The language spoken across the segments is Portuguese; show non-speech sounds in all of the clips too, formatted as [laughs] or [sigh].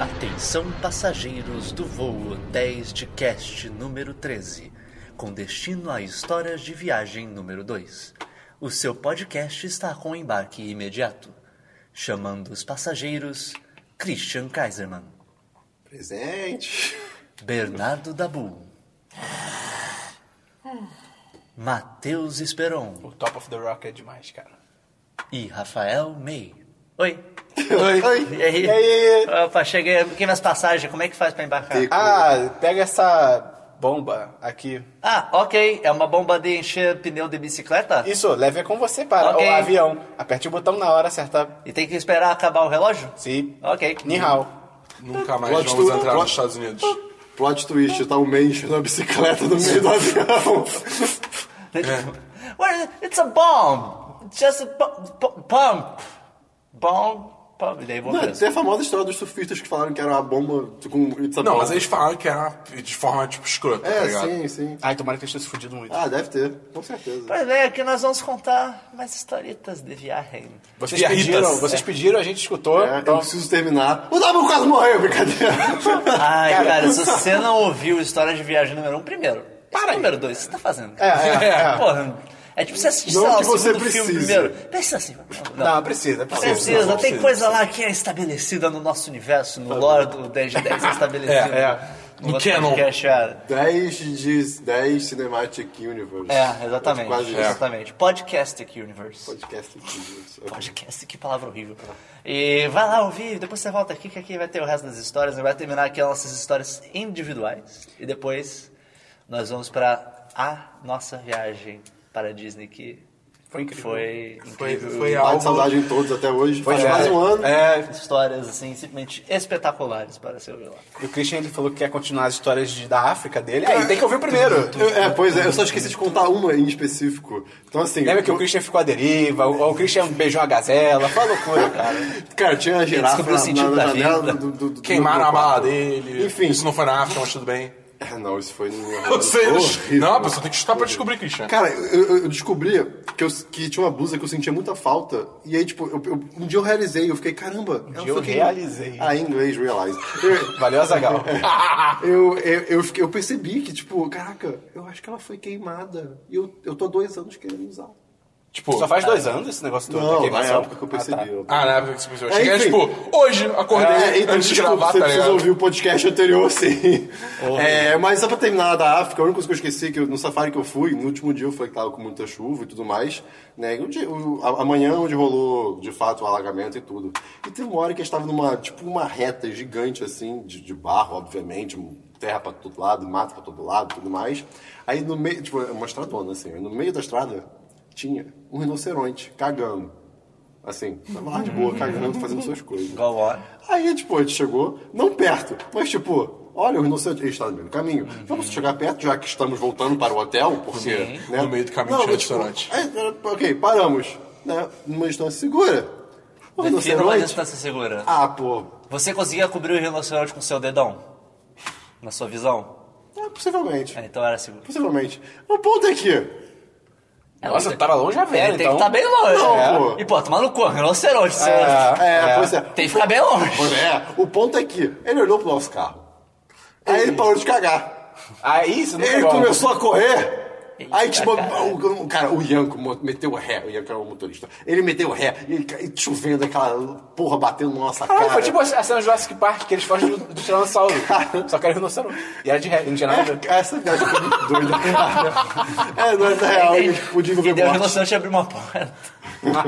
Atenção passageiros do voo 10 de cast número 13, com destino a histórias de viagem número 2. O seu podcast está com embarque imediato. Chamando os passageiros, Christian Kaiserman, Presente. Bernardo Dabu, Matheus Esperon O Top of the Rock é demais, cara. e Rafael May. Oi! Oi. E aí? E aí? Opa, cheguei aqui nas passagens, como é que faz pra embarcar? Tem- Ah, pega essa bomba aqui. Ah, ok, é uma bomba de encher pneu de bicicleta? Isso, leve com você para Ok. o avião. Aperte o botão na hora certa. E tem que esperar acabar o relógio? Sim. Ok. Ni hao. Nunca mais Plot vamos tu- entrar plot- nos Estados Unidos. Plot twist, tá o Mensch na bicicleta no meio do avião. [laughs] Well, it's a bomb. It's just a bu- bu- pump. Bomb. Pump. E daí vou Não, preso. tem a famosa história dos surfistas que falaram que era uma bomba com it's a Não, bomb. mas eles falaram que era de forma, tipo, escrota, tá É, ligado? sim, sim. Ai, tomara que eles tenham se fudido muito. Ah, deve ter, com certeza. Pois bem, aqui nós vamos contar mais historietas de viagem. Vocês Piarritas. pediram, vocês pediram, a gente escutou. É, eu então, preciso terminar. O Dabu quase morreu, brincadeira. Ai, cara, se você não ouviu História de Viagem número 1, um, primeiro. Para aí. número 2, você tá fazendo? É, é, é. Porra, é tipo você assistir Não sei lá, que o você segundo filme precise. Tá, primeiro. Pensa assim. Não, não, precisa, precisa. Precisa, não tem precisa. coisa lá que é estabelecida no nosso universo, no lore do 10 de 10 é estabelecido. É, é. No, No outro canon. podcast, é. 10 de 10 Cinematic Universe. É, exatamente. Quase isso. exatamente. Podcastic Universe. Podcast Universe. Podcast, que palavra horrível. E vai lá ouvir, depois você volta aqui, que aqui vai ter o resto das histórias. Vai terminar aqui as nossas histórias individuais. E depois nós vamos para a nossa viagem para a Disney, que Foi incrível. foi Foi, incrível. foi Bate algo... saudade em todos até hoje. Pois Faz é. quase um ano. É, Histórias, assim, simplesmente espetaculares para se ouvir lá. e o Christian ele falou que quer continuar as histórias de- da África dele. Ah. Aí É, tem que ouvir o primeiro. Eu- é, pois é, eu só esqueci de contar uma em específico. Então, assim. Lembra que o Christian ficou à deriva, o, o Christian beijou a gazela, foi uma loucura, cara. Cara, tinha a girafa descobriu o na, sentido na, da vida. janela do, do, do Queimaram do a meu mala quarto. dele. Enfim. Isso não foi na África, mas tudo bem. É, não, isso foi no [laughs] Eu sei, eu- [laughs] horrível. Não, a pessoa tem que chutar pra descobrir, Christian. Cara, eu, eu- eu descobri que, eu- que tinha uma blusa que eu sentia muita falta. E aí, tipo, eu- eu- um dia eu realizei, eu fiquei, caramba. Um dia eu realizei. Ah, em inglês, realize. Eu- Valeu, [laughs] Azagal. Eu, eu, eu, fiquei- eu percebi que, tipo, caraca, eu acho que ela foi queimada. E eu, eu tô há dois anos querendo usar. Tipo... Só faz dois anos esse negócio todo da Não, na queimação? época que eu percebi. Ah, tá. eu- Ah, na época que você pensou. Eu É, cheguei, enfim. tipo, hoje, acordei É, então, antes de desculpa, gravar, você tá precisa ligado? ouvir o podcast anterior, sim. É, mas só pra terminar da África, a única coisa que eu esqueci, é que eu- no safari que eu fui, no último dia eu falei que tava com muita chuva e tudo mais, né? E o dia- o- a- amanhã onde rolou, de fato, o alagamento e tudo. E teve uma hora que a gente tava numa, tipo, uma reta gigante, assim, de, de barro, obviamente, um, terra pra todo lado, mato pra todo lado tudo mais. Aí no meio, tipo, é uma estradona, assim, no meio da estrada tinha um rinoceronte cagando. Assim, tava lá de boa, cagando, fazendo suas coisas. Go on. Aí, tipo, a gente chegou, não perto, mas tipo, olha, o rinoceronte ele está no meio do caminho. Vamos chegar perto, já que estamos voltando para o hotel, porque. Sim. né? No meio do caminho Não, tinha mas, tipo, rinoceronte. aí, ok, paramos. Né? Numa distância segura. O Defina uma rinoceronte. distância segura. Ah, pô. Você conseguia cobrir o rinoceronte com seu dedão? Na sua visão? É, possivelmente. É, então era seguro. Possivelmente. O ponto é que. Nossa, tava longe a velha, É Ele tem que então. estar bem longe. Não, né? pô. E pô, tomar no cu, rinoceronte. você- É. É, pois é. Tem que ficar bem longe. Pois é, o ponto é que ele olhou pro nosso carro. Aí ele parou de cagar. Aí isso não Ele bom. começou a correr. Eita, Aí, tipo, tá cara. o, o cara, o Ianco mo- meteu o ré, o Ianco era o motorista. Ele meteu o ré, e, ca- e chovendo aquela porra batendo na nossa Caralho, cara. foi tipo a cena do Jurassic Park, que eles fogem do, do Tiranossauro. Cara. Só que era rinoceronte. E era de ré, não tinha nada a ver. É, [laughs] essa viagem foi muito doida, [laughs] cara. É, não é da real, E- eu podia e envolver daí o morte. rinoceronte abriu uma porta. [laughs]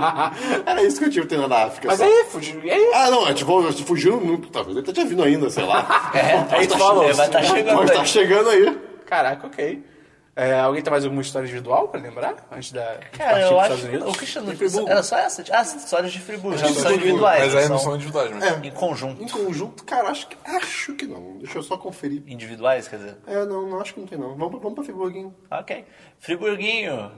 Era isso que eu tive tendo na África. Mas só. aí, fugiu. E aí? Ah, não, é tipo, eu- fugiu, não- talvez ele tenha vindo ainda, sei lá. [laughs] É, aí tu falou. Vai estar chegando Mas aí. tá chegando aí. Caraca, ok. É, alguém tem mais alguma história individual pra lembrar? Antes da de Cara, partir eu pros acho. Estados Unidos? O Christian De Friburgo. Era só essa? Ah, as histórias de Friburgo. Não são Friburgo, individuais. Mas aí não são são individuais, né? mas... É. em conjunto. Em conjunto, cara, acho que, acho que não. Deixa eu só conferir. Individuais, quer dizer. É, não, não acho que não tem não. Vamos, vamos pra Friburguinho. Ok. Friburguinho.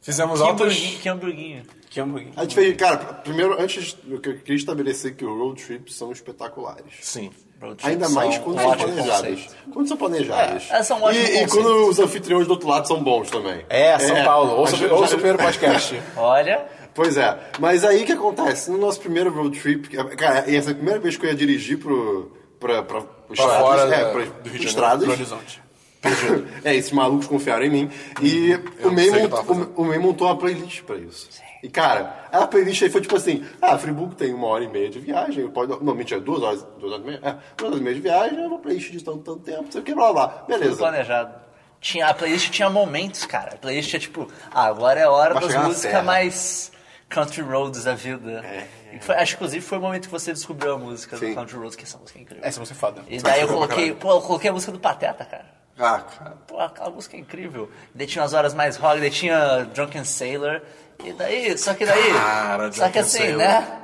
Fizemos Que altas... hamburguinho, que hamburguinho. Que hambúrguer. A gente fez, cara, primeiro, antes, eu que- queria estabelecer que os road trips são espetaculares. Sim. Road trip Ainda são mais quando um são ótimo planejadas. conceito. Quando são planejadas. É, elas são um ótimo e, e conceito. quando os anfitriões do outro lado são bons também. É, São Paulo. Ouça, Mas já- ouça já- o primeiro podcast. Olha, Pois é. Mas aí o que acontece? No nosso primeiro road trip, cara, e essa é a primeira vez que eu ia dirigir pro, pra, pra, Pra estradas, fora é, da- pra, do Rio de Janeiro, estradas. pro horizonte. é, esses malucos confiaram em mim. E eu Uhum. o May, sei o que eu mont- tava fazendo. o, o May montou uma playlist pra isso. E, cara, a playlist aí foi tipo assim: ah, Friburgo tem uma hora e meia de viagem, pode. Não, mentira, duas horas, duas horas e meia. É, duas horas e meia de viagem, eu vou playlist de tanto, tanto tempo, não sei o que, blá blá. blá. Tudo Beleza. planejado. Tinha, a playlist tinha momentos, cara. A playlist é tipo, ah, agora é a hora Vai das chegar na serra. É, músicas mais country roads da vida. E foi- acho que inclusive foi o momento que você descobriu a música Sim. do country roads, que essa música é incrível. Essa música é foda. E daí eu Pra coloquei, caralho. pô, eu coloquei a música do Pateta, cara. Ah, cara. Pô, aquela música é incrível. Daí tinha as horas mais rock, daí tinha Drunken Sailor. E daí, só que daí. Cara, só que Drunken assim, Sailor. né?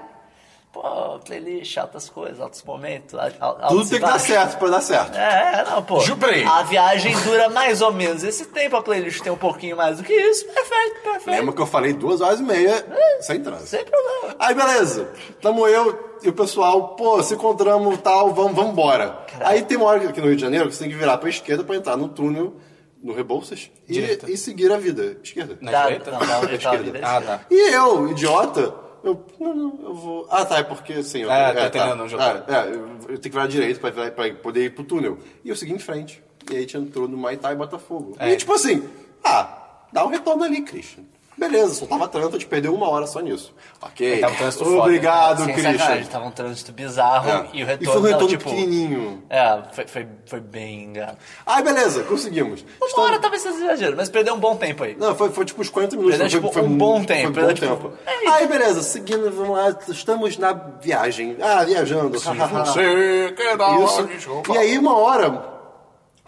Pô, playlist, altas coisas, altos momentos. al- al- Tudo altos tem e que dar baixos. certo pra dar certo. É, é, não, pô. Ju, peraí. A viagem dura mais ou menos esse tempo, a playlist tem um pouquinho mais do que isso. Perfeito, perfeito. É. Lembra que eu falei duas horas e meia sem trânsito. Sem problema. Aí beleza, tamo eu e o pessoal, pô, se encontramos tal, vamos vamos embora. Aí tem uma hora aqui no Rio de Janeiro que você tem que virar pra esquerda pra entrar no túnel no Rebouças e, Direita. e seguir a vida esquerda. Na Tá, direita? não, [laughs] não, eu tava Esquerda. vindo à Ah, esquerda. tá. E eu, idiota, eu, não, não, eu vou. Ah, tá, é porque assim, eu, É, tô entendendo onde eu tô. Ah, é, eu, eu tenho que virar direito pra, virar- pra poder ir pro túnel. E eu segui em frente. E aí a gente entrou no Maitá e Botafogo. É. E tipo assim, ah, dá um retorno ali, Christian. Beleza, só tava trânsito, a gente perdeu uma hora só nisso. Ok. tava um trânsito foda. tá. Obrigado, Sem Christian. sacanagem, tava um trânsito bizarro É. e o E foi um retorno, retorno tava, tipo... pequenininho. É, foi, foi, foi bem gato. Aí beleza, conseguimos. Uma Estamos- hora talvez seja exagero, mas perdeu um bom tempo aí. Não, foi, foi tipo uns 40 minutos. Perdeu, foi, tipo, foi um bom tempo, Foi um bom perdeu, tipo, tempo. Aí, beleza, seguindo, vamos lá, estamos na viagem. Ah, viajando. ha, ha, ha. Você que dá uma Isso. desculpa. E aí, uma hora,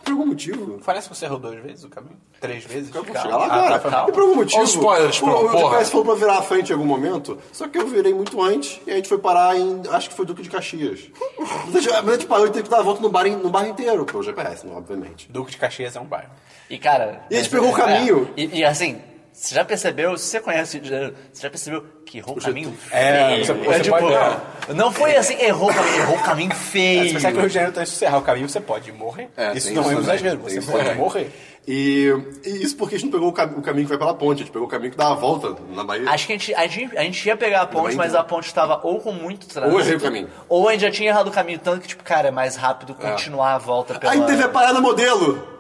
por algum motivo. Parece que você errou duas vezes o caminho? Três vezes? Eu vou Calma. chegar lá agora. Ah, tá, calma. E por algum motivo. Olha os spoilers, o, o porra. GPS falou pra virar à frente em algum momento, só que eu virei muito antes e a gente foi parar em. Acho que foi Duque [laughs] de Caxias. Mas a gente- mas a gente parou e teve que dar a volta no bar, no bar inteiro, pelo GPS, né, obviamente. Duque de Caxias é um bairro. E, cara... E a gente pegou o caminho. é, e, e, assim, você já percebeu, se você conhece o Rio de Janeiro, você já percebeu que errou o caminho É, você- você tipo, pode- Não foi assim, errou o caminho, errou o caminho É, feio. se você quer que o Rio de Janeiro tá encerrar o caminho, você pode morrer. É, isso tem não isso é um também, exagero, tem você isso pode também. morrer. E, e isso porque a gente não pegou o, cam- o caminho que vai pela ponte, a gente pegou o caminho que dá a volta na Bahia. Acho que a gente, a, gente, a gente ia pegar a ponte, bem, mas então. a ponte tava ou com muito trânsito. Ou errei o caminho. Ou a gente já tinha errado o caminho, tanto que, tipo, cara, é mais rápido continuar a volta pela... Aí teve a parada modelo.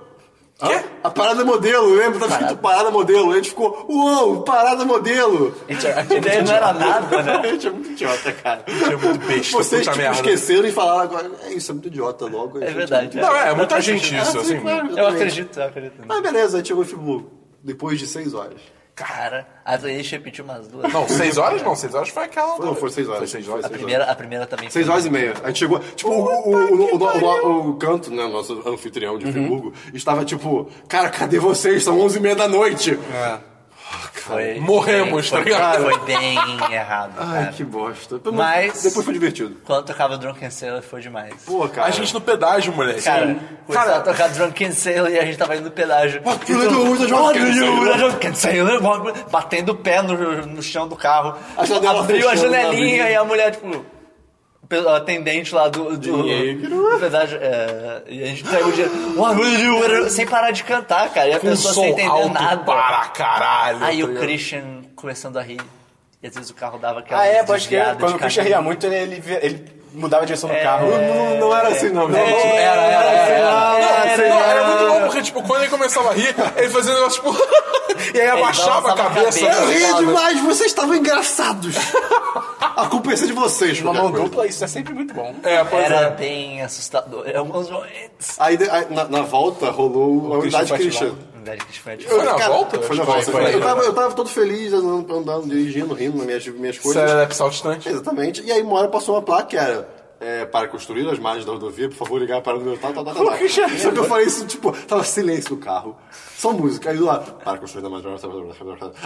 Quê? A parada modelo, lembra? Tava escrito parada modelo. A gente ficou, uou, parada modelo. A ideia não era nada, né? A gente é muito idiota, cara. É muito besta, Vocês puta tipo, merda. esqueceram e falaram agora, é isso, é muito idiota logo. a É gente verdade. Não, é, é muita gente muito- isso, Ah, sim, assim. claro, Eu exatamente. acredito, eu acredito. Mas beleza, a gente chegou em Friburgo, depois de seis horas. Cara, a playlist repetiu umas duas. Não, seis horas não, seis horas foi aquela. Não, foi seis horas. Foi seis horas. a, primeira, a primeira também Seis foi. horas e meia. A gente chegou. Tipo, o, o, o, o- o- o canto, né? Nosso anfitrião de Friburgo, estava tipo, cara, cadê vocês? São onze e meia da noite. Foi- Morremos, foi, tá ligado? Foi bem errado, cara. Ai, que bosta. Mas- Depois foi divertido. Quando tocava Drunken Sailor foi demais. Pô, cara. A gente no pedágio, moleque. Cara, começava a cara, tocar Drunken Sailor e a gente tava indo no pedágio. What you do with the Drunken What you do with the Sailor? Drunken Sailor? Batendo o pé no, no chão do carro. A janela Abriu a fechando na janelinha avenida. e a mulher, tipo... pelo- O atendente lá do, do, Dinheiro. do pedágio. é, e a gente pegou o dinheiro. What will you do? Sem parar de cantar, cara. E a com pessoa sem som entender alto nada. para caralho. Aí tá o ligado? Christian começando a rir. E às vezes o carro dava aquela. Ah, é, pode que desviada de Quando o Christian caminho. ria muito, ele, ele, via- ele mudava a direção do carro. Não, não, não era assim, não. assim, É, Não, era, era, era, Não, É, não, era- era muito louco, porque, tipo, quando ele começava a rir, ele fazia um negócio, tipo... [laughs] e aí abaixava a balançava a cabeça. cabeça. Eu ria Obrigado. demais, vocês estavam engraçados. [laughs] A culpa é de vocês, Uma qualquer mão coisa. dupla, isso é sempre muito bom. É, pois Era é. bem assustador. Em alguns momentos. Aí, de- aí, na, na volta rolou a unidade Christian Christian. Batman. Na verdade, Christian foi [laughs] Foi na tipo. Cara, volta? Foi na volta. Foi, foi. Eu, tava, eu tava todo feliz, andando, andando, dirigindo, rindo nas minhas, minhas Isso é- coisas. era saltitante. Exatamente. E aí uma hora passou uma placa que era. é, para construir as margens da rodovia, por favor, ligar para o meu tal, tal, tal, tal. que já Só que eu falei isso, tipo, tava silêncio no carro, só música. Aí lá, para construir as margens da rodovia.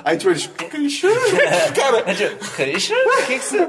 Aí tipo, eles. É. Cara, Christian? O que que você.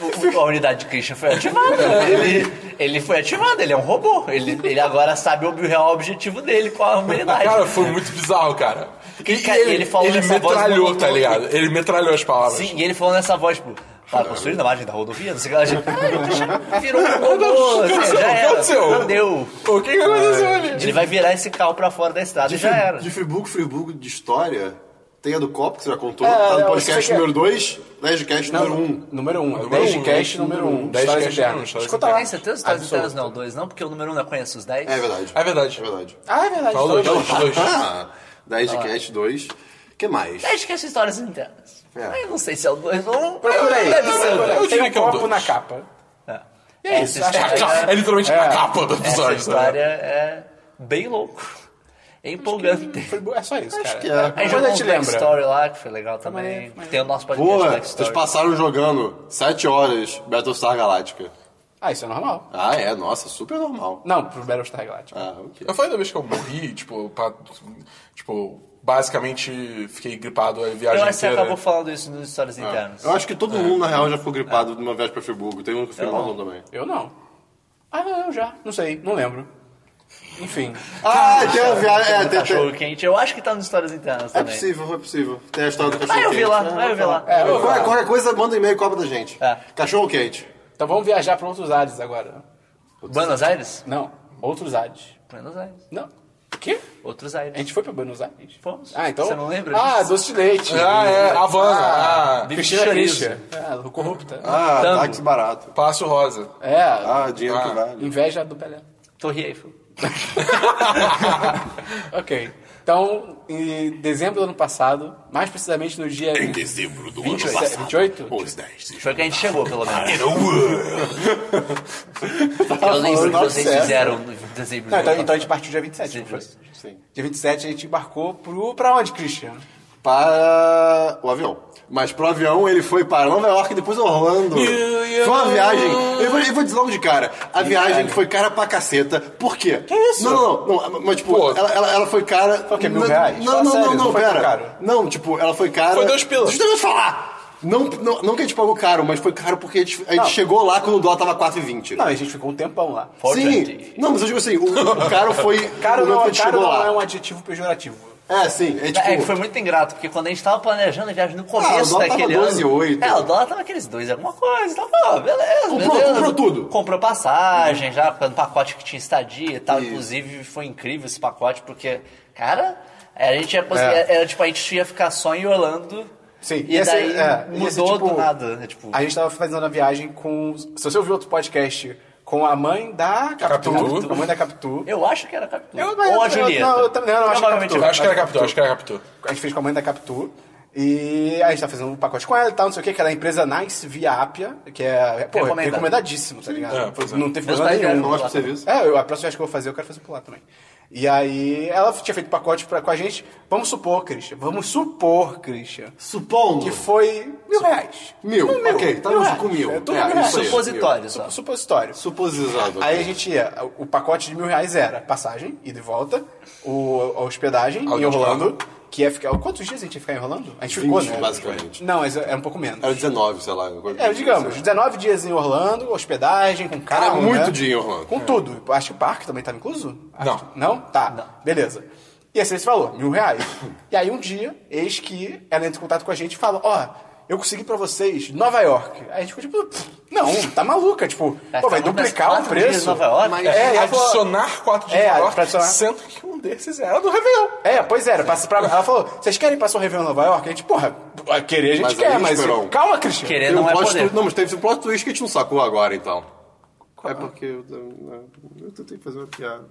O- o- A unidade de Christian foi ativada. Ele, ele foi ativado, ele é um robô. Ele, ele agora sabe o real objetivo dele com a humanidade. cara, foi muito bizarro, cara. E, e Cara, ele, ele falou ele nessa voz metralhou, monotônica. tá ligado? Ele metralhou as palavras. Sim, e ele falou nessa voz, tipo, tá construindo a margem da rodovia, não sei o que lá. A gente, "Ah, o Christian virou um robô. O que assim, Já aconteceu? O que era. aconteceu? Não deu. O que que É, aconteceu ali? Ele vai virar esse carro pra fora da estrada e já era. De Friburgo, Friburgo de história, Tem a do copo, que você já contou. É, tá eu no podcast sei que é. número 2, 10 de cast número 1. Um. Número 1. Um. Número 10 um, de cast, né? número 1. Um. Dez de Histórias cast, número um, internas. histórias Escuta internas. lá. Tem Tem certeza que os Absoluto. internas não, dois não, porque o número um não conhece os 10? É verdade. É verdade. É verdade. Ah, é verdade. Só os dois, Então, os dois. Ah, 10 de cast 2. que mais? Acho que é histórias internas. É. Eu não sei se é o 2 ou um. Procura aí. Deve ser o Eu dois. Tem diria um que é o copo dois. na capa. É. é Essa isso, acho que É, história- é literalmente a capa do Essa episódio. história é bem louco. É empolgante. Foi boa- É só isso, cara. que é. Aí Depois jogou a gente um Black lembra. Story lá, que foi legal também. Também, mas- Tem o nosso podcast Pô, Black vocês Story. passaram jogando 7 horas Battlestar Galactica. Ah, isso é normal. Ah, é, nossa, super normal. Não, pro Battlestar Galactica. Ah, ok. Eu falei da vez que eu morri, tipo, pra- tipo, basicamente fiquei gripado a viagem Eu acho que você inteira. acabou falando isso nos histórias internas. Eu acho que todo mundo, na real, já ficou gripado de uma viagem pra Friburgo. Tem um que ficou maluco também. Eu não. Ah, não, eu já. Não sei, não lembro. Enfim. Ah, tem uma viagem. É, tem, tem, Cachorro quente, eu acho que tá nos histórias internas é também. possível, é possível. Tem a história do cachorro Vai quente. ouvir lá, vai ouvir lá. É, vamos Qualquer, lá. qualquer coisa, manda um e-mail e cobra da gente. É. Cachorro quente. Então vamos viajar pra outros ares agora. Buenos Aires? Não, outros ares. Buenos Aires. Não. O quê? Outros A Aires. gente foi pra Buenos Aires? Fomos. Ah, então. Você não lembra Ah, disso? doce de leite. Ah, é, Havana. Ah, Bife de Cristina chorizo. Christian. É, corrupta. Ah, Tango. táxi barato. Passo Rosa. É, Ah, dinheiro que Ah. vale. inveja do Pelé. Torre Eiffel. Ok. Então, em dezembro do ano passado, mais precisamente no dia Em dezembro do ano 27, passado, 28? os 10 se Foi que a gente chegou, pelo menos. juntaram no World. Eu lembro que Falando vocês sério. fizeram É, no dezembro. Não, do então, ano então a gente partiu dia 27, não foi? Sim. Dia 27 a gente embarcou pro... pra onde, Christian? Para o avião. Mas pro avião ele foi para Nova York e depois Orlando. Foi uma viagem. Eu vou, eu vou dizer logo de cara. A viagem foi cara pra caceta. Por quê? Que isso? Não, não, não. não mas tipo, Pô. ela, ela, ela foi cara. Foi o quê, mil reais? Não, Fala não, sério, não, não, não foi tão caro. pera. Não, tipo, ela foi cara. Foi dois pilas. Deixa eu te falar! Não, não, não que a gente pagou caro, mas foi caro porque a gente, a gente chegou lá quando o dólar tava 4,20. Não, a gente ficou um tempão lá. Sim, não, mas eu digo assim, o, o caro foi. [laughs] Caro o momento não, que a gente caro chegou não lá. é um adjetivo pejorativo. É, sim. É, tipo, É que foi muito ingrato, porque quando a gente tava planejando a viagem no Ah, o começo dólar tava daquele ano... 12,8. É, o dólar tava aqueles dois, alguma coisa. Tava, ó, beleza, Comprou- beleza. comprou tudo. Comprou passagem já, no pacote que tinha estadia e tal. Isso. Inclusive, foi incrível esse pacote, porque, cara, a gente ia conseguir... Era, tipo, a gente ia ficar só em Orlando. Sim, E esse- daí é, e mudou esse, tipo, do nada. né, tipo, A gente tava fazendo a viagem com... Se você ouviu outro podcast, com a mãe da Capitu. Capitu. A mãe da Capitu. eu acho que era a Capitu. Eu- mas Ou a eu- eu- Julieta. não, eu também- eu não acho que era Provavelmente Capitu. Eu acho que era Capitão, acho que era Capitão. a gente fez com a mãe da Capitu. E a gente tá fazendo um pacote com ela e tal, não sei o que, que era a empresa Nice via Apia, que é pô, Recomendado. recomendadíssimo, tá ligado? É, pois é. Não tem Meus problema pais nenhum. vieram Eu gosto do serviço. É, eu, a próxima vez que eu vou fazer, eu quero fazer por lá também. E aí, ela tinha feito pacote pra, com a gente. Vamos supor, Christian, vamos supor, Christian, Supondo. né? que foi mil reais. Mil, Não, ok, tá mil no- reais. com mil. É, tudo É, mil reais. isso aí. Supositórios, ó. Sup- Supositório. Suposizado. Aí a gente ia, o pacote de mil reais era passagem, ida e volta, o, a hospedagem em Aluguel de Orlando, que ia ficar. Quantos dias a gente ia ficar em Orlando? A gente 20, ficou, né? basicamente. Não, mas é um pouco menos. Era 19, sei lá. assim. É, digamos, 19 dias em Orlando, hospedagem, com carro. Era Ah, muito né? dia em Orlando. É. Com tudo. Acho que o parque também estava incluso? Acho Não. que- Não? Tá. Não. Beleza. Ia ser esse valor, mil reais. [laughs] e aí um dia, eis que ela entra em contato com a gente e fala: Ó, eu consegui pra vocês Nova York. Aí a gente ficou tipo, "Pff, não, tá maluca. [laughs] Tipo, É, pô, vai ficamos mais duplicar o quatro dias em preço. Nova York? Mas- É, É, ela falou- adicionar quatro de É, Nova York, adicionar- sendo que um desses era do Réveillon. É, pois era. Passa pra... Ela falou, vocês querem passar um Réveillon em Nova York? A gente, porra, querer a gente Mas quer, aí, mas... Esperon. Calma, Cristian. Querer Tem um não é plot poder. twist- não, mas teve um plot twist que a gente não sacou agora, então. É porque eu, eu, eu tentei fazer uma piada.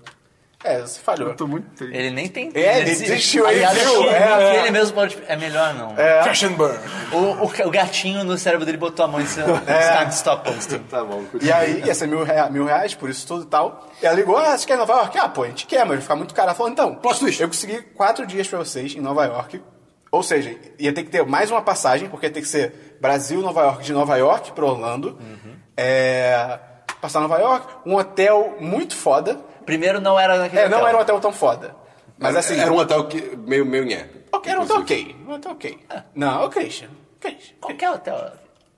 É, você falhou. Tô muito triste. Ele nem tem... É, ele desistiu, ele Aliás, viu, ele, é. ele mesmo pode... É melhor não. Crash and Burn. O, o- o gatinho no cérebro dele botou a mão em cima. É. Stop posting. Tá bom, E aí, ia ser mil, rea- mil reais por isso tudo e tal. E ela ligou, ah, você quer Nova York? Ah, pô, a gente quer, mas vai ficar muito caro. Ela falou, então, Plot twist. eu consegui quatro dias pra vocês em Nova York. Ou seja, ia ter que ter mais uma passagem, porque ia ter que ser Brasil, Nova York, de Nova York pra Orlando. Uhum. É, passar Nova York, um hotel muito foda. Primeiro não era naquele É, não hotel. era um hotel tão foda. Mas Mas assim, assim, era um hotel que meio, meio nhé. ok, era um hotel ok. Um hotel ok. É. Não, o Christian. Christian. Qualquer hotel.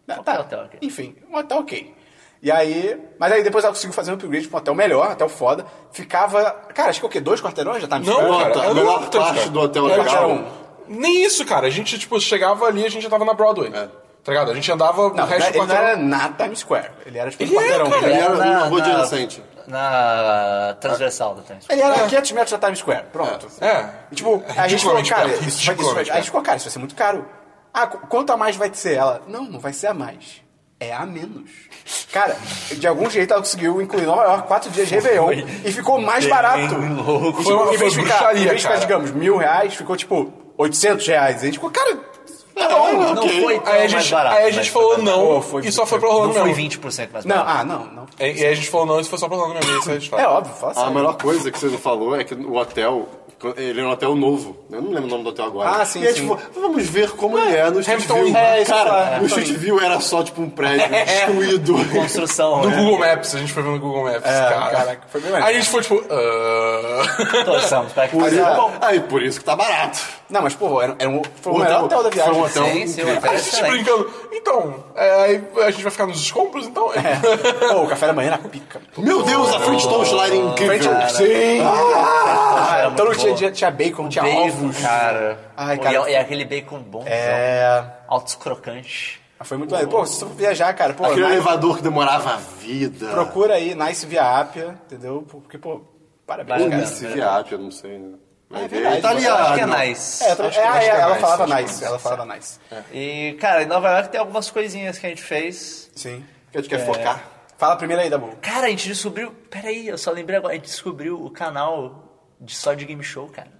Não, Qualquer tá. hotel. aqui. Enfim, um hotel ok. E aí, mas aí depois ela conseguiu fazer um upgrade pra um hotel melhor, hotel foda. Ficava, cara, acho que o quê? Dois quarteirões já tá me Não, esperando? cara, É Nota, era a melhor outro, parte cara. do hotel um Era legal. outro. Nem isso, cara. A gente, tipo, chegava ali, a gente já tava na Broadway. Tá ligado? A gente andava o Não, resto do ele não quarteirão. era na Times Square. Ele era tipo um Ele era, quarteirão. cara, Ele era na- numa rua na- de adjacente. na transversal da Times Square. Ele era 500 metros da Times Square. Pronto. É. E, tipo, a gente falou, Ridiculamente cara, caro, isso vai, isso vai, ridiculamente a gente ficou, cara, isso vai ser muito caro. Ah, qu- quanto a mais vai ser? Ela, não, não vai ser a mais. É a menos. Cara, de algum jeito ela conseguiu incluir Nova York quatro dias de Réveillon e ficou mais bem barato. louco. E, tipo, Foi- em vez de ficar, foi em bruxaria, vez de ficar cara. digamos, mil reais, ficou tipo 800 reais. A gente ficou, cara, tá bom. não foi tão aí a mais gente, barato. aí a mas gente foi falou barato. não Pô, foi- e só foi pro Não Orlando foi mesmo. 20% mais Não, barato. ah, não, não. E, e aí a gente falou não e isso foi só pro Orlando mesmo. Isso é de fato. É óbvio, fala A sério. melhor coisa que você falou é que o hotel, ele é um hotel novo. Eu não lembro o nome do hotel agora. Ah, sim, E é sim. tipo, vamos ver como ele é no Street Hampton View. Inn. É, isso Cara, é, o Street View era só tipo um prédio destruído. Construção. No né? Google Maps, a gente foi ver no Google É, Maps, cara. É, caraca, foi bem legal. Aí a gente foi tipo. ah. [laughs] Torçamos pra que Mas seja é- bom. [laughs] Aí, por isso que tá barato. Não, mas, pô, era, era um, foi o melhor hotel da viagem. Foi um hotel Sim, sim, incrível. o hotel Aí é a gente excelente. brincando. Então, é, aí a gente vai ficar nos escombros, então. É. assim. Pô, o café da manhã era pica. Meu Deus, a French Toast lá era incrível. Sim! Ah, era todo muito dia, boa. dia Então tinha bacon, tinha Bacon, ovos. cara. Ai, Pô, cara. E é, e é aquele bacon bom. É. Altos crocante. Ah, Foi muito maneiro. Pô, se você for viajar, cara, pô, Aquele nice- elevador que demorava a vida. procura aí Nice Via Appia, entendeu? Porque, pô, parabéns, Ou Vai, cara. Miss Viap, eu não sei. né? Vai É ver. verdade, italiano. Acho que é nice. É, eu também- Acho que- é, acho que é, é ela nice, falava acho que é nice, ela falava nice. E, cara, em Nova York tem algumas coisinhas que a gente fez. Sim. Que a gente É quer focar. Fala primeiro aí, Dabu. Cara, a gente descobriu. Peraí, eu só lembrei agora. A gente descobriu o canal de só de game show, cara.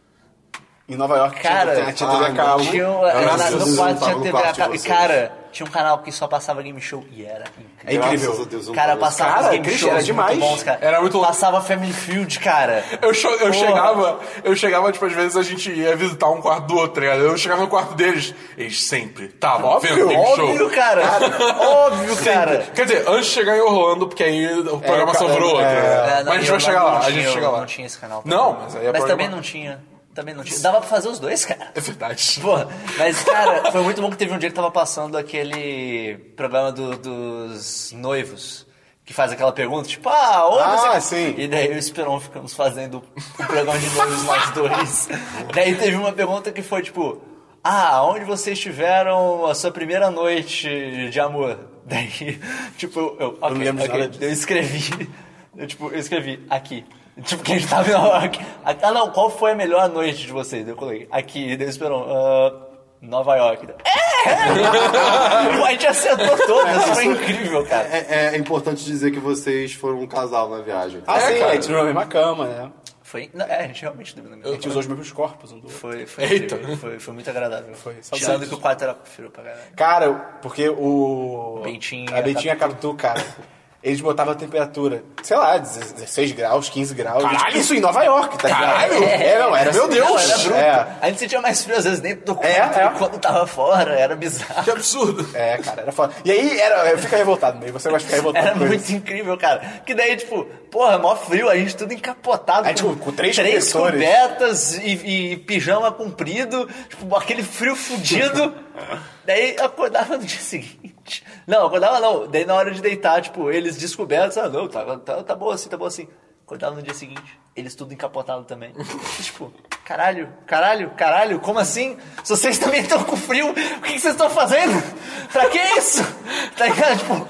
Em Nova York, Cara, tinha, tinha ah, TV a não cabo. Tinha, um- Graças na- a Deus, no eu não quarto tava tinha no TV a quarto de cabo. E, vocês. cara, tinha um canal que só passava game show. E era É incrível. incrível. Graças a Deus, um eu não Cara, tava passava Cara, uns game Christian, shows era demais. muito bons, cara. Era muito louco. Passava Family Field, cara. Eu, cho- eu Porra. chegava, eu chegava, tipo, às vezes a gente ia visitar um quarto do outro, tá ligado? Eu chegava no quarto deles, eles sempre estavam Óbvio, vendo game show. Óbvio, cara. Óbvio, cara. Quer dizer, antes de chegar em Orlando, porque aí o programa cara, sobrou é. outro. né? É, não, mas a e gente vai eu chegar não lá, a tinha- gente chega lá. Não tinha esse canal. tá? Não, mas aí é Mas programa- também não tinha. Também não tinha. Dava pra fazer os dois, cara. É verdade. Pô, mas, [laughs] cara, foi muito bom que teve um dia que tava passando aquele programa do- dos noivos. Que faz aquela pergunta, tipo, ah, ou Ah, você... sim. E daí eu e o Esperon ficamos fazendo o programa de noivos nós dois. daí teve uma pergunta que foi, tipo, ah, onde vocês tiveram a sua primeira noite de amor? Daí, [laughs] tipo, eu, eu, ok, não lembro de ok. nada disso. eu escrevi, eu, tipo, eu escrevi, aqui. Tipo, que a gente tava [laughs] em Nova York. Ah, não, qual foi a melhor noite de vocês? Eu coloquei, aqui, daí o Esperon, ah, Nova York. É! [laughs] a gente acertou todas, foi incrível, cara. É, é- é importante dizer que vocês foram um casal na viagem. Ah, É, sim, cara. a gente dormiu na mesma cama, né? Foi, não, é, a gente realmente dormiu na A mesma gente usou os mesmos corpos um do outro. Foi, foi, Eita. incrível, foi, foi muito agradável. Foi, Tirando saudades. que o quarto era frio pra caralho. Cara, porque o. Bentinho A Bentinha Capitu, cara. Eles botavam a temperatura, sei lá, 16 graus, 15 graus. Tipo Caralho! Isso em Nova York, tá ligado? Caralho! É, não, era Meu Deus! Não, era bruto. É, A gente sentia mais frio às vezes dentro do quarto É, é. e quando tava fora, era bizarro. Que absurdo. é, cara, era foda. E aí, era, eu fico revoltado meio, você gosta de ficar revoltado Era com isso. muito incrível, cara. Que daí, tipo, porra, mó frio, a gente tudo encapotado. Aí, tipo, com três cobertores. cobertas e, e pijama comprido, tipo, aquele frio [laughs] fudido. daí acordava no dia seguinte. Não, acordava não. Daí na hora de deitar, tipo, eles descobertos, ah, não, tá, tá, tá bom assim, tá bom assim. Acordava no dia seguinte, eles tudo encapotado [laughs] também. E, tipo, caralho, caralho, caralho, como assim? Se vocês também estão com frio, o que, que vocês estão fazendo? Pra que isso? Tá ligado? Tipo.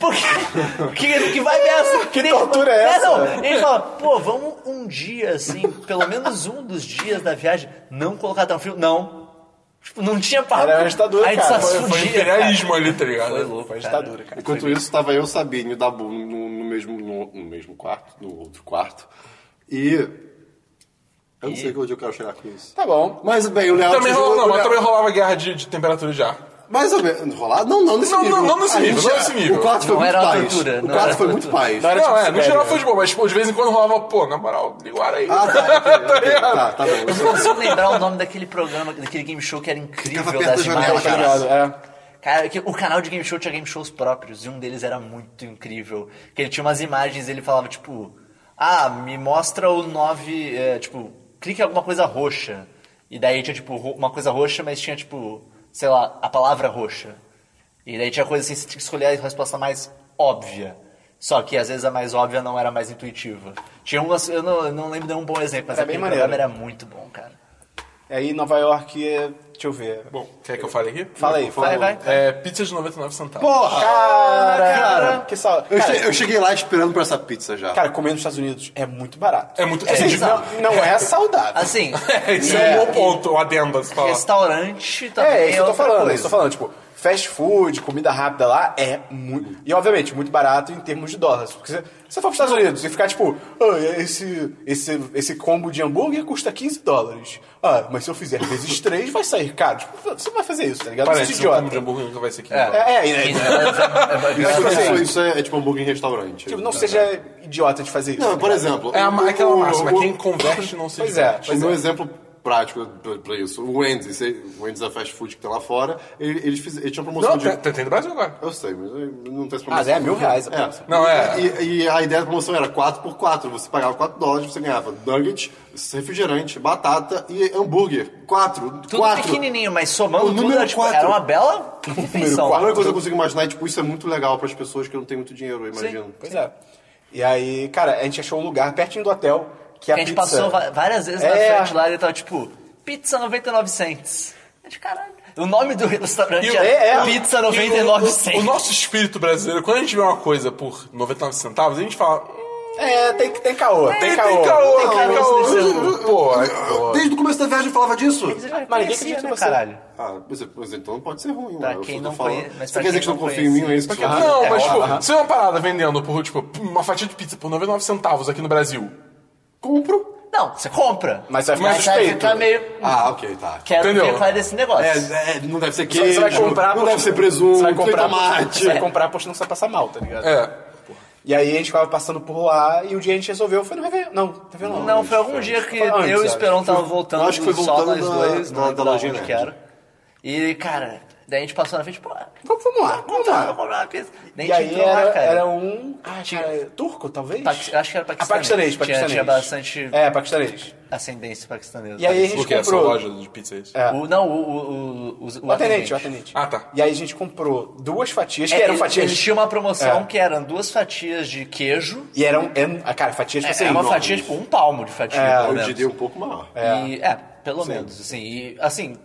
Por quê? Que, que vai dessa? Que nem- tortura é essa? não, ele fala, pô, vamos um dia, assim, pelo menos um dos dias da viagem, não colocar tão frio. Não. Tipo, não tinha papo. Era uma ditadura, Aí cara. só se Foi, foi fudia, imperialismo ali, tá cara. ligado? Foi louco, Foi cara. ditadura, cara. Enquanto isso, estava eu, Sabine e o Dabu no, no mesmo, no, no mesmo quarto, no outro quarto. E. Eu não sei onde eu quero chegar com isso. Tá bom. Mas bem, o Léo. Também chegou- rolava, não, o mas Léo- também rolava guerra de, de temperatura de ar. Mais ou menos. Rolar? Não, não nesse Não, nível. não, não nesse A nível, gente- não é nesse nível. O quarto foi Não muito era uma paz. tortura, o não quarto era foi uma muito tortura. paz. Não era- não, é, no Sibéria. geral foi de boa, mas tipo, de vez em quando rolava, pô, na moral, liga o ar aí. Ah, tá. ok, ok, tá, tá Eu bom. não consigo lembrar o nome daquele programa, daquele game show que era incrível Ficava perto das da janela, imagens. tá Obrigado, é. Cara, que o canal de game show tinha game shows próprios e um deles era muito incrível. Que ele tinha umas imagens e ele falava tipo: Ah, me mostra o 9. é, tipo, clique em alguma coisa roxa. E daí tinha tipo ro- uma coisa roxa, mas tinha tipo, sei lá, a palavra roxa. E daí tinha coisa assim, você tinha que escolher a resposta mais óbvia. Só que às vezes a mais óbvia não era mais intuitiva. Tinha umas. Eu não, eu não lembro de um bom exemplo, mas Era bem aquele programa maneiro. era muito bom, cara. E aí, Nova York, é, Deixa eu ver. Bom, quer que eu fale aqui? Fala aí, Fala fala aí, aí. vai. É, pizza de 99 centavos. Porra! Cara, que sal... Eu, cara, che- eu cheguei lá esperando por essa pizza já. cara, comer nos Estados Unidos é muito barato. É muito- assim, é de- não, não é saudável. [laughs] Assim, Isso é, É. um bom ponto, um adendo a se falar. restaurante também É, isso que eu tô outra falando, Tá coisa. isso que eu tô falando. Tipo, fast food, comida rápida lá é muito. E obviamente, muito barato em termos de dólares. Porque se se você for pros Estados Unidos e ficar tipo, ah, esse, esse, esse combo de hambúrguer custa 15 dólares. Ah, mas se eu fizer vezes [laughs] 3, vai sair caro. Tipo, você não vai fazer isso, tá ligado? Parece Você é que o combo de idiota. hambúrguer nunca vai ser aqui. Então, É, é, é, é, Isso, tipo isso- assim- isso é, é tipo hambúrguer em restaurante. tipo, não seja idiota de fazer isso. Não, tá por ligado? exemplo. É a, ma- aquela o- máxima, o- quem converte não se Pois é. diverte. O meu um exemplo prático pra- pra isso, o Wendy's, o Wendy's é fast food que tem lá fora, ele- eles, fiz- eles tinham promoção é. Não, tá- de. tem, tem- tem no Brasil agora. Eu sei, mas eu não tem essa promoção. Ah, é mil reais a É. promoção. Não, é. E, e a ideia da promoção era 4x4. Você pagava 4 dólares, você ganhava nugget, refrigerante, batata e hambúrguer. 4. Tudo 4. pequenininho, mas O somando tudo número era, tipo, quatro. era uma bela refeição. A única coisa que eu consigo imaginar é, tipo, isso é muito legal para as pessoas que não têm muito dinheiro, eu imagino. Pois é. E aí, cara, a gente achou um lugar pertinho do hotel que é a, a gente pizza- passou va- várias vezes na É. frente lá e ele tava tipo, pizza 99 cents. A gente, caralho. O nome do restaurante E o- era é, é. Pizza E 99 o, o cents. nosso espírito brasileiro, quando a gente vê uma coisa por 99 centavos, a gente fala. "Hum, É, tem, tem caô, tem Tem caô. caô, tem Tem caô nesse caô. jogo. Pô, Ah, Desde o começo da viagem eu falava disso. é- Mas ninguém acredita em você. né, caralho. Ah, mas, mas então não pode ser ruim, Pra ué, eu quem só tô não falando. conhece- mas Você pra quer quem dizer que você não não confia em mim, conhece. é isso? que Porque, você fala? não, é, mas, tipo, aham. se uma parada vendendo por, tipo, uma fatia de pizza por 99 centavos aqui no Brasil, Compro. Não, você compra. Mas você vai ficar Mas vai suspeito. ficar meio. Ah, ok, tá. Quero Entendeu? ver qual é desse negócio. É, é, não deve ser Você queijo, vai comprar, não poxa, deve ser presunto, Você vai comprar, nem tomate. Você vai comprar, poxa, não você vai passar mal, tá ligado? é. E aí a gente ficava passando por lá e o dia a gente resolveu, foi no Réveillon. Não, Réveillon não. Não, foi algum dia que Foi antes, eu e o acho. Esperão tava voltando, Eu acho que foi só voltando nós da- dois, da- não da lembro lojinha onde que nerd. era. E, cara, daí a gente passou na frente, pô, Vamos, vamos lá, vamos vamos lá, vamos lá. comprar uma pizza. Nem E aí entrou lá, era, cara. era um... Ah, cara, turco, talvez? Paquis- acho que era Ah, paquistanês. paquistanês, Tinha- paquistanês. Tinha bastante É, paquistanês. ascendência paquistanesa. Tá E aí a gente O que é essa comprou- loja de pizza? aí? É. O, não, o, o, o, o, O atendente, o atendente. Ah, tá. E aí a gente comprou duas fatias, É, que eram ele- fatias... Ele tinha uma promoção É. que eram duas fatias de queijo. E eram... en- ah, Cara, fatias, tipo É, assim... É, era uma enormes. fatia, tipo, um palmo de fatia, pelo Eu menos. diria um pouco maior. E, é, pelo menos, assim. E, assim,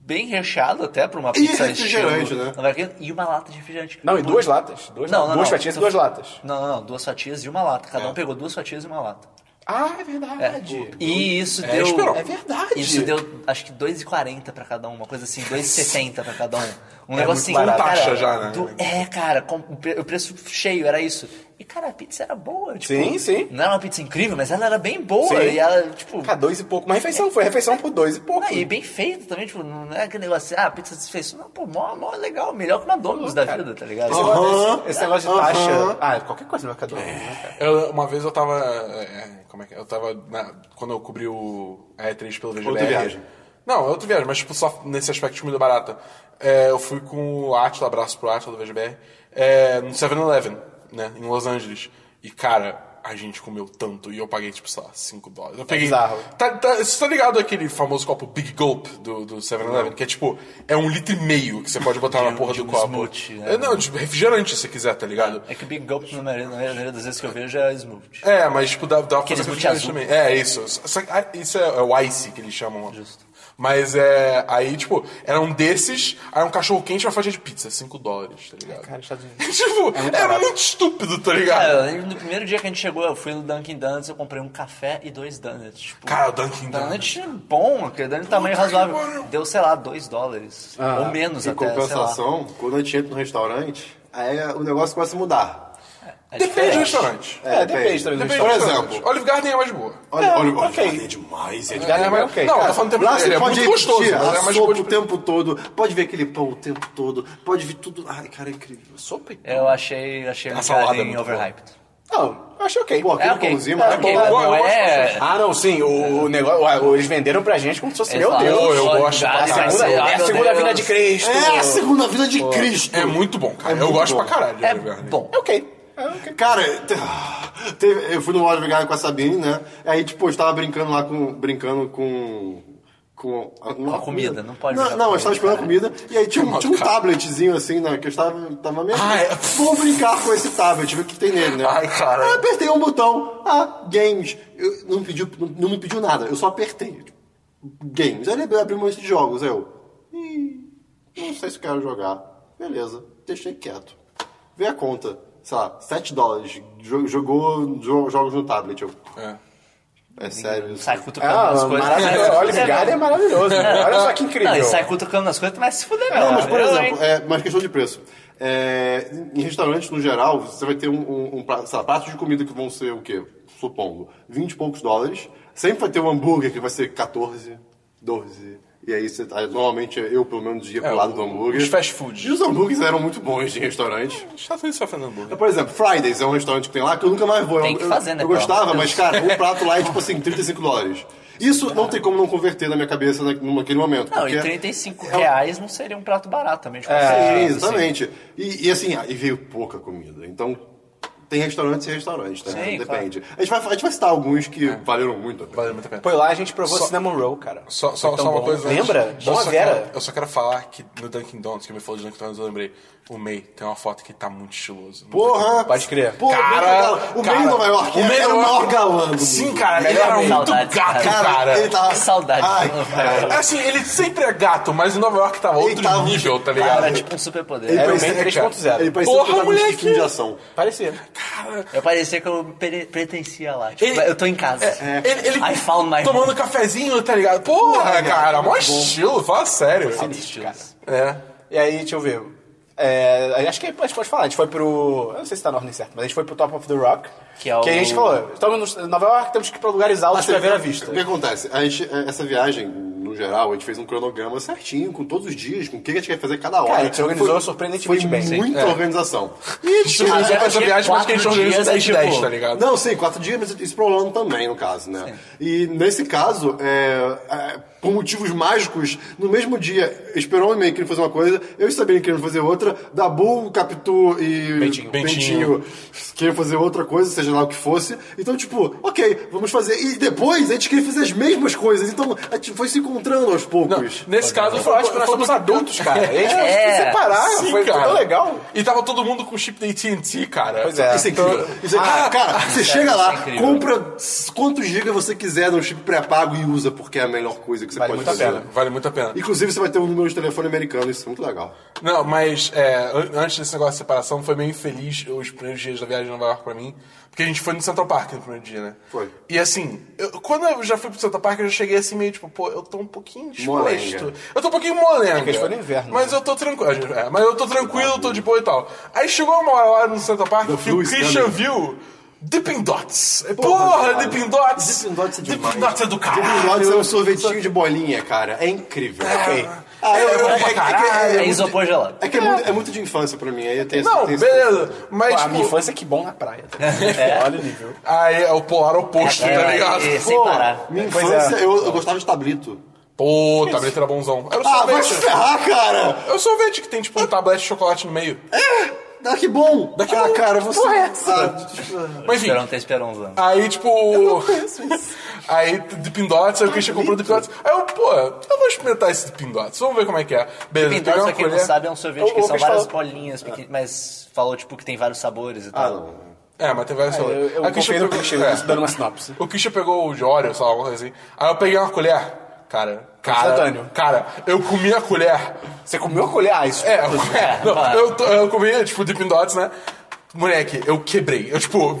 bem recheado até pra uma E pizza estilo- refrigerante, né? Nova Yorkina, E uma lata de refrigerante. Não, e Por- duas latas. Duas, Não, não, duas não. É. fatias e duas latas. É. Não, não, não. Duas fatias e uma lata. Cada um pegou duas fatias e uma lata. Ah, é verdade. E isso É, deu... esperou. É verdade. Isso deu, acho que 2,40 pra cada um, uma coisa assim, 2,70 pra cada um. Um É negócio muito assim, barato. cara, Taxa já, né? do- é, cara, com- o pre- o preço cheio era isso. E, cara, a pizza era boa, tipo, Sim, sim. Não era uma pizza incrível, mas ela era bem boa. Sim. E ela, tipo. Ah, dois e pouco. Uma refeição, foi refeição por dois e pouco. ah, E bem feita também, tipo, não é aquele negócio assim, ah, pizza desfeição. Não, pô, mó, mó legal, melhor que uma Domino's da vida, tá ligado? Esse negócio, esse negócio de taxa. Ah, qualquer coisa no mercado. né, cara? Eu- uma vez eu tava. é, como é que é? Eu tava. na- quando eu cobri o a E3 pelo VGBR. Outra viagem. Não, é outra viagem, mas tipo, só nesse aspecto de comida barata. É, eu fui com o Atila, abraço pro Atila do VGBR, é, no 7-Eleven, né? Em Los Angeles. E cara, a gente comeu tanto e eu paguei, tipo, sei lá, 5 dólares. Eu peguei. bizarro. Tá, tá, você tá ligado aquele famoso copo Big Gulp do, do 7-Eleven? Que é tipo, é um litro e meio que você pode botar na um- porra de do um copo. smoothie, né? É, Não, de refrigerante se quiser, tá ligado? É que o Big Gulp, na maioria, na maioria das vezes que eu vejo, é smoothie. É, mas tipo, dá, dá pra Aquele fazer smoothie refrigerante azul. também. É, isso. Só que, ah, isso é, é o ice que eles chamam. Justo. Mas é. Aí, tipo, era um desses, aí um cachorro quente e uma fatia de pizza, 5 dólares, tá ligado? Cara, Estados Unidos. [laughs] tipo, é muito, barato. estúpido, tá Cara, ligado? É, eu lembro no primeiro dia que a gente chegou, eu fui no Dunkin' Donuts, eu comprei um café e dois donuts. Tipo, Cara, o Dunkin' Donuts. Donut bom, aquele donut de tamanho né? que razoável. pariu. Deu, sei lá, 2 dólares. Ah, ou menos Em até, sei lá. compensação, quando a gente entra no restaurante, aí o negócio começa a mudar. É Depende do diferente. restaurante. É, depende. depende também. do Depende Por do restaurante. restaurante. exemplo. Olive Garden é mais boa. Olha, É, olha, olha, ok. é demais, é Garden demais. é mais ok. Não, eu cara. tô falando do tempo Lá inteiro, você é pode muito gostoso, repetir mas é a mais sopa boa o de- tempo todo, pode ver aquele pão o tempo todo, pode ver tudo. Ai, cara, é incrível. Sopa e Eu achei, achei um salada é Garden muito boa. overhyped. Não, eu achei ok. Pô, aquele É, ok. pãozinho, É, mas ok, bom. mas Eu não gosto é... Ah, não, sim, o, o negócio. o- eles venderam pra gente como se fosse. Meu Exato. Pô, Deus! eu Olive gosto pra A Garden, caralho. segunda, sei lá, é a meu segunda Deus. vinda de Cristo. É a segunda vida de Cristo! É muito bom, cara. É eu muito gosto bom. pra caralho de É Olive Garden. bom. É ok. É ok. Cara, te- [sighs] teve- eu fui no Olive Garden com a Sabine, né? Aí, tipo, eu estava brincando lá com. brincando com. Com a, a comida, não pode Não, brincar não com eu comida, estava esperando a comida e aí tinha um, Calma, tinha um cara. tabletzinho assim, né? Que eu estava, tava meio. Ah, é. Vou brincar com esse tablet, ver o que tem nele, né? Ai, cara. Aí eu apertei um botão. Ah, games. Eu, não, pediu, não, não me pediu nada, eu só apertei. games. Aí ele abriu uma lista de jogos. Aí eu, "Ih, não sei se eu quero jogar. Beleza, deixei quieto. Vê a conta, sei lá, 7 dólares. jo- Jogou jo- jogos no tablet. Eu, É. é sério isso? Sai cutucando Ah, nas coisas. [laughs] maravilhoso. Olive Garden é maravilhoso. né? Olha só que incrível. Não, é- ele sai cutucando nas coisas, mas se fuder, Não, meu, mas por eu, exemplo, hein? é, mas questão de preço. É, em restaurantes, no geral, você vai ter um, um, um prato, sei lá, pratos de comida que vão ser o quê? Supondo, 20 e poucos dólares. Sempre vai ter um hambúrguer que vai ser 14, 12. E aí, você, aí normalmente, eu pelo menos ia pro É, lado do o- hambúrguer. os fast food. E os hambúrgueres eram muito bons de restaurante. Estados Unidos só fazendo hambúrguer. Por exemplo, Fridays é um restaurante que tem lá que eu nunca mais vou. Tem Eu- que eu- fazer, né, Eu pelo gostava, amor mas, cara, o prato lá é tipo assim, 35 dólares. Isso não tem como não converter na minha cabeça na- naquele momento. Não, é porque e 35 reais não seria um prato barato também. de É, Sim, qualquer jeito, assim. exatamente. E, e assim, e veio pouca comida. Então, tem restaurantes e restaurantes, tá? Sim, Depende. A, gente vai, a gente vai citar alguns que É. valeram muito a pena. Vale muito a pena. Foi lá a gente provou Só- Cinnamon Roll, cara. Só, só, Foi tão só uma bom. coisa. antes. Lembra? Eu Bom a só, quero, Vera. eu só quero falar que no Dunkin' Donuts, que me falou de Dunkin' Donuts, eu lembrei. O May tem uma foto que tá muito estiloso. Não Porra! Pode crer. Pô, Cara, o cara, meio de Nova York o May era Nova o maior York- galã do mundo. Sim, cara, ele Melhor era May. muito gato, Saudades, cara. cara. ele tá- Tá. tava... Que saudade. [laughs] Ai, cara. Assim, ele sempre é gato, mas em Nova York tava outro Ele tava- nível, tá ligado? Cara, tipo um superpoder. Ele Era o parecia- Man 3.0. Ele parecia um Porra, protagonista de moleque! filme de ação. Parecia. Eu parecia que eu pere- pertencia lá. Tipo, Ele- eu tô em casa. É, é. Ele, ele I found my tomando cafezinho, tá ligado? Porra, cara, mó bom. estilo, fala sério. estilos. É. E aí, deixa eu ver. É, acho que a gente pode falar. A gente foi pro. Eu não sei se tá na ordem certa, mas a gente foi pro Top of the Rock. Que é o- a gente falou. Estamos em Nova York, temos que ir pra lugares altos pra ver a vista. Assim, O que acontece? A gente, é, essa viagem, no geral, a gente fez um cronograma certinho, com todos os dias, com o que a gente quer fazer cada hora. a gente organizou Foi- surpreendentemente foi bem. Sim. Muita É. organização. E a gente organizou pra essa viagem, mas que a gente Quatro organizou dias é 10 de 10, tipo- tá ligado? Não, sim, quatro dias, mas isso pro Orlando também, no caso, né? E nesse caso, é, é, por motivos mágicos, no mesmo dia, esperou e meio querendo fazer uma coisa, eu sabia querendo fazer outra, Dabu, Capitu e Bentinho. Bentinho. queriam fazer outra coisa, seja lá o que fosse. Então, tipo, ok, vamos fazer. E depois a gente queria fazer as mesmas coisas, então a gente foi se encontrando aos Não, poucos. nesse caso, Eu foi, acho que nós foi- somos adultos, cara. A gente É. pode se separar, Sim, foi cara. tão legal. E tava todo mundo com chip da AT&T, cara. Pois é. Isso é incrível. Isso é- cara, cara, você chega isso é lá, incrível. compra s- quantos gigas você quiser no chip pré-pago e usa, porque é a melhor coisa que você Vale pode muito a fazer. pena. Vale muito a pena. Inclusive, você vai ter um número de telefone americano, isso é muito legal. Não, mas é, an- antes desse negócio de separação, foi meio infeliz os primeiros dias da viagem de Nova York pra mim. Porque a gente foi no Central Park no primeiro dia, né? Foi. E assim, eu- quando eu já fui pro Central Park, eu já cheguei assim meio tipo, pô, eu tô um pouquinho disposto. Molenga. Eu tô um pouquinho molenga. a gente foi no inverno, Mas eu tô tranquilo. é, mas eu tô tranquilo, eu tô de boa e tal. Aí chegou uma hora no Central Park que The o flu is Christian coming. viu Dipping Dots. Porra, Porra, cara. Dipping Dots. Dipping Dots é demais. Dipping Dots é do Dipping caralho. Dots é um sorvetinho de bolinha, cara. É incrível. Ok. Ah, eu- É bom é- pra é- é- caralho. é- É isopor gelado. É que é muito, é muito de infância pra mim. Aí eu tenho Não, tenho- beleza. Mas, Pô, a tipo, minha infância, que bom na praia. [laughs] tá? Olha o nível. Aí é o polar oposto, É, tá ligado? é, é, Pô, sem parar. Minha Pois infância, é, eu, eu gostava de tablito. Pô, o tablete era bonzão. um Era o Ah, vai se sorvete. ferrar, cara! É o sorvete que tem, tipo, um tablete de chocolate no meio. Ah, que bom! Daqui a ah, pouco. cara, você... Porra, é essa? Ah, Mas enfim, tá Esperão tem esperonzão. aí, tipo... Aí, de pindotes, aí o Christian comprou de pindotes. Aí eu, pô, eu vou experimentar esse de pindotes. Vamos ver como é que é. Beleza, Pindotes, peguei pra uma quem não colher. sabe, é um sorvete Ô, que ô, são Cristian, várias fala- bolinhas, pequen- mas falou, tipo, que tem vários sabores e ah, tal. não. É, mas tem várias Eu, sabores. eu Aí o confio Christian no pegou- Cristian é. dando uma sinopse. O Christian pegou o de Oreo, sei lá, alguma coisa assim. Aí eu peguei uma colher. Cara, cara, Instantâneo. cara, eu comi a colher Você comeu a colher? Ah, isso. É, é, [laughs] não, eu, to- eu comi, tipo, Dippin' Dots, né? Moleque, eu quebrei. Eu, tipo,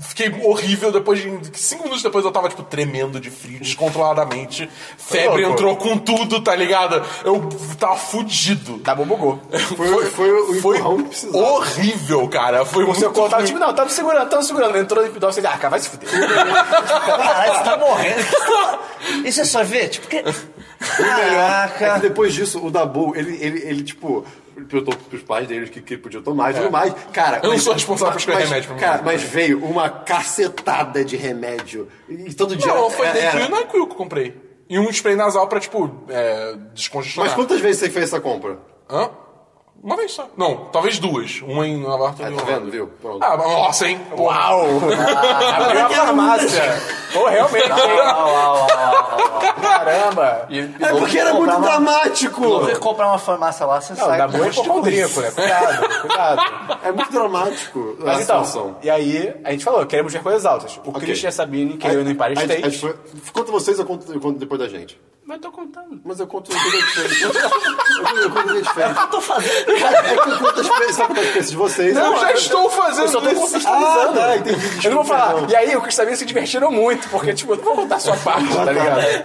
fiquei horrível depois de... Cinco minutos depois eu tava, tipo, tremendo de frio, descontroladamente. Febre louco. entrou com tudo, tá ligado? Eu tava fudido. Tá bom, [laughs] bugou. Foi, foi o empurrão que precisava. horrível, cara. Foi O seu muito corpo tava ruim. tipo, não, tava segurando, tava segurando. Entrou no epidox e disse, ah, cara, vai se fuder. Ah. Caralho, você tá morrendo. Isso é sorvete? Porque... O melhor é que Caraca. depois disso, o Dabu, ele, ele, ele tipo, perguntou pros pais dele que, que podia tomar e tudo mais. Cara, É. Eu não sou responsável por escolher mas- remédio pra mim. Cara, mas veio uma cacetada de remédio. E todo dia. Não, foi era- dentro era- do Nyquil que eu comprei. E um spray nasal pra, tipo, é, descongestionar. Mas quantas vezes você fez essa compra? Hã? Uma vez só. Não, talvez duas. Uma em Nova York e outra Ah, em tá Orlando. vendo, viu? Pronto. Ah, mas nossa, hein? Porra. Uau! Abriu a farmácia. Pô, realmente. Caramba. É porque era muito dramático. Você comprar uma farmácia lá, você Não, sai dá com boa gosto de hipocondríaco, né? Cuidado, cuidado. É muito dramático. Mas a então, situação. e aí a gente falou, queremos ver coisas altas. O Ok. Christian e a Sabine queriam ir no Empire A gente- State. a gente foi- Conta vocês, eu conto, eu conto depois da gente. Mas tô contando. Mas eu conto tudo diferente. [laughs] Eu conto- Eu conto tudo diferente. Eu tô fazendo. É que eu conto a experiência, sabe quanto a experiência de vocês. É um Eu eu já estou fazendo isso. Ah, tá, Eu entendi. não vou Desculpa, falar. perdão. E aí, o Chris e a Sabine se divertiram muito, porque, tipo, eu não vou contar a sua parte, tá ligado? É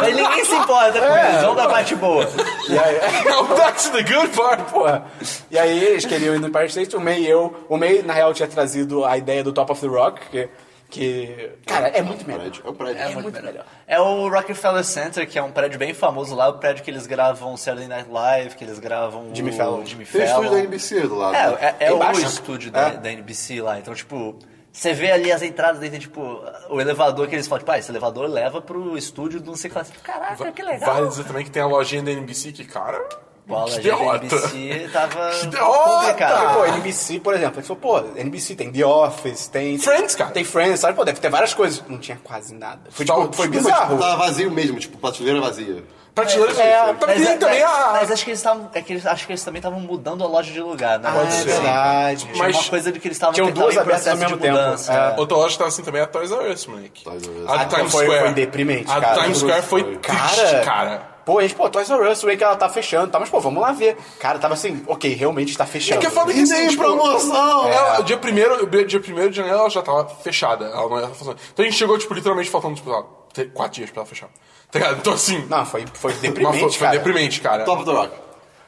Mas [laughs] ninguém se importa com É. eles. Vamos da parte boa. E aí, Now that's the good part. porra. E aí, eles queriam ir no Empire State, o May e eu. O May, na real, tinha trazido a ideia do Top of the Rock, que. que cara, é muito melhor. prédio, é um prédio. É muito melhor. É o Rockefeller Center, que é um prédio bem famoso lá, o prédio que eles gravam Saturday Night Live, que eles gravam o Jimmy Fallon. Jimmy Tem Fallon. estúdio da NBC do lado. né? É, é, é Tem o baixo, né? estúdio da, da NBC lá. Então, tipo, você vê ali as entradas, daí tem, tipo, o elevador que eles falam, tipo, ah, esse elevador leva pro estúdio do não sei o que lá. Tipo, Caraca, que legal. Vale dizer também que tem a lojinha da NBC que, cara. Bola, que gente, a derrota. NBC tava derrota! complicado. Pô, NBC, por exemplo, a gente falou, pô, NBC tem The Office, tem. Friends, cara. Tem Friends, sabe? Pô, deve ter várias coisas. Não tinha quase nada. Foi, Só- tipo, foi Desculpa, bizarro. tipo, Tava vazio mesmo, tipo, prateleira vazia. Prateleira É, é, pra Mas, mim é- Tá também ah. mas- a. mas acho que eles estavam. É que eles, acho que eles também estavam mudando a loja de lugar, né? Ah, é assim. verdade. Tinha Mas- uma coisa de que eles estavam Tinham tentando duas em abertas ao processo mesmo de tempo. mudança. É. Outra loja que tava assim também é a Toys R Us, moleque. Toys R Us. A Ah, Times foi- Square. foi deprimente, a cara. Times Square foi Cara, triste, cara. Pô, a gente, pô, Toys R Us, o que ela tá fechando, tá? Mas, pô, vamos lá ver. Cara, tava assim, ok, realmente tá fechando. Porque foda que E assim, nem tipo, promoção! Ela, dia 1 dia primeiro de janeiro ela já tava fechada. Ela não ia funcionar. Então a gente chegou, tipo, literalmente faltando, tipo, sei lá, tre- quatro dias pra ela fechar. Tá ligado? Então assim. Não, foi, foi mas deprimente, foi, foi cara. deprimente, cara. Top do Rock.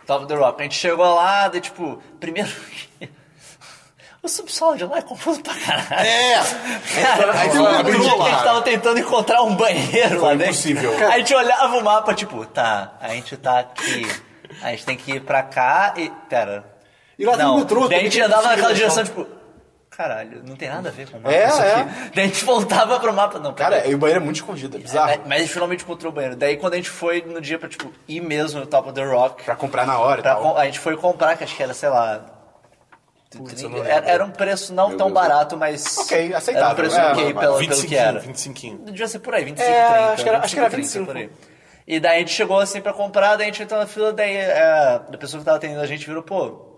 Top of the Rock. A gente chegou lá, daí, tipo, primeiro. [laughs] o subsolo de lá é confuso pra caralho. É! Cara, Aí tinha tem um um dia metrô que a lá. gente tava tentando encontrar um banheiro lá dentro. impossível. A gente olhava o mapa, tipo, tá, a gente tá aqui. A gente tem que ir pra cá e. Pera. E lá tem não. um Daí metrô, a tem gente que andava conseguir naquela achar direção, tipo. Caralho, não tem nada a ver com o mapa É, isso é. aqui. Daí a gente voltava pro mapa. Não, pera. Cara, e o banheiro é muito escondido, é bizarro. É, mas a gente finalmente encontrou o banheiro. Daí quando a gente foi no dia pra, tipo, ir mesmo no Top of the Rock. Pra comprar na hora e pra tal. com- a gente foi comprar, que acho que era, sei lá. Putz, eu não era, lembro. era um preço não tão Deus. barato, mas. Ok, Era aceitável, um preço né? ok Vai, pelo, vai, pelo que 25, era. 25. Devia ser por aí, 25, É, 30. acho que era- acho que era 25, 25. por aí. E daí a gente chegou assim pra comprar, daí a gente entrou na fila, daí é, a pessoa que tava atendendo a gente virou, pô,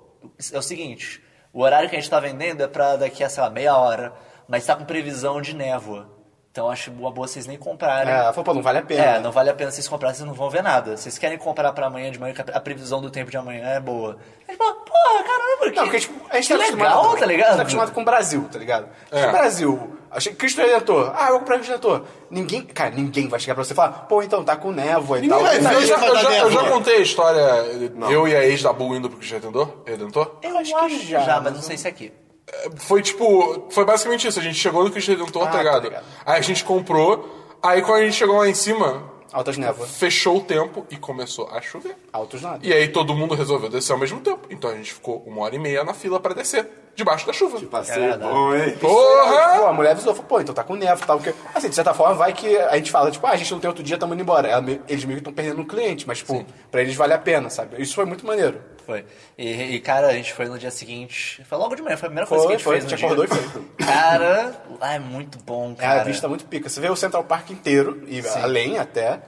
é o seguinte, o horário que a gente tá vendendo é pra daqui a, sei lá, meia hora, mas tá com previsão de névoa. Então acho uma boa vocês nem comprarem. É, ela falou, pô, não vale a pena. né? É, não vale a pena vocês comprarem, vocês não vão ver nada. Vocês querem comprar pra amanhã de manhã, que a previsão do tempo de amanhã é boa. A gente fala, porra, caramba, que, Não, porque tipo, a gente que tá legal, acostumado, tá A gente ligado? tá acostumado com o Brasil, tá ligado? É. O Brasil, achei que Cristo Redentor. Ah, eu vou comprar Cristo Redentor. Ninguém, cara, ninguém vai chegar pra você e falar, pô, então tá com névoa e Ninguém tal. vai Tá- Eu já, eu já- eu já Não. contei a história, eu e a ex da Bull indo pro Cristo Redentor. Redentor. Eu acho que já, mas né? não sei se é aqui. Foi tipo, foi basicamente isso. A gente chegou no Cristo Redentor, Ah, tá, ligado? tá ligado. Aí a gente comprou, aí quando a gente chegou lá em cima, Altas névoa. fechou o tempo e começou a chover. Altos nada. E aí todo mundo resolveu descer ao mesmo tempo. Então a gente ficou uma hora e meia na fila pra descer, debaixo da chuva. Tipo, Passeio Caralho. bom, hein? Pô, Porra! Tipo, a mulher avisou, falou, pô, então tá com névoa e tal. Porque, assim, de certa forma, vai que a gente fala, tipo, ah, a gente não tem outro dia, tamo indo embora. Ela meio- Eles meio que estão perdendo um cliente, mas, tipo, pra eles vale a pena, sabe? Isso foi muito maneiro. Foi. E, e, cara, a gente foi no dia seguinte. Foi logo de manhã, foi a primeira coisa Foi, que a foi, gente a gente fez no dia. acordou e foi. Cara, lá é muito bom, É, a cara. vista muito pica. Você vê o Central Park inteiro, e além até.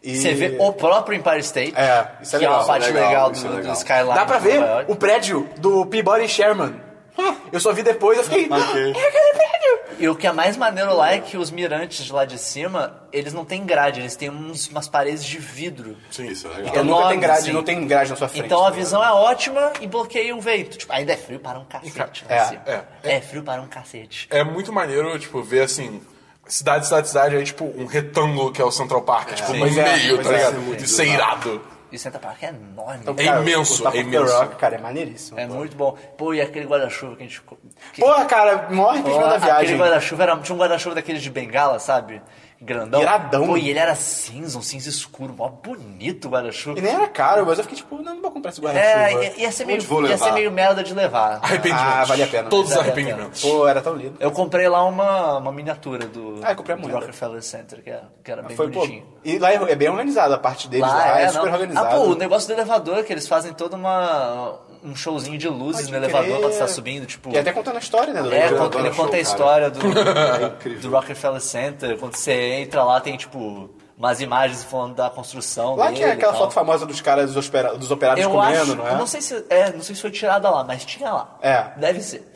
E... Você vê o próprio Empire State. É, isso é que legal, é uma parte isso é legal, legal, isso do, é legal. do Skyline. Dá pra de ver Nova York. o prédio do Peabody e Sherman. Hum. Eu só vi depois, eu fiquei. Ok. "Ah, É aquele prédio! E o que é mais maneiro lá é que os mirantes de lá de cima, eles não têm grade, eles têm uns, umas paredes de vidro. Sim, isso é legal. Então nunca tem Enorme, grade, assim. não tem grade na sua frente. Então a né? visão é ótima e bloqueia o vento. Tipo, ainda é frio para um cacete. lá em É, cima. é, é frio para um cacete. É muito maneiro, tipo, ver assim. Cidade, cidade, cidade, aí, tipo, um retângulo que é o Central Park, tipo, no Pois é, meio, pois tá é, ligado? é muito Isso é irado. E o Santa Park é enorme. Então, É cara, imenso, o Top é of the imenso. Rock, cara, é maneiríssimo. é pô. muito bom. Pô, e aquele guarda-chuva que a gente. co- Que... Porra, cara, maior Pô, arrependimento da aquele viagem. guarda-chuva era. Tinha um guarda-chuva daqueles de bengala, sabe? Grandão. Iradão. Pô, e ele era cinza, um cinza escuro, mó bonito o guarda-chuva. E nem era caro, mas eu fiquei tipo, não, não vou comprar esse É, guarda-chuva. ia, ia ser Onde vou meio, ia levar? ser meio merda de levar. Arrependimentos. Ah, vale a pena. Todos os Vale a arrependimentos. Pô, era tão lindo. Eu comprei lá uma, uma miniatura do, Ah, eu comprei a do moeda. Rockefeller Center, que era, que era bem Foi, pô, bonitinho. e lá é é bem organizado, a parte deles lá, é, super não. né? organizado. Ah, pô, o negócio do elevador, que eles fazem toda uma, um showzinho de luzes Pode no elevador crer. quando você tá subindo, tipo. E até contando a história, né? Eu É, Durante adoro o- conta- ele show, conta a cara. história [laughs] do, É incrível. do Rockefeller Center. Quando você entra lá, tem tipo umas imagens falando da construção. Lá dele que é e aquela tal. foto famosa dos caras dos, opera- dos operários Eu comendo, acho, não eu é? não sei se é, não sei se foi tirada lá, mas tinha lá. É. Deve ser.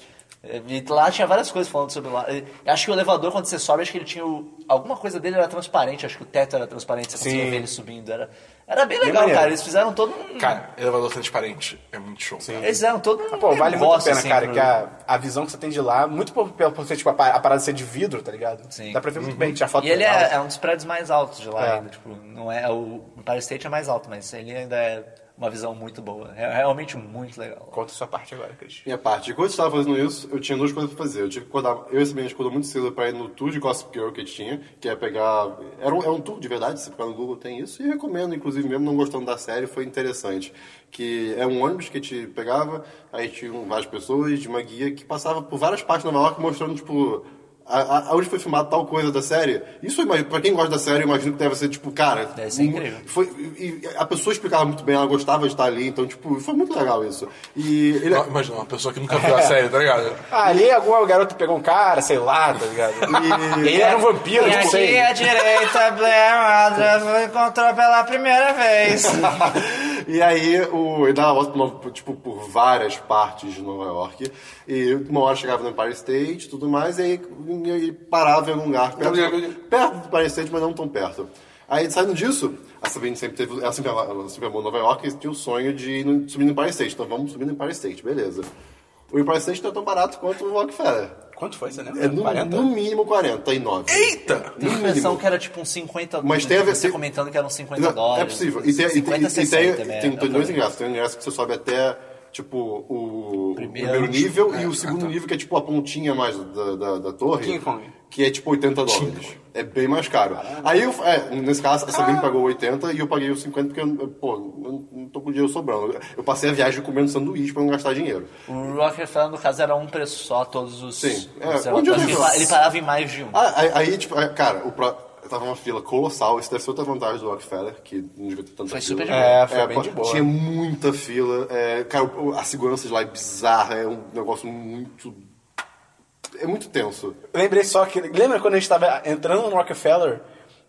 É, E lá tinha várias coisas falando sobre lá. E Acho que o elevador, quando você sobe, acho que ele tinha. o- alguma coisa dele era transparente, acho que o teto era transparente, você conseguia Sim. ver ele subindo. Era, era bem legal, maneiro. cara. Eles fizeram todo um. Cara, elevador transparente é muito show. Sim. Eles fizeram todo um. Ah, Pô, vale muito a negócio, pena, assim, cara, pro- que a, a visão que você tem de lá, muito por, pelo- por ser, tipo, a, pa- a parada ser de vidro, tá ligado? Sim. Uhum. Dá pra ver muito bem, tirar foto E ele legal. é, é um dos prédios mais altos de lá É. ainda. Tipo, não é, o Empire State é mais alto, mas ele ainda é uma visão muito boa. É realmente muito legal. Conta a sua parte agora, Cris. Minha parte, enquanto eu estava fazendo isso, eu tinha duas coisas pra fazer. Eu tive que acordar, eu e essa menina acordou muito cedo pra ir no tour de Gossip Girl que tinha, que é pegar. Era um, é um tour de verdade, se procurar no Google tem isso, e recomendo, inclusive, mesmo não gostando da série, foi interessante. Que é um ônibus que te pegava, aí tinham várias pessoas, uma guia que passava por várias partes de Nova York mostrando, tipo. A, a, onde foi filmado tal coisa da série? Isso eu imagino, pra quem gosta da série, eu imagino que deve ser tipo, cara. Deve ser incrível. Foi, e a pessoa explicava muito bem, ela gostava de estar ali, então, tipo, foi muito legal isso. E ele, é- Imagina, uma pessoa que nunca viu [laughs] a série, tá ligado? Ah, ali algum garoto pegou um cara, sei lá, tá ligado? E ele era um vampiro, E tipo, é- não aqui sei. é à direita, Blair Madras encontrou pela primeira vez. [laughs] e aí o, ele dava volta por- tipo, por várias partes de Nova York. E uma hora chegava no Empire State e tudo mais, e aí ele parava em algum lugar perto, perto do Empire State, mas não tão perto. Aí saindo disso, a Sabine sempre teve. Ela sempre, ela sempre amou Nova York e tinha o sonho de ir no- subir no Empire State. Então vamos subir no Empire State, beleza. O Empire State não é tão barato quanto o Rockefeller. Quanto foi, você lembra? É no, 40? no mínimo 49. Eita! Tem uma impressão que era tipo uns 50 Mas tem a ver- Você tem- comentando que eram 50 Não, dólares. É possível. E tem, 50, e, tem, e tem, 60, né? tem, tem Eu dois também. ingressos. Tem um ingresso que você sobe até, tipo, o o Primeiro. primeiro, nível e o segundo nível, que é tipo a pontinha mais da, da, da torre. King Kong. Que é tipo 80 dólares. É bem mais caro. Aí, eu, é, nesse caso, a Ah. Sabine pagou 80 e eu paguei os 50 porque, eu, pô, eu não tô com dinheiro sobrando. Eu passei a viagem comendo sanduíche pra não gastar dinheiro. O Rockefeller, no caso, era um preço só, todos os. Sim, é, os onde eu relatórios. vi ele, lá. pa- ele parava em mais de um. Ah, aí, aí, tipo, é, cara, o pro- tava uma fila colossal, isso deve ser outra vantagem do Rockefeller, que não devia ter tanta Foi fila. super de boa. É, foi bem pô, de boa. Tinha muita fila. é, cara, o- a segurança de lá é bizarra, é um negócio muito. É muito tenso. Lembrei só que. Lembra quando a gente tava entrando no Rockefeller?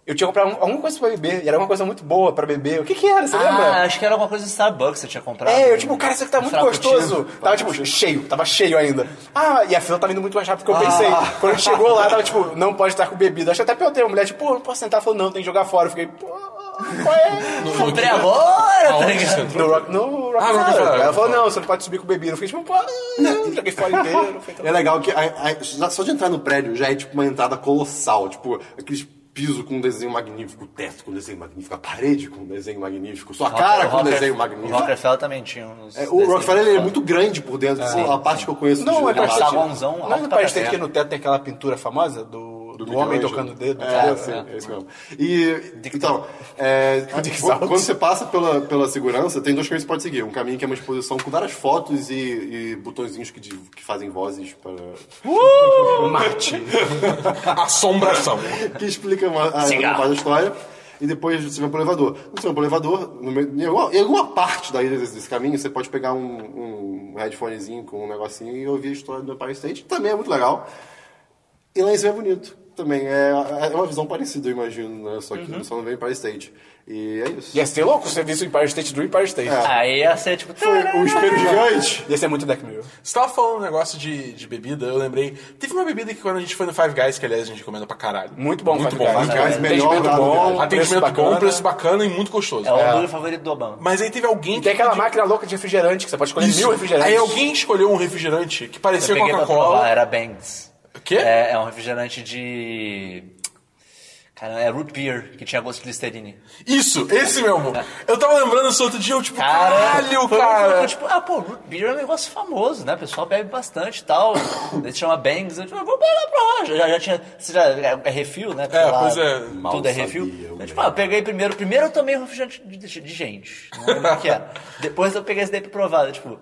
Eu tinha comprado um- alguma coisa pra beber, e era uma coisa muito boa pra beber. O que que era? Você Ah, lembra? acho que era alguma coisa do Starbucks que você tinha comprado. É, eu tipo, cara, isso aqui tá Um muito frappuccino. gostoso. Tava tipo cheio, tava cheio ainda. Ah, e a fila tava indo muito mais rápido do que eu pensei. Quando a gente chegou lá, tava tipo, não pode estar com bebida. Acho que até perguntei, a mulher, tipo, pô, não posso sentar? Falou, não, tem que jogar fora. Eu fiquei, pô, qual é? [laughs] Comprei agora, tá Aonde ligado? você- No Rock, no Ah, no Rockefeller. Rockefeller. Ela falou, não, você não pode subir com bebida. Eu fiquei tipo, pô, não, joguei fora inteiro. "Então, Foi tão- É legal que aí- aí, só só de entrar no prédio já é tipo uma entrada colossal, tipo, aqueles piso com um desenho magnífico, o teto com um desenho magnífico, a parede com um desenho magnífico, sua cara com um Rocker- desenho O magnífico. Rockefeller também tinha uns. É, o desenhos Rockefeller ele é foda. É. muito grande por dentro, tipo, a parte que eu conheço Não, de é pra Manhattan. Saguão. saguãozão Não, alto não pra parece que caralho. no teto tem aquela pintura famosa do, do, homem Michelangelo. tocando o dedo. É, entendeu? sim, é isso mesmo. E, então, é, [laughs] Dick quando- Salt. quando você passa pela, pela segurança, tem dois caminhos que você pode seguir. Um caminho que é uma exposição com várias fotos e, e botõezinhos que, de- que fazem vozes para... Marte. [laughs] Assombração. [laughs] que explica uma, a, Cigarro. uma parte da história. E depois você vai pro elevador. Quando você vai pro elevador, no meio- em, alguma, em alguma parte daí desse, desse caminho, você pode pegar um, um headphonezinho com um negocinho e ouvir a história do Empire State. Também é muito legal. E lá em cima é bonito também. É, é uma visão parecida, eu imagino, né? Só que só não vem Empire State. E é isso. Ia ser louco o serviço Empire State do Empire State. Aí ia ser tipo. Foi um espelho gigante. Ia ser muito Black Mirror. Você tava falando um negócio de, de bebida, eu lembrei. Teve uma bebida que quando a gente foi no Five Guys, que aliás a gente recomenda pra caralho. Muito bom, Five muito bom. Guys, muito cara. bom. Guys, melhor Atendimento lado, bom, cara. Atendimento preço bom, bacana. um- preço bacana e muito gostoso. É o hambúrguer favorito do Obama. Mas aí teve alguém E tem aquela pediu- máquina louca de refrigerante que você pode escolher Isso. mil refrigerantes. Aí alguém escolheu um refrigerante que Eu parecia peguei pra provar, é. Coca-Cola. era Bangs. O quê? É, é um refrigerante de. Cara, é root beer, que tinha gosto de Listerine. Isso, esse mesmo. Eu tava lembrando isso outro dia, eu tipo, Cara, caralho, foi- foi cara. tipo, ah, pô, root beer é um negócio famoso, né? O pessoal bebe bastante e tal. Ele chama Bangs. Eu tipo, ah, vou lá provar. Já, já, já tinha. Você já, é, é refil, né? Porque É, lá pois é. Mal Tudo é refil. sabia, eu, eu tipo, ah, eu peguei primeiro. Primeiro eu tomei um refrigerante de, de- de gente. Não lembro o que é. Depois eu peguei esse daí pra provar. eu, Tipo,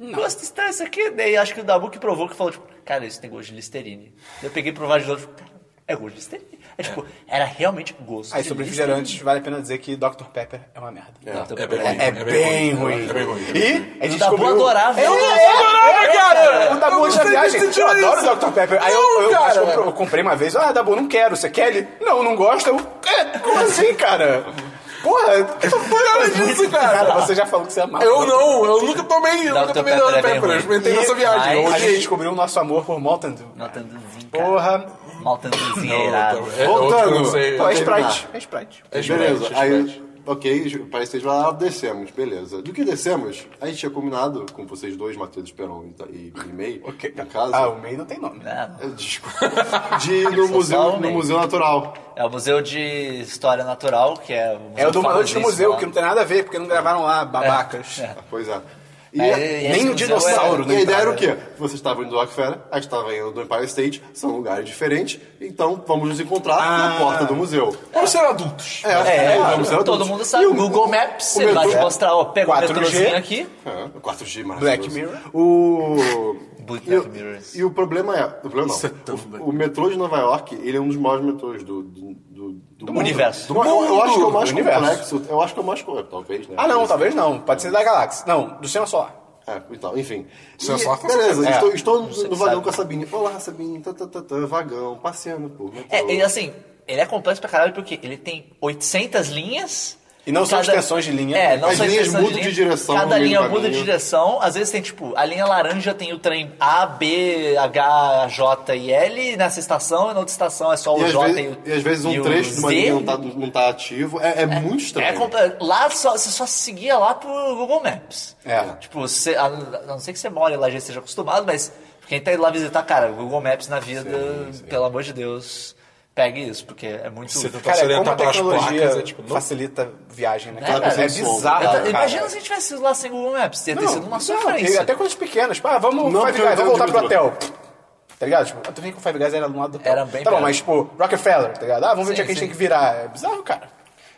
"Hum, Gosto estranho isso aqui. Daí acho que o Dabu que provou que falou, tipo, cara, isso tem gosto de Listerine. Eu peguei pra provar de novo, tipo, cara, É gosto de estelinha. É tipo, era realmente gosto Aí de sobre estelinha. refrigerantes, vale a pena dizer que Dr. Pepper é uma merda. É. Então, É bem ruim. é- É, bem ruim. É bem ruim. E a O gente Dabu descobriu... adorava. Eu É, Nossa, adorava, adorava, cara. cara! O Dabu Eu da gostei viagem. desse Eu tipo adoro disso. o Dr. Pepper. Aí eu, Não, eu, cara. acho que eu, eu comprei uma vez. Ah, Dabu, não quero. Você quer ele? Não, não gosta. Eu, é, como assim, cara? Porra, que Nada [laughs] disso, cara. Cara, você já falou que você amava. Eu não, eu nunca tomei, eu Dr. nunca tomei Pepper Dr. é bem Pepper. Eu ruim. experimentei nessa viagem. Eu Mas- A gente odiei. descobriu o nosso amor por Mountain Dew. Maltanduzinho, cara. Porra. Maltanduzinho Não, irado. tá- é- é outro que eu Voltando. não sei. Pô, é terminar. Sprite. É Sprite. É Sprite, Beleza, é Sprite. aí, ok, parece que lá descemos, beleza. Do que descemos, a gente tinha combinado com vocês dois, Matheus Peron e, Ta- e, e May, Ok. no caso, Ah, o MEI não tem nome. Ah, não. eh, desculpa, de ir no, museu, no May. museu Natural. É o Museu de História Natural, que é o É o do uma noite no famosíssimo museu, lá. que não tem nada a ver, porque não gravaram lá, babacas. Ah, Pois é. E, Aí, a- esse nem o museu dinossauro, é- e né? a ideia era o quê? Vocês estavam indo do Rockefeller, a gente estava indo do Empire State, são lugares diferentes, então vamos nos encontrar na Ah. porta do museu. Vamos ser adultos. É, vamos ser Todo adultos. mundo E sabe. o- Google Maps, o ele vai te metrô- mostrar, ó, pega o 4G. metrôzinho aqui. É, 4G maravilhoso. Black Mirror. O... Black e, o- Mirrors. e o problema é... O problema Isso é tão não. Black O, o metrô de Nova York, ele é um dos maiores metrôs do... Do, do, do mundo. universo. Do, eu, eu acho que é o mais Do universo. complexo. Eu acho que é o mais complexo, talvez, né? Ah, não, talvez não. Pode ser da galáxia. Não, do Sistema Solar. É, então, enfim. Isso é E- só- beleza, É. estou, estou no, Você no vagão sabe. com a Sabine. Olá, Sabine. Tá, tá, tá, tá, vagão, passeando, pô. metrô. É, ele, assim, ele é complexo pra caralho porque ele tem 800 linhas. E não são extensões de linha. É, não né? As são linhas extensões mudam linha. de direção no Cada meio do linha muda de caminho. direção. Às vezes tem, tipo, a linha laranja tem o trem A, B, H, J e L nessa estação. E na outra estação é só o e, às J vezes, e o e às vezes e um o trecho de uma Z. linha não tá, não tá ativo. É, é muito estranho. É compl- lá só, você só seguia lá pro Google Maps. É. Tipo, você, a, a não sei que você mora lá e já esteja acostumado, mas quem tá indo lá visitar, cara, Google Maps na vida, pelo amor de Deus, pegue isso, porque é muito. Você tá- Cara, se é como orientar a pelas tecnologia placas, é tipo, não. facilita viagem, né? É, Cara, cara, é, é bizarro. bizarro. cara. Imagina se a gente tivesse ido lá sem Google Maps, ia ter sido uma e sofrência. Até coisas pequenas. Tipo, ah, vamos, Não, Five porque eu Guys, vamos voltar pro entendo hotel. Tá ligado? Tipo, eu também que o Five Guys era do lado do hotel. Era bem Tá bom, perto. mas tipo, Rockefeller, tá ligado? Ah, vamos ver Sim, o que a gente sim. tem que virar. É bizarro, cara.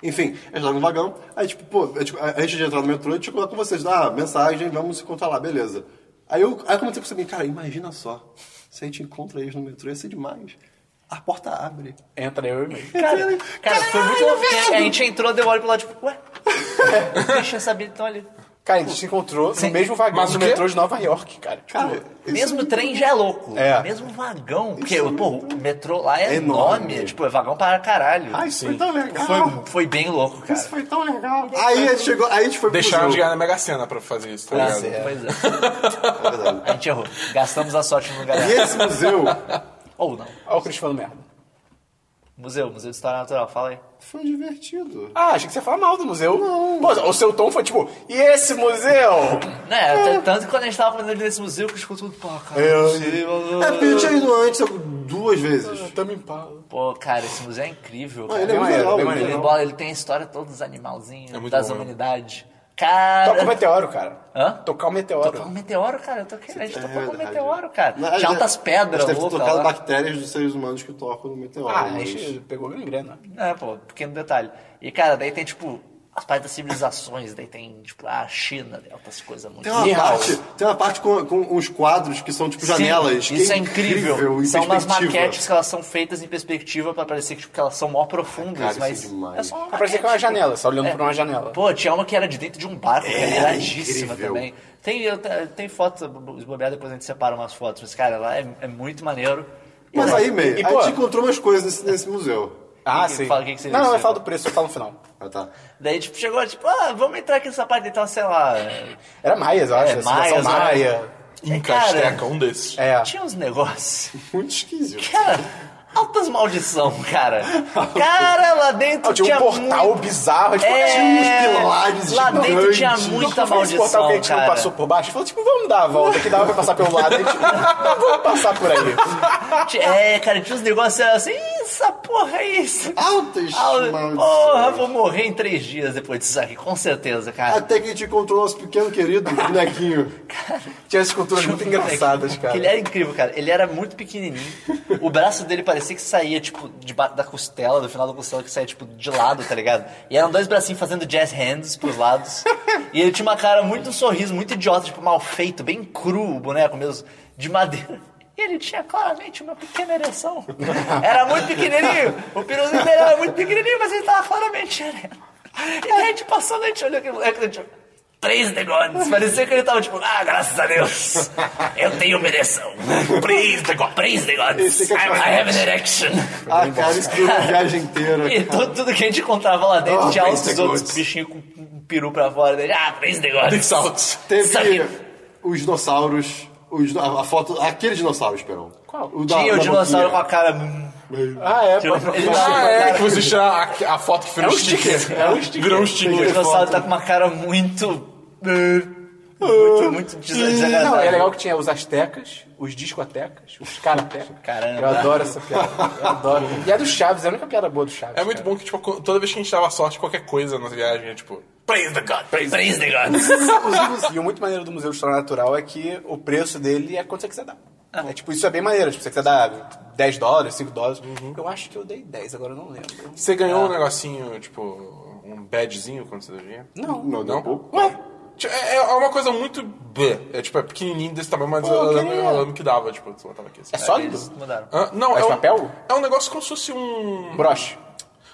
Enfim, a gente tá no vagão, aí tipo, pô, é, tipo, a a gente de entrar no metrô, eu tinha colocado com vocês, ah, mensagem, vamos se encontrar lá, beleza. Aí eu, aí eu comecei a perceber, cara, imagina só, se a gente encontra eles no metrô, ia ser demais. A porta abre. Entra eu e meio. Cara, cara, foi muito louco. porque A gente entrou, deu olho pro lado, tipo, ué, deixa então, essa habilidade tão ali. Cara, a gente se encontrou no mesmo vagão Mas do o quê? metrô de Nova York, cara. Tipo, Cara, isso- Mesmo trem já é louco. É. Mesmo vagão. Porque, pô, o metrô lá é, É enorme. enorme. é, Tipo, é vagão para caralho. Ah, isso foi tão legal. Foi, foi bem louco, cara. Isso foi tão legal. Aí a gente chegou, aí a gente foi pro Deixaram de museu. ganhar na Mega Sena pra fazer isso, tá Pois ligado? é. Pois é. É verdade. A gente errou. Gastamos a sorte no lugar E errado. esse museu Ou não. Olha o Chris falando merda. Museu, Museu de História Natural, fala aí. foi um divertido. Ah, achei que você ia falar mal do museu. Não. Pô, o seu tom foi tipo, e esse museu? Né, É. t- tanto que quando a gente tava falando nesse museu, que ficou tudo, pô, cara. Eu- museu, blá, blá, É, blá. porque eu tinha ido antes duas vezes. Tamo em pau. Pô, cara, esse museu é incrível. Ah, Cara. ele é Bem muito maneiro, legal, bem muito Ele, maneiro. legal. bola, ele tem a história de todos os animalzinhos, É muito das bom, né? humanidades. Tocar o Cara, meteoro, cara. Hã? Tocar o meteoro. tocar um meteoro, cara. Eu tô querendo, a gente tocou com um É verdade. meteoro, né? cara. Não, Tinha altas pedras é, Deve ter loucas tocado lá. bactérias dos seres humanos que tocam no meteoro. Ah, mas- aí pegou gangrena. É, pô, pequeno detalhe. E, cara, daí tem, tipo, as partes das civilizações, daí tem, tipo, a China, daí outras coisas muito... Tem uma Sim, parte, House. tem uma parte com, com uns quadros que são tipo janelas. Sim, que isso é incrível. em são umas perspectiva. maquetes que elas são feitas em perspectiva pra parecer que, tipo, que elas são mó profundas, Cara, isso mas. é demais. só uma Ah, parecia que é uma maquete, janela, você tá olhando É. pra uma janela. Pô, tinha uma que era de dentro de um barco, que era É, iradíssima incrível. também. Tem, eu te- tem foto, se bobear, depois a gente separa umas fotos, mas, cara, lá é, é muito maneiro. E, Mas né, aí, meio, E, a pô- gente encontrou umas coisas nesse, nesse museu. Ah, que- sim. fala o que que você não, não, disse, eu falo né? do preço, eu falo no final. Ah, tá. Daí, tipo, chegou, tipo, ah, vamos entrar aqui nessa parte, então, sei lá. Era Maias, eu acho. É, É, Maia. Maias, né? Inca, Cara. Azteca, um desses. É. Tinha uns negócios. [laughs] Muito esquisito. Cara, altas maldição, [laughs] cara. Cara, lá dentro Ah, tinha um portal muito- bizarro, tipo, É, tinha uns pilares Lá dentro gigantes. tinha um- muita foi esse maldição, portal que a gente cara. não passou por baixo. Falou, tipo, vamos dar a volta, que dava pra passar pelo lado. A gente, não, vamos passar por aí. É, cara, tinha uns negócios assim, "Ih, essa porra é isso. [laughs] Altas Ah, Porra, maldições. vou morrer em três dias depois disso aqui, com certeza, cara. Até que a gente encontrou nosso pequeno [laughs] querido bonequinho. Tinha as culturas muito engraçadas, Que cara. Ele era incrível, cara. Ele era muito pequenininho. O braço dele parecia que saía, tipo, de ba- da costela, do final da costela, que saía, tipo, de lado, tá ligado? E eram dois bracinhos fazendo jazz hands pros lados. E ele tinha uma cara muito, um sorriso muito idiota, tipo, mal feito, bem cru o boneco mesmo, de madeira. E ele tinha claramente uma pequena ereção. Era muito pequenininho. O piruzinho dele era muito pequenininho, mas ele estava claramente ereto. E a gente passando, a gente olhou aquilo. aquilo, Tipo, Três negócios. Parecia que ele tava tipo, ah, graças a Deus. Eu tenho uma ereção. Três negócios. Três Esse negócios. que é I clássico. have an erection. Ah, cara, isso durou a viagem [laughs] inteira. E cara. tudo, tudo que a gente encontrava lá dentro Oh, tinha três outros outros negócios. bichinhos com um peru pra fora dele. Ah, três Big negócios. Salts. Teve Sabe- os dinossauros. Os, a, a foto. Aquele dinossauro, Esperão. Qual? O da, Tinha o da dinossauro com a boquinha. cara. Ah, é, Tipo, pô. ele- Ah, é, cara. que você tira a, a foto que virou É um sticker. sticker, é um sticker. Virou um O sticker. dinossauro tá com uma cara muito. uh, Muito, muito desagradável. Não, é legal que tinha os astecas, os discotecas, os karatecas. Caramba. Eu adoro essa piada. Eu adoro. E a do Chaves, é a única piada boa do Chaves. É muito bom que, tipo, co- toda vez que a gente dava sorte, qualquer coisa na viagem é tipo. Praise the God. Praise, the God. E o muito maneiro do Museu de História Natural é que o preço dele é quanto você quiser dar. Ah. É, tipo, isso é bem maneiro. Tipo, você quiser dar 10 dólares, 5 dólares. Eu acho que eu dei 10, agora eu não lembro. Você ganhou É. um negocinho, tipo, um badgezinho quando você vinha? Não. Não, deu um pouco. Ué? Ti- É é uma coisa muito. bleh. É tipo, é pequenininho desse tamanho, mas Pô, eu, lembro, queria. eu lembro que dava, tipo, tu botava aqui assim. É sólido? Eles mudaram. Hã? não, É é, de um, papel? é um negócio como se fosse um. Broche.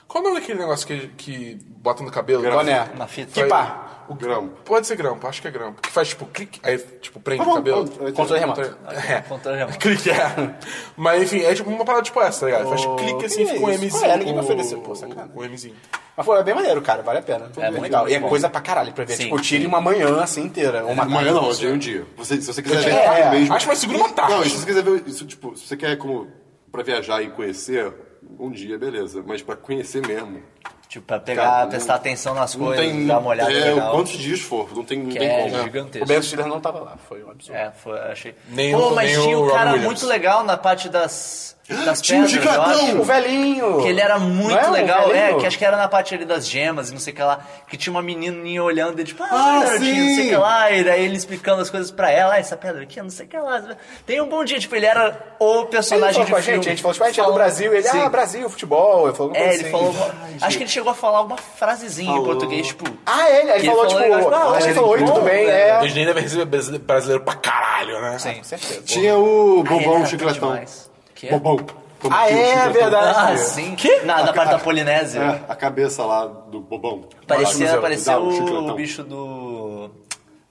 Qual é o nome daquele negócio que, que bota no cabelo? Boné. Uma fita. Que pá. O grampo. Pode ser grampo, acho que é grampo. Que faz tipo clique, aí tipo prende Tá bom, o cabelo. pronto, eu entendo. Controle remoto. É. Controle remoto. [laughs] Clique, é. Mas enfim, é tipo uma parada tipo essa, tá ligado? Faz clique assim, que fica um isso? Mzinho. Qual é? Ninguém me o- ofereceu, pô, sacana. O Mzinho. Mas foi é bem maneiro, cara. Vale a pena. Tudo É bem muito, legal. muito e é bom. coisa pra caralho pra ver. Sim. tipo, eu tire uma manhã assim inteira. Ou uma Amanhã tarde. não, hoje é um dia. Você, se você quiser ver É, tarde mesmo. acho mais seguro uma tarde. Não, e se você quiser ver isso, tipo, se você quer como pra viajar e conhecer, um dia, beleza. Mas pra conhecer mesmo. Tipo, pra pegar, Cara, não- prestar atenção nas Não coisas, tem. dar uma olhada é, legal. quantos dias for. Não tem, não que tem é como. gigantesco. O Ben Stiller não tava lá. Foi um absurdo. É, foi, achei. Nem Pô, o- mas nem tinha o um Robin cara Williams. muito legal na parte [gasps] das, das Tinha um pedras, eu gigantão! acho. O velhinho! É. Que ele era muito Não é um legal, é, velhinho? que acho que era na parte ali das gemas e não sei o que lá, que tinha uma menininha olhando e tipo, ah, Ah, garotinho, não sei o que sim! lá, e daí ele explicando as coisas pra ela, ah, essa pedra aqui, não sei o que lá. Tem um bom dia, tipo, ele era o Ele não personagem falou de com a filme. gente, a gente falou, tipo, a gente é do Falou- Brasil, e ele, Sim. ah, Brasil, futebol, eu falou alguma É, coisa ele assim. falou. Acho que ele chegou a falar alguma frasezinha em português, tipo. Ah, ele, aí Ele ele falou, falou tipo, legal, tipo, ah, acho que ele ele falou, oi, bom, tudo bem, né? é. A gente nem deve receber brasile- brasileiro pra caralho, né? Com certeza. Tinha "Ah, o ele era bobão bom chicletão. demais." Que? é? Bobão. Como Ah, que o é chicletão- verdade. Ah, sim. Na, na parte da Polinésia. É, a cabeça lá do bobão. Parecia, Dá, parecia um o, chicletão. bicho do,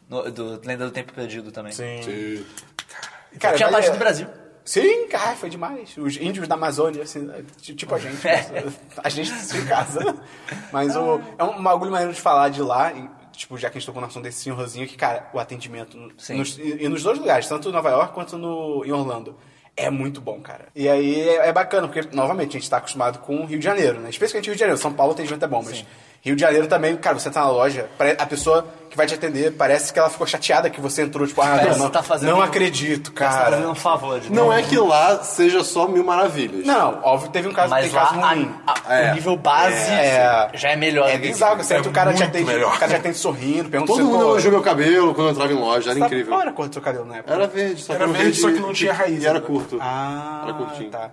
no- do. Lenda do Tempo Perdido também. Sim. Sim. Cara, Tinha a mas parte é- do Brasil. Sim, cara, foi demais. Os índios da Amazônia, assim, t- tipo a gente. [laughs] a gente tá em casa. Mas o, é um bagulho maneiro de falar de lá, e, tipo, já que a gente tocou no assunto desse senhorzinho, que, cara, o atendimento no- Sim. nos- e, e nos dois lugares, tanto em Nova York quanto no, em Orlando. É muito bom, cara. E aí é, é bacana, porque, novamente, a gente tá acostumado com o Rio de Janeiro, né? Especialmente Rio de Janeiro. São Paulo o atendimento é bom, mas. Rio de Janeiro também, cara, você tá na loja, pare- a pessoa que vai te atender parece que ela ficou chateada que você entrou, tipo, ah, Parece que não, você tá fazendo não um- acredito, Você tá cara. fazendo um favor de Não é que lá seja só mil maravilhas. Não, óbvio, teve um caso, Mas tem lá caso a- ruim. a- É. o nível base É. já é melhor. É do que- bizarro, você é é que o cara te muito atende, melhor. o cara te atende sorrindo, pergunta Todo se mundo pô, elogiou meu cabelo quando eu entrava em loja, era tá- incrível. Qual era a cor do seu cabelo na época? Era verde, só que Era um verde, só que não tinha de- raiz, E era né? curto. Ah, Era curtinho. tá.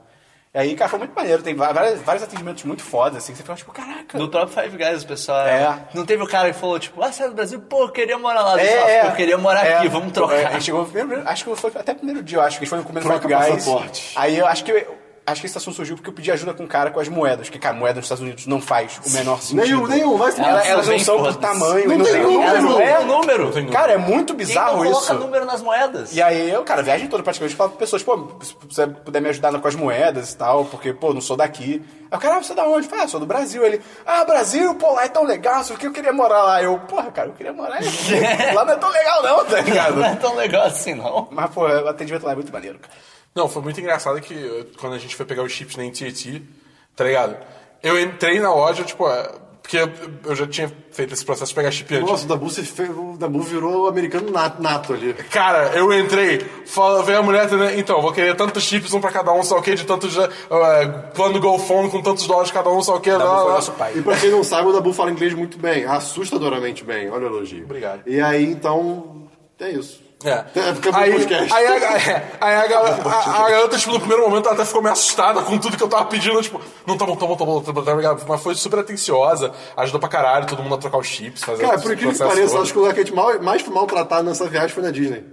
E aí, cara, foi muito maneiro, tem va- várias- vários atendimentos muito fodas, assim, que você fica tipo, caraca. No próprio Five Guys, o pessoal. É. Não teve o cara que falou, tipo, ah, sai do Brasil, pô, eu queria morar lá. É, Ele fala, é. pô, eu queria morar É. aqui, vamos trocar. É, a gente chegou, primeiro- acho que foi até o primeiro dia, eu acho que a gente foi no começo do Troca Five Guys. passaporte. Aí eu acho que, eu- acho que esse assunto surgiu porque eu pedi ajuda com um cara com as moedas, que, cara, moeda nos Estados Unidos não faz o menor sentido. Nenhum, nenhum, vai se Elas Ela- Elas, são não bem são por fodas. tamanho, Não e tem número. Elas não- Não é, tem número. Não tem número. Cara, é muito Quem não bizarro coloca isso. número nas moedas? E aí eu, cara, a viagem toda praticamente falo pra pessoas, pô, se você puder me ajudar com as moedas e tal, porque, pô, não sou daqui. Aí o cara, ah, você é da onde? Eu falo, ah, sou do Brasil. Ele, ah, Brasil, pô, lá é tão legal, só que eu queria morar lá. Eu, porra, cara, eu queria morar aí. lá não é tão legal não, tá [laughs] Não é ligado? tão legal assim, não. Mas, pô, o atendimento lá é muito maneiro, cara. Não, foi muito engraçado que eu- quando a gente foi pegar os chips na NTT, tá ligado? Eu entrei na loja, tipo, é, porque eu, eu já tinha feito esse processo de pegar chip antes. Nossa, o Dabu, se fez, o Dabu virou americano nato, nato ali. Cara, eu entrei, fala, veio a mulher, né? então, vou querer tantos chips, um pra cada um, só o quê, de tantos, eh, eh, plano Go Phone com tantos dólares cada um, só o quê, lá, Foi lá. nosso pai. E pra quem não sabe, o Dabu fala inglês muito bem, assustadoramente bem. Olha o elogio. Obrigado. E aí, então, é isso. É. É, fica pro Aí, podcast. aí, a, é, aí a, gal- a- a garota, tipo, no primeiro momento, ela até ficou meio assustada com tudo que eu tava pedindo. Tipo, não, tá bom, tá bom, tá bom, tá bom, tá ligado? Mas foi super atenciosa, ajudou pra caralho todo mundo a trocar os chips, fazer Cara, esse por incrível que processo pareça, todo. acho que o lugar que a gente mal- mais foi maltratado nessa viagem foi na Disney.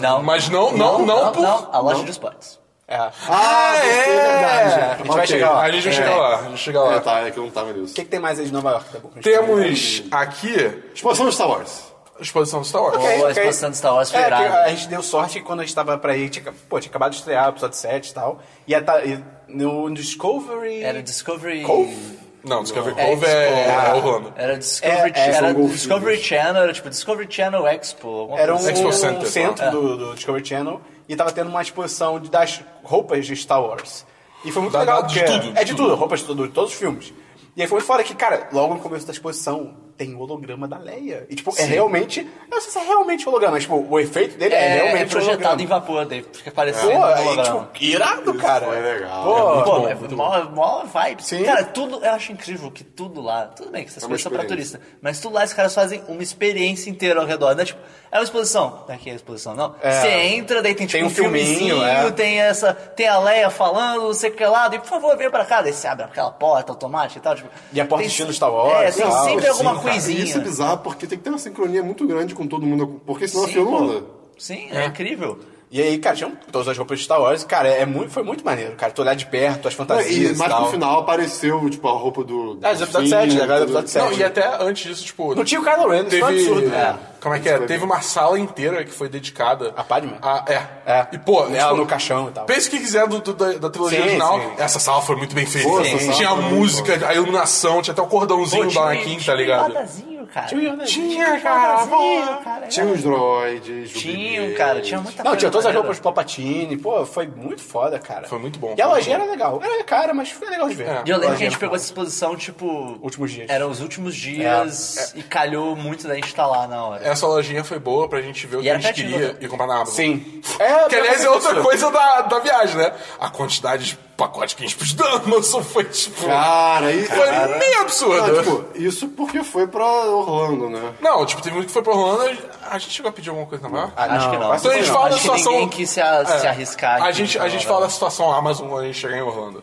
Não. Mas não, não, não, por- a loja de esportes. É. Ah, é, você é verdade. A gente vai Ok. chegar lá. A gente vai chegar lá, a gente vai chegar lá. É, tá, é que eu não tava nisso. O que, que tem mais aí de Nova York, tá bom? Temos aqui Exposição de Star Wars. a exposição do Star Wars. Ok, Ou a ok. expansão de Star Wars foi É, irada. que a gente deu sorte que quando a gente tava pra ir, tinha, pô, tinha acabado de estrear o episódio 7 e tal. E, a, ta- e no Discovery. Era Discovery... Cove? Não, Discovery É, Cove é, Discovery. Ah. é Orlando. Era Discovery, É, é, era são golfinhos. Discovery Channel, era tipo Discovery Channel Expo. alguma Era um coisa assim. Expo Center, É. centro, tá? do, do Discovery Channel e tava tendo uma exposição de- das roupas de Star Wars. E foi muito Da- legal, da- de porque tudo, de é de tudo. tudo, roupas de, tudo, de todos os filmes. E aí foi muito foda que, cara, logo no começo da exposição tem o holograma da Leia. E, tipo, é realmente... Eu não sei se é realmente holograma, mas, tipo, o efeito dele é, É, é, realmente projetado holograma. em vapor, daí fica parecendo um Pô, e, holograma. tipo, irado, cara. foi legal. Pô, É Pô, bom, é muito mó, mó vibe. Sim. Cara, tudo, eu acho incrível que tudo lá, tudo bem que essas É uma coisas são pra experiência. turista, mas tudo lá os caras fazem uma experiência inteira ao redor, né? Tipo, é uma exposição, daqui é a exposição, não. É. Você entra, daí tem tipo Tem um um filmezinho, filminho, é. tem essa, tem a Leia falando, não sei o que lá, daí, por favor, venha pra cá, daí você abre aquela porta automática e tal, tipo... E a porta tem estilo se- Star Wars É, e tem tal, sempre sim, alguma cara. E coisinha. isso é bizarro, porque tem que ter uma sincronia muito grande com todo mundo, porque senão a Sim, fila não pô. anda. Sim, é incrível. E aí, cara, tinham todas as roupas de Star Wars. Cara, é muito, foi muito maneiro, cara. Tu olhar de perto, as E fantasias e mais pro tal. final apareceu, tipo, a roupa do. Ah, do episódio 7, né? Agora do episódio 7. Não, e até antes disso, tipo. Não tinha o Kylo Ren, isso teve, foi um absurdo. é, Como é que é? Isso foi Teve uma sala inteira que foi dedicada. A Padme? A, é. É. E, pô, tipo, Ela no caixão e tal. Pense o que quiser do, do- da, da trilogia Sim, original. sim. Essa sala foi muito bem feita. Pô, essa sala tinha a foi muito música, a iluminação, tinha até o cordãozinho Pô, do tinha um- Anakin, tá tinha um ligado? Yodazinho, cara. Tinha um Yodazinho. Tinha, cara, Yodazinho, pô. cara, Tinha os droids. o Tinha, um bilhete. cara, tinha muita Não, coisa tinha todas as maneira. roupas de Palpatine, pô, foi muito foda, cara. Foi muito bom, E a foi lojinha muito era legal. Era cara, mas foi legal de ver. É. E eu lembro que a Lojinha gente era pegou essa exposição, tipo. Últimos dias. É, Eram os últimos dias e calhou muito da gente estar lá na hora. Essa lojinha foi boa pra gente ver o E que a era gente pertinho, queria né? e comprar na Amazon. Sim. É, Que, aliás, é eu- outra coisa da, da viagem, né? A quantidade de pacote que a gente pôs da Amazon foi, tipo... Cara, isso. foi meio absurdo. Não, tipo, isso porque foi pra Orlando, né? Não, tipo, teve muito que foi pra Orlando, a gente chegou a pedir alguma coisa na maior. Ah, Acho não, que não. quase Então a gente não. fala da Acho que situação. É. ninguém quis se, a- se arriscar. A aqui, gente, a não, gente né? fala da situação Amazon quando a gente chegar em Orlando.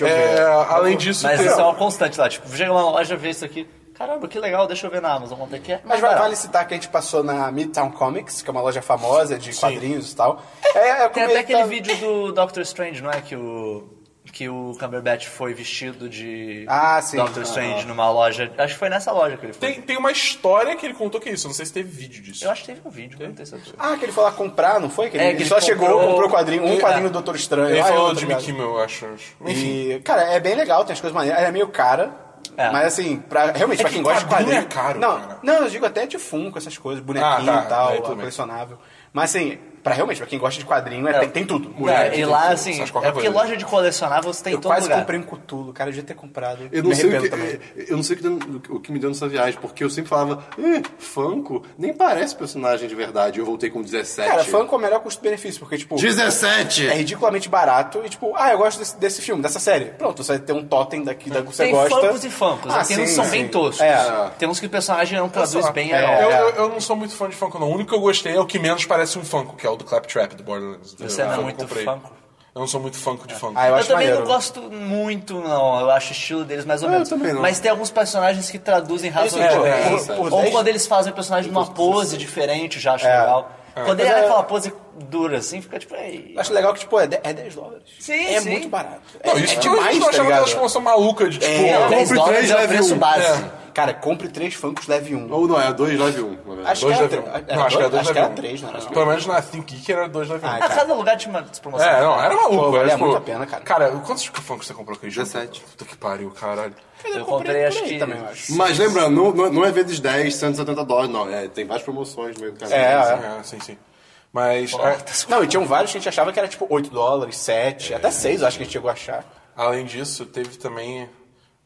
eu É, ver. além disso, Mas tem- isso é uma constante lá. Tipo, chega uma loja, vê isso aqui. Caramba, que legal, deixa eu ver na Amazon quanto é que é. Mas vai- barato. vale citar que a gente passou na Midtown Comics, que é uma loja famosa de quadrinhos e tal. É, é, Tem como até ele aquele tá- vídeo do Doctor Strange, não é? Que o. Que o Cumberbatch foi vestido de Ah, sim. Doctor Strange numa loja. Acho que foi nessa loja que ele foi. tem, tem uma história que ele contou que é isso. eu Não sei se teve vídeo disso. Eu acho que teve um vídeo, não tenho certeza. Ah, que ele foi lá comprar, não foi? Que ele, É, que ele ele só chegou, comprou- comprou o quadrinho, um É. quadrinho do Doutor Estranho. Ele ah, falou outro, de ligado. Jimmy Kimmel, eu acho. Enfim. E, cara, é bem legal, tem as coisas maneiras. Ela é meio cara, É. mas assim, pra, realmente, É pra que quem gosta de quadrinho quadrinho... é caro, não, cara. não, eu digo até de Funko, essas coisas, bonequinho Ah, tá, e tal, aí tudo bem. colecionável. Mas assim, pra realmente, pra quem gosta de quadrinho, é, É. tem, tem tudo. É, Mulher, e tem lá, tudo. assim, faz qualquer é porque coisa. loja de colecionáveis tem em Eu todo quase lugar. comprei um Cthulhu, cara, eu devia ter comprado. Eu não, Me sei o arrependo que, também. eu não sei o que deu- o que me deu nessa viagem, porque eu sempre falava, "Ih, Funko nem parece personagem de verdade. Eu voltei com 17. Cara, Funko é o melhor custo-benefício, porque, tipo, 17! é ridiculamente barato e, tipo, ah, eu gosto desse, desse filme, dessa série. Pronto, você vai ter um totem daqui da que você tem gosta. funkos e funkos. Ah, tem sim, uns que são sim. bem toscos. É. Tem uns que o personagem não Sei traduz lá. bem É, a eu, obra. eu, eu não sou muito fã de Funko, não. O único que eu gostei é o que menos parece um Funko, que é o do Claptrap, do Borderlands. entendeu? Você não é Foi o que muito eu comprei. Funko? Eu não sou muito Funko de Funko. Ah, eu Eu acho também maneiro. É, não gosto muito, não. Eu acho o estilo deles mais ou Eu menos. também não. Mas tem alguns personagens que traduzem Isso, tipo, é, razoavelmente bem. por- por Ou 10 quando eles fazem o personagem numa pose diferente, eu já acho É. legal. Quando ele Mas é é- aquela pose dura, assim, fica tipo... Ei. Eu Acho legal que, tipo, é de- é 10 dólares. Sim, É sim. muito barato. Não, é, isso é que eu demais, tô tá achando ligado? aquelas promoção maluca de tipo. Não, 10 compre dólares três, é o leve preço um. base. Cara, compre três Funkos, leve um. Ou não, é 2 leve 1. Um, Acho Dois que era leve um. tre- Não, acho que dois- era dois acho que leve era um. três, não era não. Pelo menos na Think Geek era dois leve um. Ah, tá A cada lugar tinha uma despromoção. É, não, era maluco. Pô, era, valia tipo, muito a pena, cara. Cara, quantos funkos você comprou aquele jogo? 17. Puta que pariu, caralho. Eu comprei, por acho aí que... Também, eu acho. Mas lembra, não, não- não é vezes 10, 170 dólares, não. É, tem várias promoções no meio do caminho. É, assim. É, sim, sim. Mas, é, Não, e tinham vários que a gente achava que era tipo 8 dólares, 7, até 6 eu acho que a gente chegou a achar. além disso, teve também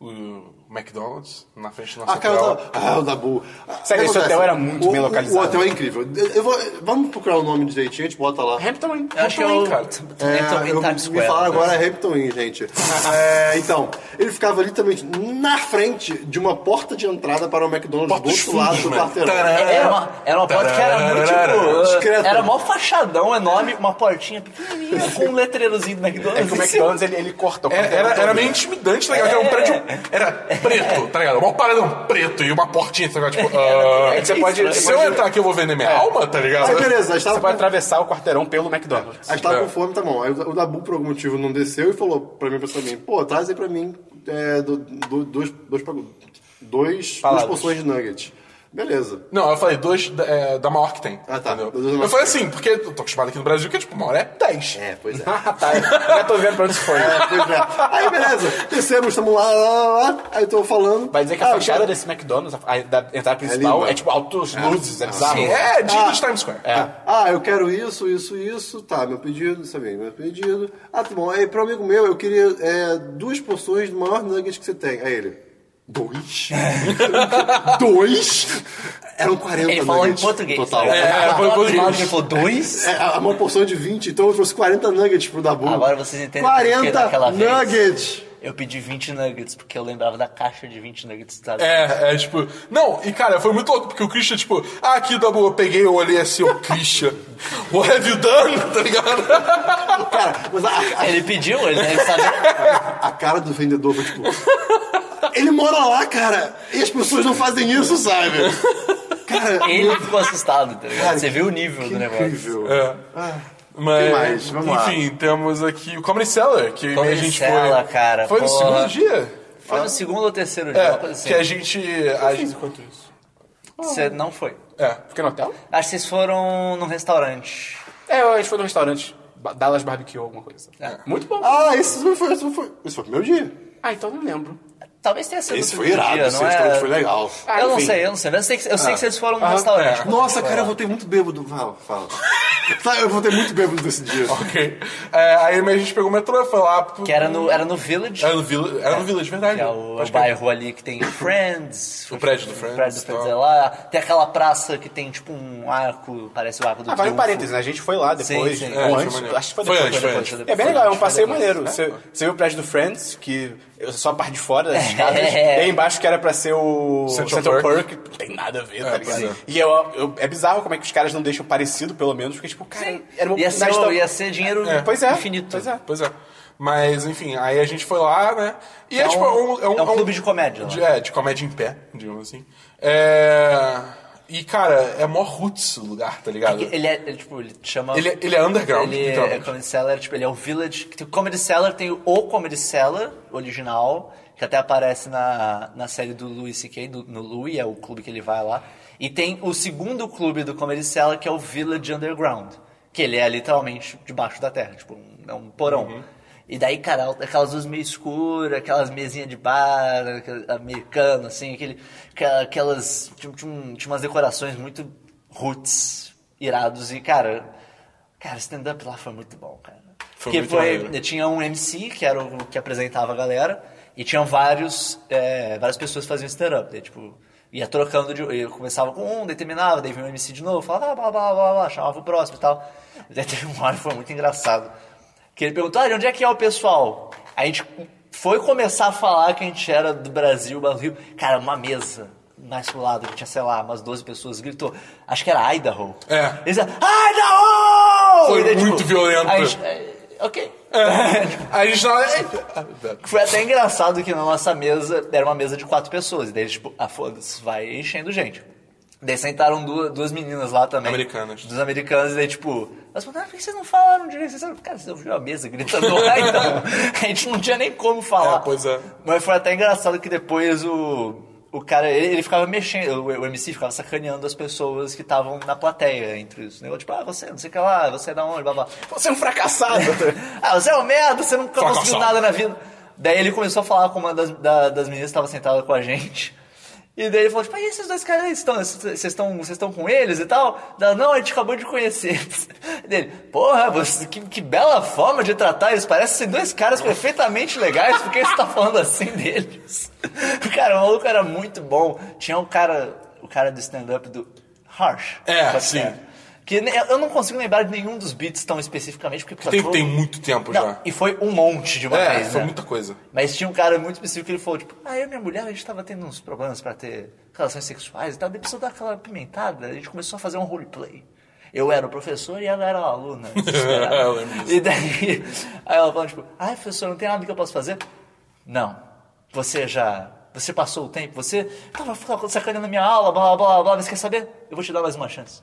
o McDonald's na frente do nosso Ah, cara, eu hotel. tava... Ah, o Dabu. Ah, é Sério, o que esse acontece? hotel era muito O- bem localizado. O hotel é incrível. Eu vou- vamos procurar o nome direitinho, a gente bota lá. Hampton Inn. Eu acho que é o... cara. Hampton Inn eu Times me Square. falar agora é Hampton [laughs] Inn, gente. É, então, ele ficava literalmente na frente de uma porta de entrada para o McDonald's Porta do dos outro lado fundos, do mano. quarteirão. Tcharam. É, Era uma, era uma porta que era muito tipo. Discreto. Era mó fachadão enorme, uma portinha pequenininha com um letreirozinho do É McDonald's. que o McDonald's ele, ele corta o É, quarteirão era, todo, né? era meio intimidante, né? cara? Era um É. prédio Era preto, tá ligado? Um paredão preto e uma portinha, tá ligado? Tipo, ah, É que você pode- Se você eu pode- entrar aqui, eu vou vender minha alma, tá ligado? Aí beleza, a gente Você tava pode com, atravessar o quarteirão pelo McDonald's. a gente tava É. com fome, tá bom. Aí o Dabu, por algum motivo, não desceu e falou pra mim, pra mim, pô, traz aí pra mim é, do, do, dois, dois, pagu- dois, duas Faladas. porções de nuggets. Beleza. Não, eu falei dois da- é, da maior que tem. Ah, tá. entendeu? Dois da maior Eu falei que tem. assim, porque eu tô acostumado aqui no Brasil que é tipo, uma hora é 10. É, pois é. [laughs] Ah, tá. Já tô vendo pra onde isso foi. Pois é. Aí beleza, descemos, estamos lá, lá, lá, lá. aí eu tô falando. Vai dizer que a Ah, fachada cara, desse McDonald's, a, a- da entrada principal, linda. é, tipo altos luzes, é bizarro. Sim, é digno de Times Square. Ah, eu quero isso, isso, isso. Tá, meu pedido, isso aí, meu pedido. Ah, tá bom. Aí, pro amigo meu, eu queria é, duas porções do maior nugget que você tem. Aí ele. Dois? [laughs] dois? Eram 40 Ele falou em nuggets português. no Total. É, Ele foi em falou português. Ele falou dois? É, a- uma porção de 20, então eu trouxe 40 nuggets pro Dabu. Agora vocês entendem por que 40 daquela vez- nuggets! Eu pedi 20 nuggets, porque eu lembrava da caixa de 20 nuggets. Tá? É, é tipo. Não, e cara, foi muito louco, porque o Christian, tipo, ah, aqui da boa, eu peguei, eu olhei assim, ô Christian, [laughs] what have you done? [laughs] Tá ligado? Cara, mas a, a Ele pediu, ele deve saber. A cara do vendedor foi tipo. Ele mora lá, cara! E as pessoas não fazem isso, sabe? Cara, Ele ficou assustado, tá ligado? Cara, Você viu o nível que do negócio. incrível. É. Mas, Tem mais, vamos lá. enfim, temos aqui o Comedy Cellar, que Comedy a gente Cellar, foi. cara, Foi no porra. segundo dia? Foi no segundo ou terceiro dia, É, uma coisa assim. que a gente. A gente enquanto isso. Você não foi. assim. É. [laughs] Fiquei no hotel? Acho que vocês foram num restaurante. É, a gente foi num restaurante, Ba- Dallas Barbecue, alguma coisa. É. Muito bom. Ah, esse não foi, esse não foi. Esse foi o primeiro dia. Ah, então não lembro. Talvez tenha sido Esse no foi primeiro irado, dia, esse não é? restaurante foi legal. Ah, eu não enfim. sei, eu não sei. Eu sei que, eu Ah. sei que vocês foram num restaurante. quando Nossa, vocês cara, eu foram. voltei muito bêbado. Fala, fala. Sabe, eu voltei muito bêbado desse dia. Ok. É, aí mas a gente pegou o metrô e foi lá. Pro... Que era no, era no Village, Era no Village, era no Village, verdade. que é o, é Acho o que é. bairro ali que tem Friends. O prédio do Friends, tá. O prédio do Friends tal. é lá. Tem aquela praça que tem tipo um arco, parece o arco do Ah, vale um Triunfo. parênteses, né? A gente foi lá depois, Sim, sim. ou É, foi antes, maneiro. acho que foi Foi depois. antes, foi antes. É bem legal, é um passeio maneiro. Você, você viu o prédio do Friends, que é só a parte de fora das escadas, e aí embaixo que era pra ser o Central Central, Park. Park. não tem nada a ver, tá ligado? pois é. E eu, eu- é bizarro como é que os caras não deixam parecido, pelo menos, porque tipo, cara, era uma Ia ser, oportunidade tão- ia ser dinheiro É. Pois é, infinito. pois é. Pois é. Mas, enfim, aí a gente foi lá, né? E é, tipo. Um, é um clube de comédia lá. de- é, de comédia em pé, digamos assim. É. E, cara, é mó roots o lugar, tá ligado? Ele é, ele, tipo, ele chama... Ele, ele é underground, Ele é literalmente. Comedy Cellar, tipo, ele é o Village. que tem- O Comedy Cellar tem o Comedy Cellar original, que até aparece na, na série do Louis C.K., do- no Louis, é o clube que ele vai lá. E tem o segundo clube do Comedy Cellar, que é o Village Underground, que ele é literalmente debaixo da terra, tipo, um- é um porão. E daí, cara, aquelas luzes meio escuras, aquelas mesinhas de bar aquela- americano, assim, aquele, aquela- aquelas. Tinha, tinha um- tinha umas decorações muito roots, irados, e, cara, Cara, o stand-up lá foi muito bom, cara. Foi Porque muito maneiro. foi, tinha um MC, que era o que apresentava a galera, e tinham vários, é, várias pessoas que faziam stand-up. Daí, tipo, ia trocando, de, eu começava com um, daí terminava, daí vinha o MC de novo, falava, ah, blá, blá, blá, blá, chamava o próximo e tal. [laughs] Daí teve uma hora que foi muito engraçado, que ele perguntou, ah, de onde é que é o pessoal? A gente foi começar a falar que a gente era do Brasil, mas do Rio. Cara, uma mesa, mais pro lado, que tinha, sei lá, umas 12 pessoas, gritou, acho que era Idaho. É. Eles ai, não! Foi E daí, muito violento. a gente- é, ok. Aí a gente tava. Foi até engraçado que na nossa mesa era uma mesa de quatro pessoas. E daí, tipo, ah, foda-se, vai enchendo gente. Daí sentaram duas, duas meninas lá também. Americanas. Dos americanos, e daí, tipo, elas falaram, ah, por que vocês não falaram direito? Vocês falaram, cara, você ouviu a mesa gritando [laughs] lá, então. A gente não tinha nem como falar. É, pois é. Mas foi até engraçado que depois o. O cara, ele, ele ficava mexendo, o, o MC ficava sacaneando as pessoas que estavam na plateia entre os negócios. Tipo, ah, você, não sei o que lá, você é da onde, blá blá. Você é um fracassado. [laughs] Ah, você é um merda, você nunca Fracassado. conseguiu nada na vida. Daí ele começou a falar com uma das, da- das meninas que estava sentada com a gente. E daí ele falou, tipo, aí esses dois caras aí estão, vocês estão, vocês estão com eles e tal? Ela, não, a gente acabou de conhecer. [laughs] Dele, porra, você- que, que bela forma de tratar eles, parecem ser dois caras perfeitamente legais, por que você tá falando assim deles? [laughs] Cara, o maluco era muito bom. Tinha um cara, o cara do stand-up do Harsh. É, Pode sim. ser. Que ne- eu não consigo lembrar de nenhum dos beats tão especificamente, porque Tem, Patrol- tem muito tempo Tá não, já. e foi um monte de uma É, vez, foi né? muita coisa. Mas tinha um cara muito específico que ele falou, tipo, ah, eu e minha mulher, a gente tava tendo uns problemas pra ter relações sexuais e tal, daí precisou dar aquela pimentada, a gente começou a fazer um roleplay. Eu era o professor e ela era a [laughs] aluna. desesperada. Eu lembro disso. [laughs] e daí, aí ela falou, tipo, ah, professor, não tem nada que eu possa fazer? Não. Você já. Você passou o tempo, você tava f- sacaneando a minha aula, blá blá blá blá, mas quer saber? Eu vou te dar mais uma chance.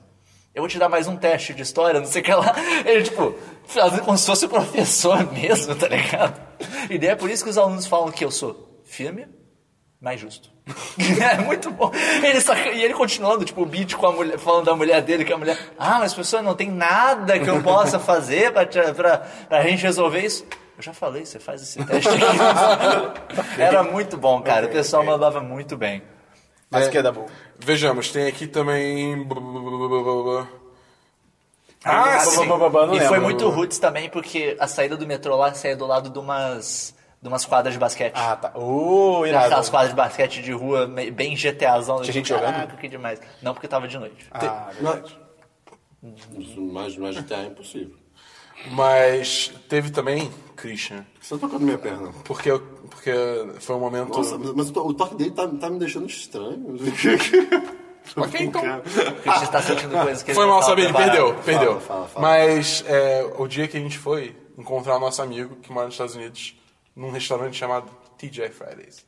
Eu vou te dar mais um teste de história, não sei o que lá. [laughs] Ele, tipo, fazendo como se fosse o professor [laughs] mesmo, tá ligado? E daí é por isso que os alunos falam que eu sou firme, mais justo. [laughs] é muito bom. Ele saca- E ele continuando, tipo, o beat com a mulher, falando da mulher dele, que a mulher. Ah, mas professor, não tem nada que eu possa fazer pra, te- pra, pra gente resolver isso. Eu já falei, você faz esse teste [laughs] aqui. Era muito bom, cara. o pessoal mandava muito bem. Mas o que é da boa? Vejamos, tem aqui também. Ah, Ah, sim. sim! Babababá, não e foi lembro. muito roots também, porque a saída do metrô lá saía do lado de umas, de umas quadras de basquete. Ah, tá. Uh, irado. Aquelas quadras de basquete de rua, me- bem GTAzão. Tinha gente Caraca, jogando? que demais. Não, porque tava de noite. Ah, verdade. Isso, mais, mais GTA é impossível. Mas teve também, Christian, Você tá tocando minha perna. porque, eu- porque foi um momento. Nossa, mas o to- o toque dele tá, tá me deixando [laughs] estranho. ok, então. Porque você tá sentindo coisas que ele Foi não mal, tava Sabine, preparado. perdeu, perdeu. fala, fala. Mas é, o dia que a gente foi encontrar o nosso amigo que mora nos Estados Unidos num restaurante chamado TJ Fridays.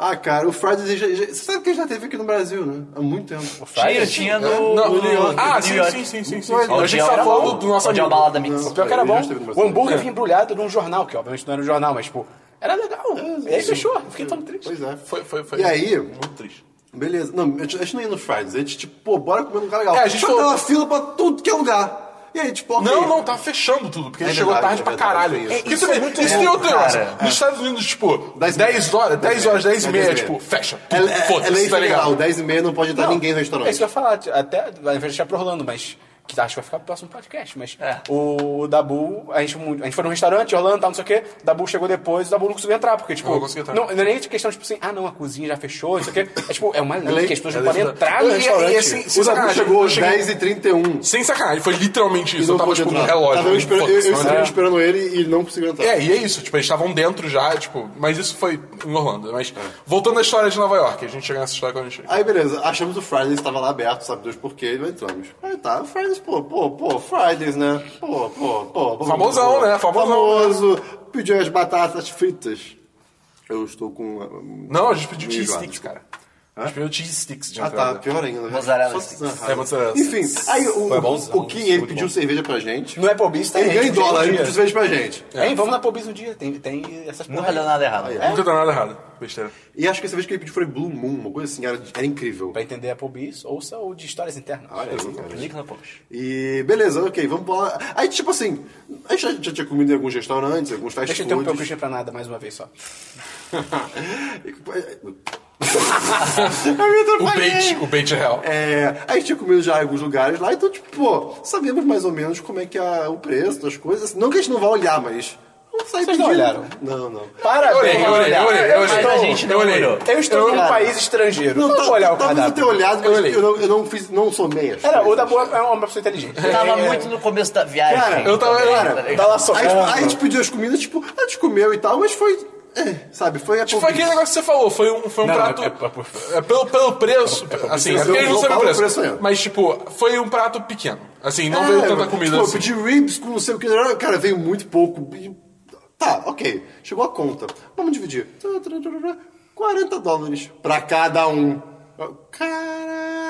Ah, cara, o Fridays. Já, já, você sabe que ele já teve aqui no Brasil, né? Há muito tempo. Tinha, tinha no, É, Não, no é New York. Ah, no sim, New York. sim, sim, sim, sim. Não, sim. Eu achei que você era tava bom. falando do nosso Onde é a amigo. balada mix. Não. O pior é que era bom. Ele já esteve É. no O Brasil. hambúrguer vinha embrulhado num jornal, que obviamente não era um jornal, mas, tipo, era legal. É E aí fechou. Fiquei tão triste. Pois é. Foi, foi, foi. E aí, Muito triste. beleza. Não, a gente a gente não ia no Fridays. A gente, tipo, pô, bora comer num lugar legal. É, a gente Só foi- tava fila pra tudo que é lugar. E aí, tipo, ok. Não, não, tava fechando tudo, porque É ele chegou tarde verdade, é pra verdade, caralho. é isso. Isso, Isso também- isso tem outro negócio. cara. Nos Estados Unidos, tipo, 10 10, e meia. horas, 10 horas, 10 e meia, 10 e tipo, meia. fecha. É, tudo, é, é Foda-se, lei tá federal, ligado? 10 e meia não pode entrar ninguém no É isso que restaurante. eu ia falar. Até, ao invés de deixar pro Orlando, mas... Que acho que vai ficar pro próximo podcast, mas... É. O, o Dabu... A gente, mu- a gente foi num restaurante, Orlando, tal, não sei o quê. O Dabu chegou depois, o Dabu não conseguiu entrar, porque, tipo... Não conseguiu entrar. Não, não é nem questão, tipo assim, ah, não, a cozinha já fechou, não sei o quê. É, tipo, é uma lei lei. que as pessoas É não lei podem federal. entrar no E- e- e restaurante. assim, O Dabu Sacanagem, chegou eu cheguei- 10h31. Sem sacanagem, foi literalmente isso. não eu tava, pôde tipo, no entrar. relógio. Tava eu, esper- eu, eu foda-se, estava né? esperando ele e ele não conseguiu entrar. É, e é isso, tipo, eles estavam dentro já, tipo, mas isso foi em Orlando. Mas É. voltando à história de Nova York, a gente chega nessa história quando a gente chega. Aí beleza, achamos o Fridays, estava lá aberto, sabe Deus por quê, e entramos. Aí tá, o Fridays, pô, pô, pô, Fridays, né? Pô, pô, pô. pô Famosão, pô, pô. né? Famosão, Famoso, pediu as batatas fritas. Eu estou com. ah, Não, a gente pediu Me cheese enjoado, sticks, desculpa. cara. A gente pediu cheese sticks de Ah tá, entrada. pior ainda. né? Mozzarella Só sticks. sarrada. É, mozzarella Enfim, aí o, Foi bonzão, o Kim, ele muito pediu bom. cerveja pra gente. No Applebee's tem. Ele ganha em tá tipo, gente, dólar, tem ele é. dia. pediu cerveja pra gente. Hein, vamos na Applebee's um dia. Tem, tem essas Nunca porra deu aí. nada errado. Aí, ó. Nunca deu nada errado. Besteira. E acho que a cerveja que ele pediu foi Blue Moon, uma coisa assim, era, era incrível. Pra entender Applebee's, ouça o de histórias internas. Olha, exatamente. Link no post. E beleza, ok, vamos pra lá. Aí, tipo assim, a gente já, já tinha comido em alguns restaurantes, alguns fast Deixa eu um interromper o foods. Christian pra nada mais uma vez só. [laughs] Eu me O atrapalhei. bait, o bait é real. É, a gente tinha comido já em alguns lugares lá, então, tipo, pô, sabemos mais ou menos como é que é o preço das coisas. Não que a gente não vá olhar, mas. Vamos sair Vocês não pedindo. olharam? Não, não. Eu olhei, Parabéns, um eu olhei, eu olhei, eu Eu olhei. Mas a gente estou, não eu olhei. olhou. eu estou num Cara, país estrangeiro. Não, tá- vou olhar o talvez eu tenha cardápio. olhado, Eu mas olhei. eu não, eu não fiz, não somei as Era, o coisas. da boa é uma pessoa inteligente. Tava É, muito no começo da viagem. Cara, eu tava- Tá cara, ligado? Tá lá Aí, tipo, aí a sofrendo. gente pediu as comidas, tipo, a gente comeu e tal, mas foi. é, sabe, foi a Tipo, Foi aquele negócio que você falou, foi um, foi um Não, prato. é- é- é pelo, pelo preço, assim, é eu porque eles não vou sabem o falar o preço. preço mesmo. mas, tipo, foi um prato pequeno. Assim, não veio tanta comida tipo, assim. Eu pedi ribs com não sei o que. Cara, veio muito pouco. E- Tá, ok. Chegou a conta. Vamos dividir. 40 dólares pra cada um.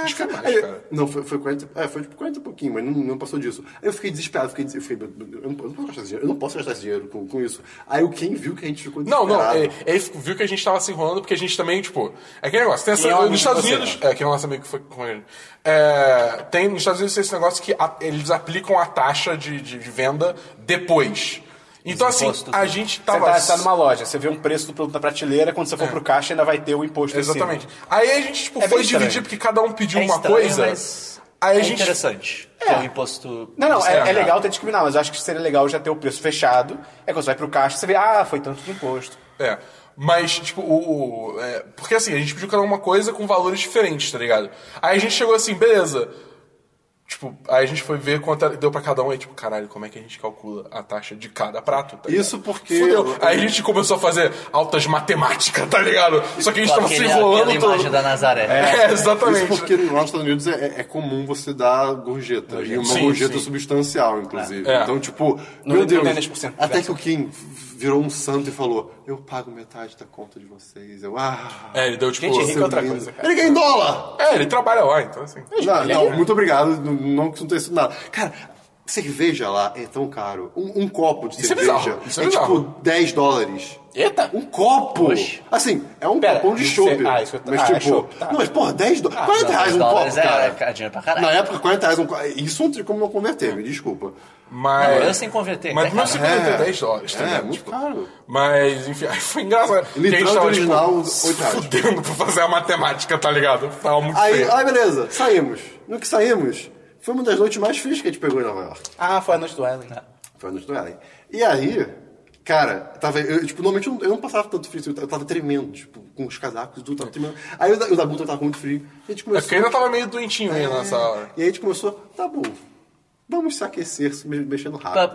Acho que foi Caraca. mais, Aí- cara. Não, foi, foi 40. É, foi tipo 40 e pouquinho, mas não, não passou disso. Aí eu fiquei desesperado, fiquei, des- eu, fiquei eu, não, eu não posso gastar esse dinheiro, eu não posso gastar esse dinheiro com, com isso. Aí o Ken viu que a gente ficou Não, desesperado. não, é- ele fico- viu que a gente tava se enrolando porque a gente também, tipo. É aquele negócio. Tem essa, Quem é o amigo nos Estados de você, Unidos. É, que é o nosso amigo que foi com ele. É, tem, nos Estados Unidos tem esse negócio que a- eles aplicam a taxa de, de- de venda depois. Então, assim, impostos, a né? gente Você tava. tá, você tá numa loja, você vê um preço do produto na prateleira, quando você for pro caixa ainda vai ter o imposto em cima. Exatamente. Aí a gente, tipo, É bem foi estranho. dividir porque cada um pediu É uma estranho, coisa. mas Aí a é gente. interessante. É. Ter um imposto... Não, não, é, é Será? legal ter discriminar, mas eu acho que seria legal já ter o preço fechado. É quando você vai pro caixa, você vê, ah, foi tanto de imposto. É. Mas, tipo, o. o- é, porque assim, a gente pediu cada uma coisa com valores diferentes, tá ligado? Aí a gente chegou assim, beleza. Tipo, aí a gente foi ver quanto era- deu pra cada um. Aí, tipo, caralho, como é que a gente calcula a taxa de cada prato? tá ligado? Isso porque- Fudeu. Aí a gente começou a fazer altas matemáticas, tá ligado? Só que a gente tava se aquele, enrolando aquela todo. imagem da Nazaré. É, exatamente. Isso porque lá nos Estados Unidos é, é comum você dar gorjeta. E uma Sim, gorjeta sim. substancial, inclusive. É. Então, tipo, Não meu tem Deus. 10%, Até né? que o Kim virou um santo e falou: Eu pago metade da conta de vocês. Eu, ah. É, ele deu tipo. Gente rica é outra lindo." coisa, cara. Ele ganha em dólar! É, ele trabalha lá, então assim. Não, não, muito obrigado. Não, não, não tem isso nada. Cara. Cerveja lá é tão caro. Um, um copo de Isso é cerveja bizarro, isso é tipo bizarro. 10 dólares. Eita! Um copo! Oxe. Assim, é um Pera, copão de isso chope. é- ah, isso é- mas ah, é tipo. chope, tá. Não, mas porra, 10 dólares. 40 reais um copo, dólares é, cara. é dinheiro pra caralho. Na época, 40 reais um copo. Isso não tem como não converter, me desculpa. Mas. Não, eu sem converter, Mas né, não cara? se converter É. 10 dólares, tá É, ligado? muito Tipo, caro. Mas, enfim, aí foi engraçado. porque a gente Litrão de tava, original, tipo, oito reais. fudendo pra fazer a matemática, tá ligado? Tava muito Aí, feio. aí, beleza, saímos. No que saímos, foi uma das noites mais frias que a gente pegou em Nova York. Ah, foi a noite do Ellen. Foi a noite do Ellen. E aí, cara, tava, eu, tipo, normalmente eu não, eu não passava tanto frio, eu tava tremendo, tipo, com os casacos e tudo, tava tremendo. Aí o da, o da Guta tava com muito frio. A gente É começou. porque ainda tava meio doentinho aí nessa hora. E aí a gente começou, tá bom, vamos se aquecer se me- mexendo rápido.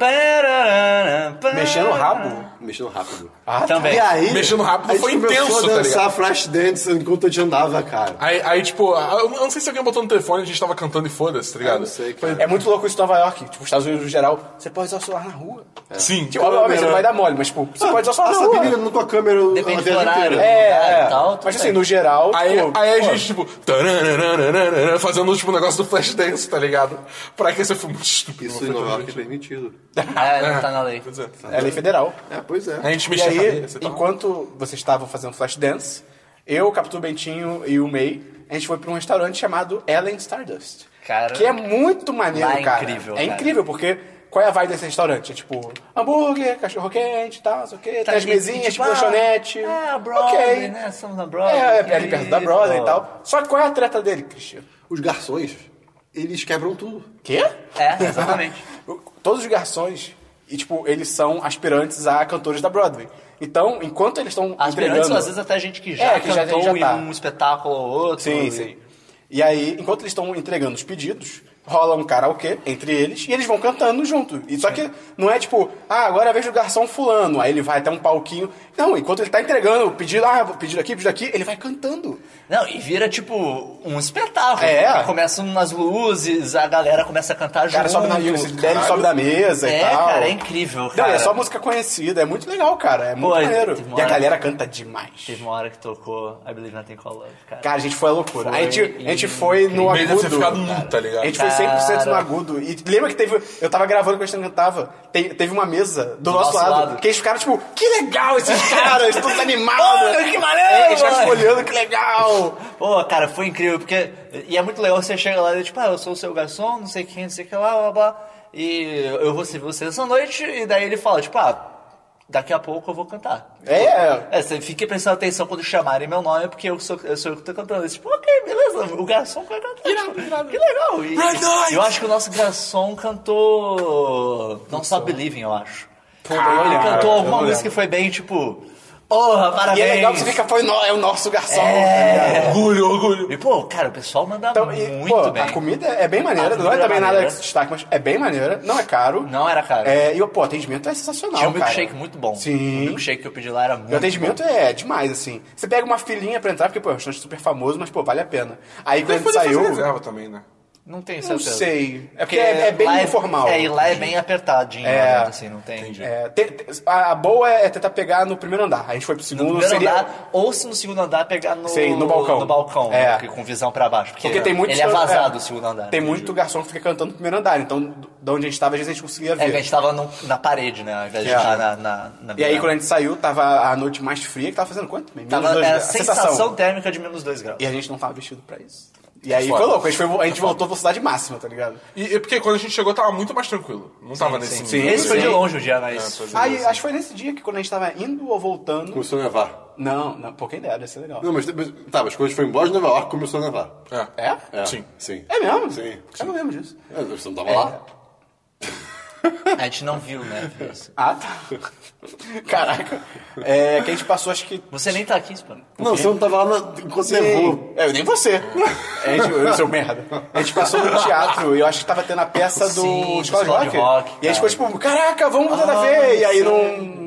Mexendo o Tá rabo? Mexendo rápido. Ah, Também. E aí, Mexendo rápido a gente foi começou intenso, a tá dançar flash dance enquanto a gente andava, cara. Aí, aí, tipo, eu não sei se alguém botou no telefone, a gente tava cantando e foda-se, tá ligado? Eu não sei, cara. É muito louco isso em Nova York. Tipo, os Estados Unidos no geral, você pode usar o celular na rua. Sim, Tipo, obviamente você não vai dar mole, mas tipo, você pode usar o celular Ah, na sabia rua. menina não com a câmera Depende a do viagem horário. inteira. É, Ah, é. e tal, tudo mas assim, bem. no geral. Aí, pô, aí a pô, gente, tipo, tarananananana, fazendo tipo, o negócio do flash dance, tá ligado? Pra que você foi muito estúpido. Isso foi em Nova York é totalmente- permitido. É, não tá na lei. Pois [laughs] é. É lei federal. É, pois é. Aí a gente E mexia a aí, tá cabeça e tal. enquanto vocês estavam fazendo flash dance, eu, o Capitu Bentinho e o May, a gente foi pra um restaurante chamado Ellen Stardust. Cara, que é muito maneiro, lá é cara. incrível, É cara. incrível, porque qual é a vibe desse restaurante? É tipo, hambúrguer, cachorro quente e tal, não sei o quê. Tá tem as mesinhas, tipo, lanchonete. ah, É, Ok. Broadway, né? Somos na Broadway. É, é ali perto da querido. Broadway e tal. Só que qual é a treta dele, Cristiano? Os garçons, eles quebram tudo. Quê? É, [laughs] exatamente. Todos os garçons, e tipo, eles são aspirantes a cantores da Broadway. Então, enquanto eles estão Aspirantes, entregando... às vezes, é até gente que já É, que já- cantou já tá. em um espetáculo ou outro. Sim, e- sim. E aí, enquanto eles estão entregando os pedidos, rola um karaokê entre eles e eles vão cantando junto. E só que não é tipo, ah, agora vejo o garçom fulano, aí ele vai até um palquinho. Não, enquanto ele tá entregando o pedido, ah, vou pedido aqui, pedido aqui, ele vai cantando. Não, e vira tipo um espetáculo. É. Começam umas luzes, a galera começa a cantar O cara sobe na junto. mesa, ele sobe da mesa e É, tal. cara, é incrível, Não, cara. é só música conhecida, é muito legal, cara, é muito Pô, maneiro. teve uma E a hora- galera canta demais. Teve uma hora que tocou I Believe Nothing Call Love, cara. Cara, a gente foi a loucura. a, Foi gente, a gente foi no Meio deve ter agudo. ficado nu, tá ligado? A gente foi Cara. 100% no agudo. E lembra que teve. Eu tava gravando quando a gente cantava. Tem- teve uma mesa do, nosso, nosso lado, lado. Que eles ficaram tipo, que legal [laughs] esses caras, todos animados. Mano, que maneiro, É, eles ficaram tipo, mano. olhando, que legal. Pô, cara, foi incrível, porque. E é muito legal, você chega lá e tipo, ah, eu sou o seu garçom, não sei quem, não sei o que lá, blá blá. E eu vou servir você essa noite, e daí ele fala, tipo, ah, daqui a pouco eu vou cantar. É, é. É, você fica prestando atenção quando chamarem meu nome, porque eu sou, eu sou eu que tô cantando. Eu, tipo, ok, beleza, o garçom vai cantar. tipo, Que É legal. E, Red Noise! eu acho que o nosso garçom cantou. Não Stop Believing, eu acho. ele cantou eu alguma não música que foi bem, tipo. Porra, parabéns! E é legal que você fica, foi no- é o nosso garçom. É. tá ligado? Orgulho, orgulho. E, pô, cara, o pessoal manda Então, e, muito pô, bem. a comida é bem maneira, A não é comida também era nada maneira. de destaque, mas é bem maneira, não é caro. Não era caro. É, e pô, o atendimento é sensacional. Tinha um cara. milkshake muito bom. O Sim. milkshake que eu pedi lá era muito E o atendimento bom. é demais, assim. Você pega uma filinha pra entrar, porque, pô, é um restaurante super famoso, mas, pô, vale a pena. Aí quando Depois ele ele fazia saiu. reserva também, né? Não tenho Não certeza. sei. É porque é, é bem lá informal. É, e lá é bem apertadinho, É. realmente, assim, não tem... Entendi. É, te- te- a, a boa é tentar pegar no primeiro andar. A gente foi pro No segundo, primeiro seria. andar, ou se no segundo andar pegar no, Sim, no balcão. no balcão É. né, que- com visão pra baixo. Porque, Porque tem muito ele é vazado o segundo andar. Tem né? muito garçom que fica cantando no primeiro andar. Então, do- de onde a gente tava, às vezes a gente conseguia É que a ver. gente tava no- na parede, né? Ao invés de É. estar na, na, na E aí, varanda. quando a gente saiu, tava a noite mais fria, que tava fazendo quanto? Menos é. Tava, dois era a graus. sensação, É térmica de menos 2 graus. E a gente não tava vestido pra isso. E aí Foda. foi louco, a gente, foi, a gente voltou à velocidade máxima, tá ligado? E, e porque quando a gente chegou tava muito mais tranquilo. Não tava nesse Sim, nível. Esse foi de Sim. longe o dia, É, mas... pois é. Aí, acho que foi nesse dia que quando a gente tava indo ou voltando. Começou a nevar. Não, não, pô, quem dera, ia ser legal. Não, mas depois- tá, mas quando a gente foi embora de Nova York, começou a nevar. É. É? É, Sim. Sim. É. É mesmo? Sim. Eu não lembro disso. É, você não tava lá? A gente não viu, né? Feliz? Ah, tá. [laughs] Caraca. É, que a gente passou, acho que. Você nem tá aqui, Spano. Não, você não tava lá na- enquanto você errou. É, nem você. A gente, eu, seu merda. A gente passou no teatro e eu acho que tava tendo a peça do Sim, do Escola de Escola Rock. de Rock, e a gente cara. ficou tipo, caraca, vamos botar na ver. E aí não.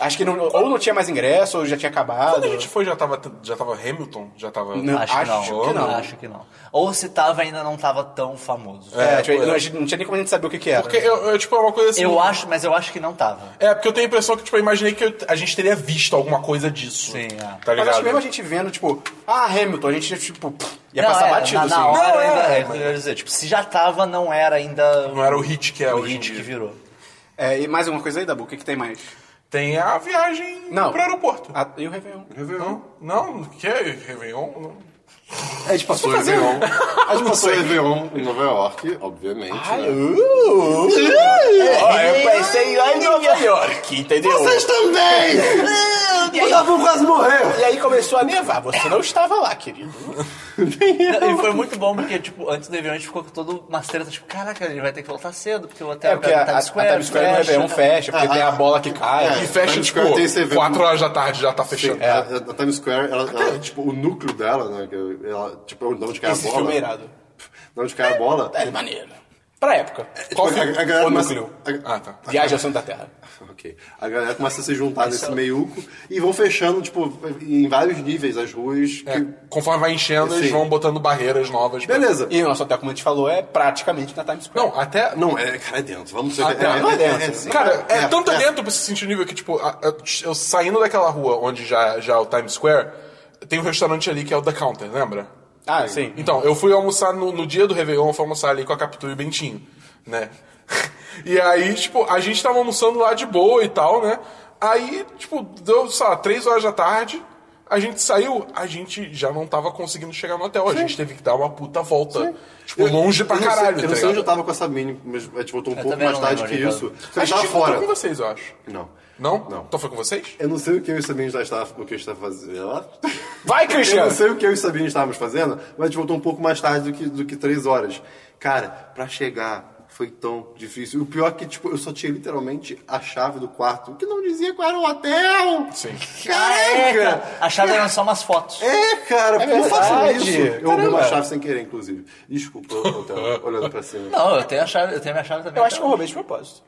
Acho que não, ou não tinha mais ingresso, ou já tinha acabado. Quando a gente foi, já tava, já tava Hamilton? Já tava. Não. Acho, que acho não. que não. Acho que não. Ou se tava, ainda não tava tão famoso. É, É, tipo, pô, não, a gente não tinha nem como a gente saber o que, que era. Porque eu, eu, tipo, é uma coisa assim. Eu acho, mas eu acho que não tava. É, porque eu tenho a impressão que, tipo, eu imaginei que eu- a gente teria visto alguma coisa disso. Sim, é. Tá Mas acho ligado? que mesmo a gente vendo, tipo, ah, Hamilton, a gente tipo, pff, ia não, passar é, batido, na, assim. na hora Não, ainda, é, é, eu ia dizer, tipo, se já tava, não era ainda Não era o hit que é o hoje em hit que dia. virou. É, e mais alguma coisa aí, Dabu? O que, que tem mais? Tem a viagem Não. pro aeroporto. Ah, e o Réveillon. Réveillon? Não, o que é Réveillon? Não. A gente passou um. Réveillon. A gente passou Réveillon em Nova York, obviamente. né? É, eu pensei lá em Nova York, entendeu? Vocês também! o Dabu quase [laughs] morreu! E aí começou a nevar. Você não estava lá, querido. E [laughs] É, foi muito bom porque, tipo, antes do avião a gente ficou com todo uma treta, tipo, caraca, a gente vai ter que voltar cedo, porque o hotel É porque a, a, a Times Square é no fecha. Réveillon fecha, porque tem a bola que cai. E fecha, Times tipo, Square tem esse evento. 4 horas da tarde já tá fechando. A, É, a- a Times Square, ela, ela, tipo, o núcleo dela, né? que Ela, tipo, é onde cai a Esse filme é bola. irado. Onde cai a bola. É maneiro. Pra época. Tipo, Qual a- filme? a galera O começa- núcleo. a- Ah, tá. Viagem ao Centro da Terra. Ok. A galera começa a se juntar nesse meiuco e vão fechando, tipo, em vários níveis as ruas. É, que- conforme vai enchendo, eles Sim. vão botando barreiras novas. pra- Beleza. E o nosso hotel, como a gente falou, é praticamente na Times Square. Não, até. Não, é, cara, é dentro. Vamos ver. Ah, tá, não é dentro. assim. Cara, é, tanto é. dentro pra se sentir nível que, tipo, a- a- eu saindo daquela rua onde já, já é o Times Square, tem um restaurante ali que é o The Counter, lembra? Ah, sim. Então, eu fui almoçar no, no dia do Réveillon, eu fui almoçar ali com a Capitu e o Bentinho, né? [laughs] E aí, tipo, a gente tava almoçando lá de boa e tal, né? Aí, tipo, deu, sei lá, três horas da tarde, a gente saiu, a gente já não tava conseguindo chegar no hotel, a gente teve que dar uma puta volta. Tipo, longe pra Eu não sei- caralho, Eu tá não sei onde eu ligado? tava com essa mini, mas a gente voltou um Eu pouco também mais não tarde lembro onde que eu isso. Você A gente estava voltou fora. com vocês, eu acho. Não. Não? Não. Então foi com vocês? Eu não sei o que eu e o Sabino já estava, o que a gente estava fazendo. Vai, Eu não Cristiano! sei o que eu e o Sabino estávamos fazendo, mas a gente voltou um pouco mais tarde do que, do que três horas. Cara, pra chegar foi tão difícil. E o pior é que, tipo, eu só tinha literalmente a chave do quarto, que não dizia qual era o hotel. Ah, Sim. Caraca! A chave eram só umas fotos. É, cara, não façam verdade. isso. Eu ouvi uma Caramba. chave sem querer, inclusive. Desculpa, hotel, olhando pra cima. Não, eu tenho a chave, eu tenho a minha chave também. então. Eu acho que eu roubei de propósito.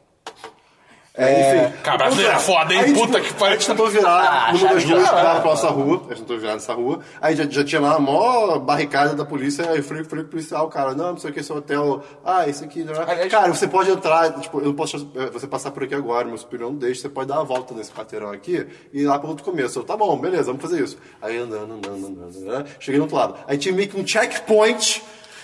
É, enfim. Cara, brasileiro é foda, hein? Aí, tipo, Puta que pariu. A gente tentou virar Ah, numa das chave de ruas que ouro. dava pra nossa rua. A gente tentou virar nessa rua. Aí já, já tinha lá a maior barricada da polícia. Aí eu falei, falei pro policial, cara, não, não sei o que, esse hotel. Ah, isso aqui. não é- Aliás- cara, você pode entrar, tipo, eu não posso eh, você passar por aqui agora, meu superior não deixa, você pode dar uma volta nesse quarteirão aqui e ir lá pro outro começo. Eu, tá bom, beleza, vamos fazer isso. Aí andando, andando, andando, andando. Cheguei no outro lado. Aí tinha meio que um checkpoint.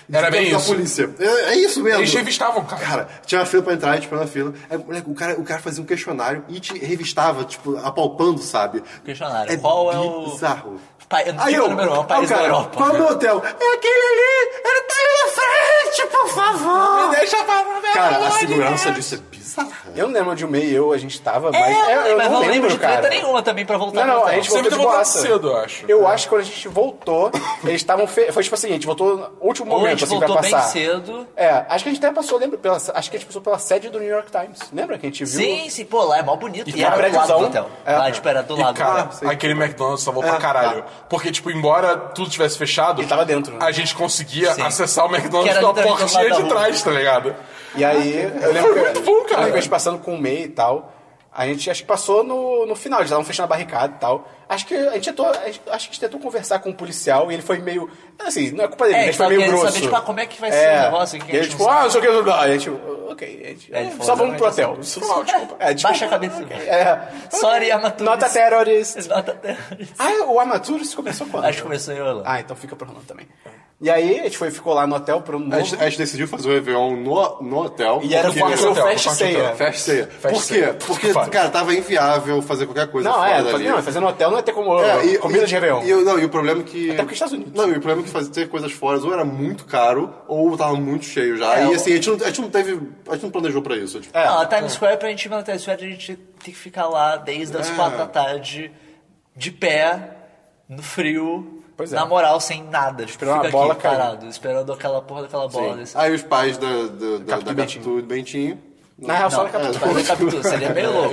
de Era bem dentro da isso. polícia. É, é isso mesmo. Eles revistavam, cara. Cara, tinha uma fila pra entrar, a gente parou na fila. Aí, moleque, o cara, o cara fazia um questionário e te revistava, tipo, apalpando, sabe? Questionário. Qual é o- Bizarro. Pa... Eu não Aí sei eu, o número, é um aí país o cara, da Europa. qual é o meu hotel? É aquele ali, ele tá ali na frente, por favor. Deixa Ah. Cara, a segurança disso é bizarra. Eu não lembro onde o meio e eu a gente tava, mas. É, eu, eu mas não, não lembro de cara. treta nenhuma também pra voltar Não, no não, hotel. a gente Você voltou deve de ter voltado boaça. cedo, eu acho. Eu acho que quando a gente voltou, eles estavam. Fe... Foi tipo assim, a gente voltou no último Ou a momento, gente assim, pra voltou bem passar. cedo. É, acho que a gente até passou, lembra? Pela, acho que a gente passou pela sede do New York Times. Lembra que a gente viu? Sim, sim, pô, lá é mó bonito. E, lá era é do lado do prédiozão. hotel. É. Lá, tipo, era do E, lado do né? cara, hotel. aquele McDonald's salvou É, pra caralho. tá. Porque, tipo, embora tudo tivesse fechado, Ele tava dentro, né? a gente conseguia Sim. acessar o Que McDonald's era pela um literalmente do portinha lado de da rua. trás, tá ligado? E aí, eu lembro Foi que, muito bom, cara. eu lembro que a gente passando com o MEI e tal. A gente acho que passou no, no final, eles estavam fechando a barricada e tal. Acho que a gente tentou. a gente- acho que a gente tentou conversar com o policial e ele foi meio. Assim, não é culpa dele, É, mas ele foi tava meio querendo grosso. saber, tipo, ah, como é que vai ser o negócio aqui que a E ele, gente tipo, não ah, não sei o que, não sei o que. lá. E a gente, ok, a gente, ah, É, ele falou só vamos pro hotel. exatamente [laughs] Só- É, tipo, Baixa a [laughs] cabeça. É. Sorry, Amaturis. Nota [laughs] terrorist. Nota terrorista. Ah, o Amatur isso começou quando? Acho que começou em Orlando. Ah, então fica pro Orlando também. E aí, a gente foi, ficou lá no hotel por um A novo... gente, a gente decidiu fazer o Réveillon no, no hotel. E era porque- quarto foi o hotel, Fast no quarto Ceia. hotel. Fecha ceia. Fecha Por ceia. quê? Porque, Faz. cara, tava inviável fazer qualquer coisa Não, fora é, dali. fazer, não, fazer no hotel não ia ter como É, e- comida e- de Réveillon. E, o- não, e o problema é que. Até porque Estados Unidos. Não, e o problema é que fazer ter coisas fora ou era muito caro, ou tava muito cheio já. É, e o- assim, a gente, não, a gente não teve. A gente não planejou pra isso. É, Tipo, Não, a Times Square, pra gente ir na Times Square, a gente tem que ficar lá desde as É. quatro da tarde, de pé, no frio, Pois é. na moral, sem nada. Tipo, Esperando fica a bola aqui cair. parado, esperando aquela porra daquela bola. desse- Aí os pais da, da, da, Capitão da Bentinho. Capitão Bentinho Na real, Ah, só na Não, capital. é, capitu- Seria bem louco. [laughs]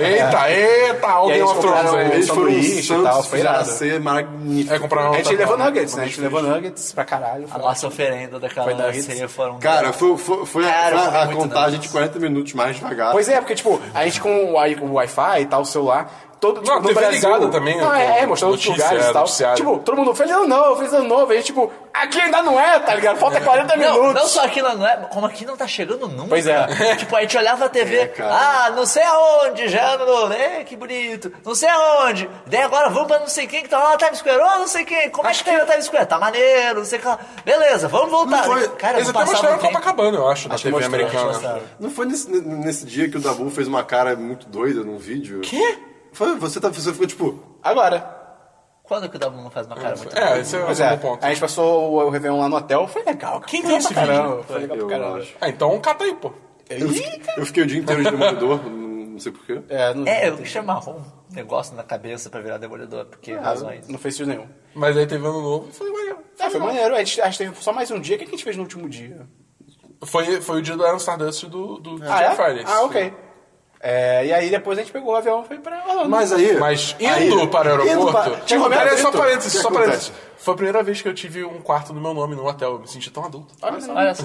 É. Eita, eita, E aí alguém eles of Thrones compraram- aí. Eles foram em sanduíche É, e tal, Santos, foi foi irá irado. ser magnífico. É, compraram tá A gente outra levou prova, nuggets, né? A gente compraram levou nuggets pra caralho. A foi lá. nossa oferenda Foi daquela da ceia Hits. foram... Cara, foi, foi, foi a- Cara, a, foi a muito contagem dano. de 40 minutos mais devagar. Pois é, porque, tipo, a gente com o Wi- o Wi-Fi e tal, o celular, todo tipo, Não, no TV Brasil... ligada também, Não, né, é, é, com mostrando outros notícia, lugares e é, tal. noticiário. Tipo, todo mundo, feliz ano novo, feliz ano novo. E a gente, tipo, aqui ainda não é, tá ligado? Falta um 40 Não, minutos. não só aqui não é, como aqui não tá chegando nunca. Pois é. [laughs] Tipo, a gente olhava a TV, É, cara. ah, não sei aonde, já no, é, que bonito, não sei aonde. Daí agora vamos pra não sei quem que tá lá na Times Square, oh, não sei quem, como é que tá aí na Times Square? Tá maneiro, não sei o que lá. Beleza, vamos voltar. Não foi- cara, Eles não até passava mostraram tempo. Copacabana, eu acho, na que TV mostraram, americana. é. Mostraram. Não foi nesse, nesse dia que o Dabu fez uma cara muito doida num vídeo? Quê? Foi, você, tá, você ficou tipo. Agora. Quando que o Dabu não faz uma cara muito É, esse é, Pois esse é um é, bom ponto. a gente passou o, o Réveillon lá no hotel, foi legal. cara. Quem Foi legal tem esse pra vídeo? caramba, Foi legal Eu pra caramba. acho. Ah, então cata aí, pô. Eu, fiquei- eu fiquei o dia [laughs] inteiro de demolidor, não não sei porquê. É, não, É, eu que marrom um negócio na cabeça pra virar demolidor, porque razões. não fez isso nenhum. Mas aí teve ano novo e foi maneiro. É, foi maneiro. A gente, a gente teve só mais um dia. O que a gente fez no último dia? Foi, foi o dia do Iron Stardust do, do Ah, Jack é? Fridays. Ah, ok. É, e aí depois a gente pegou o avião e foi pra Orlando. Mas aí. Mas é. indo aí- para o indo aeroporto. para- Tinha Pera, Roberto só Vitor. parênteses, O que só acontece? parênteses. Foi a primeira vez que eu tive um quarto no meu nome num hotel. Eu me senti tão adulto. Olha só. Olha só.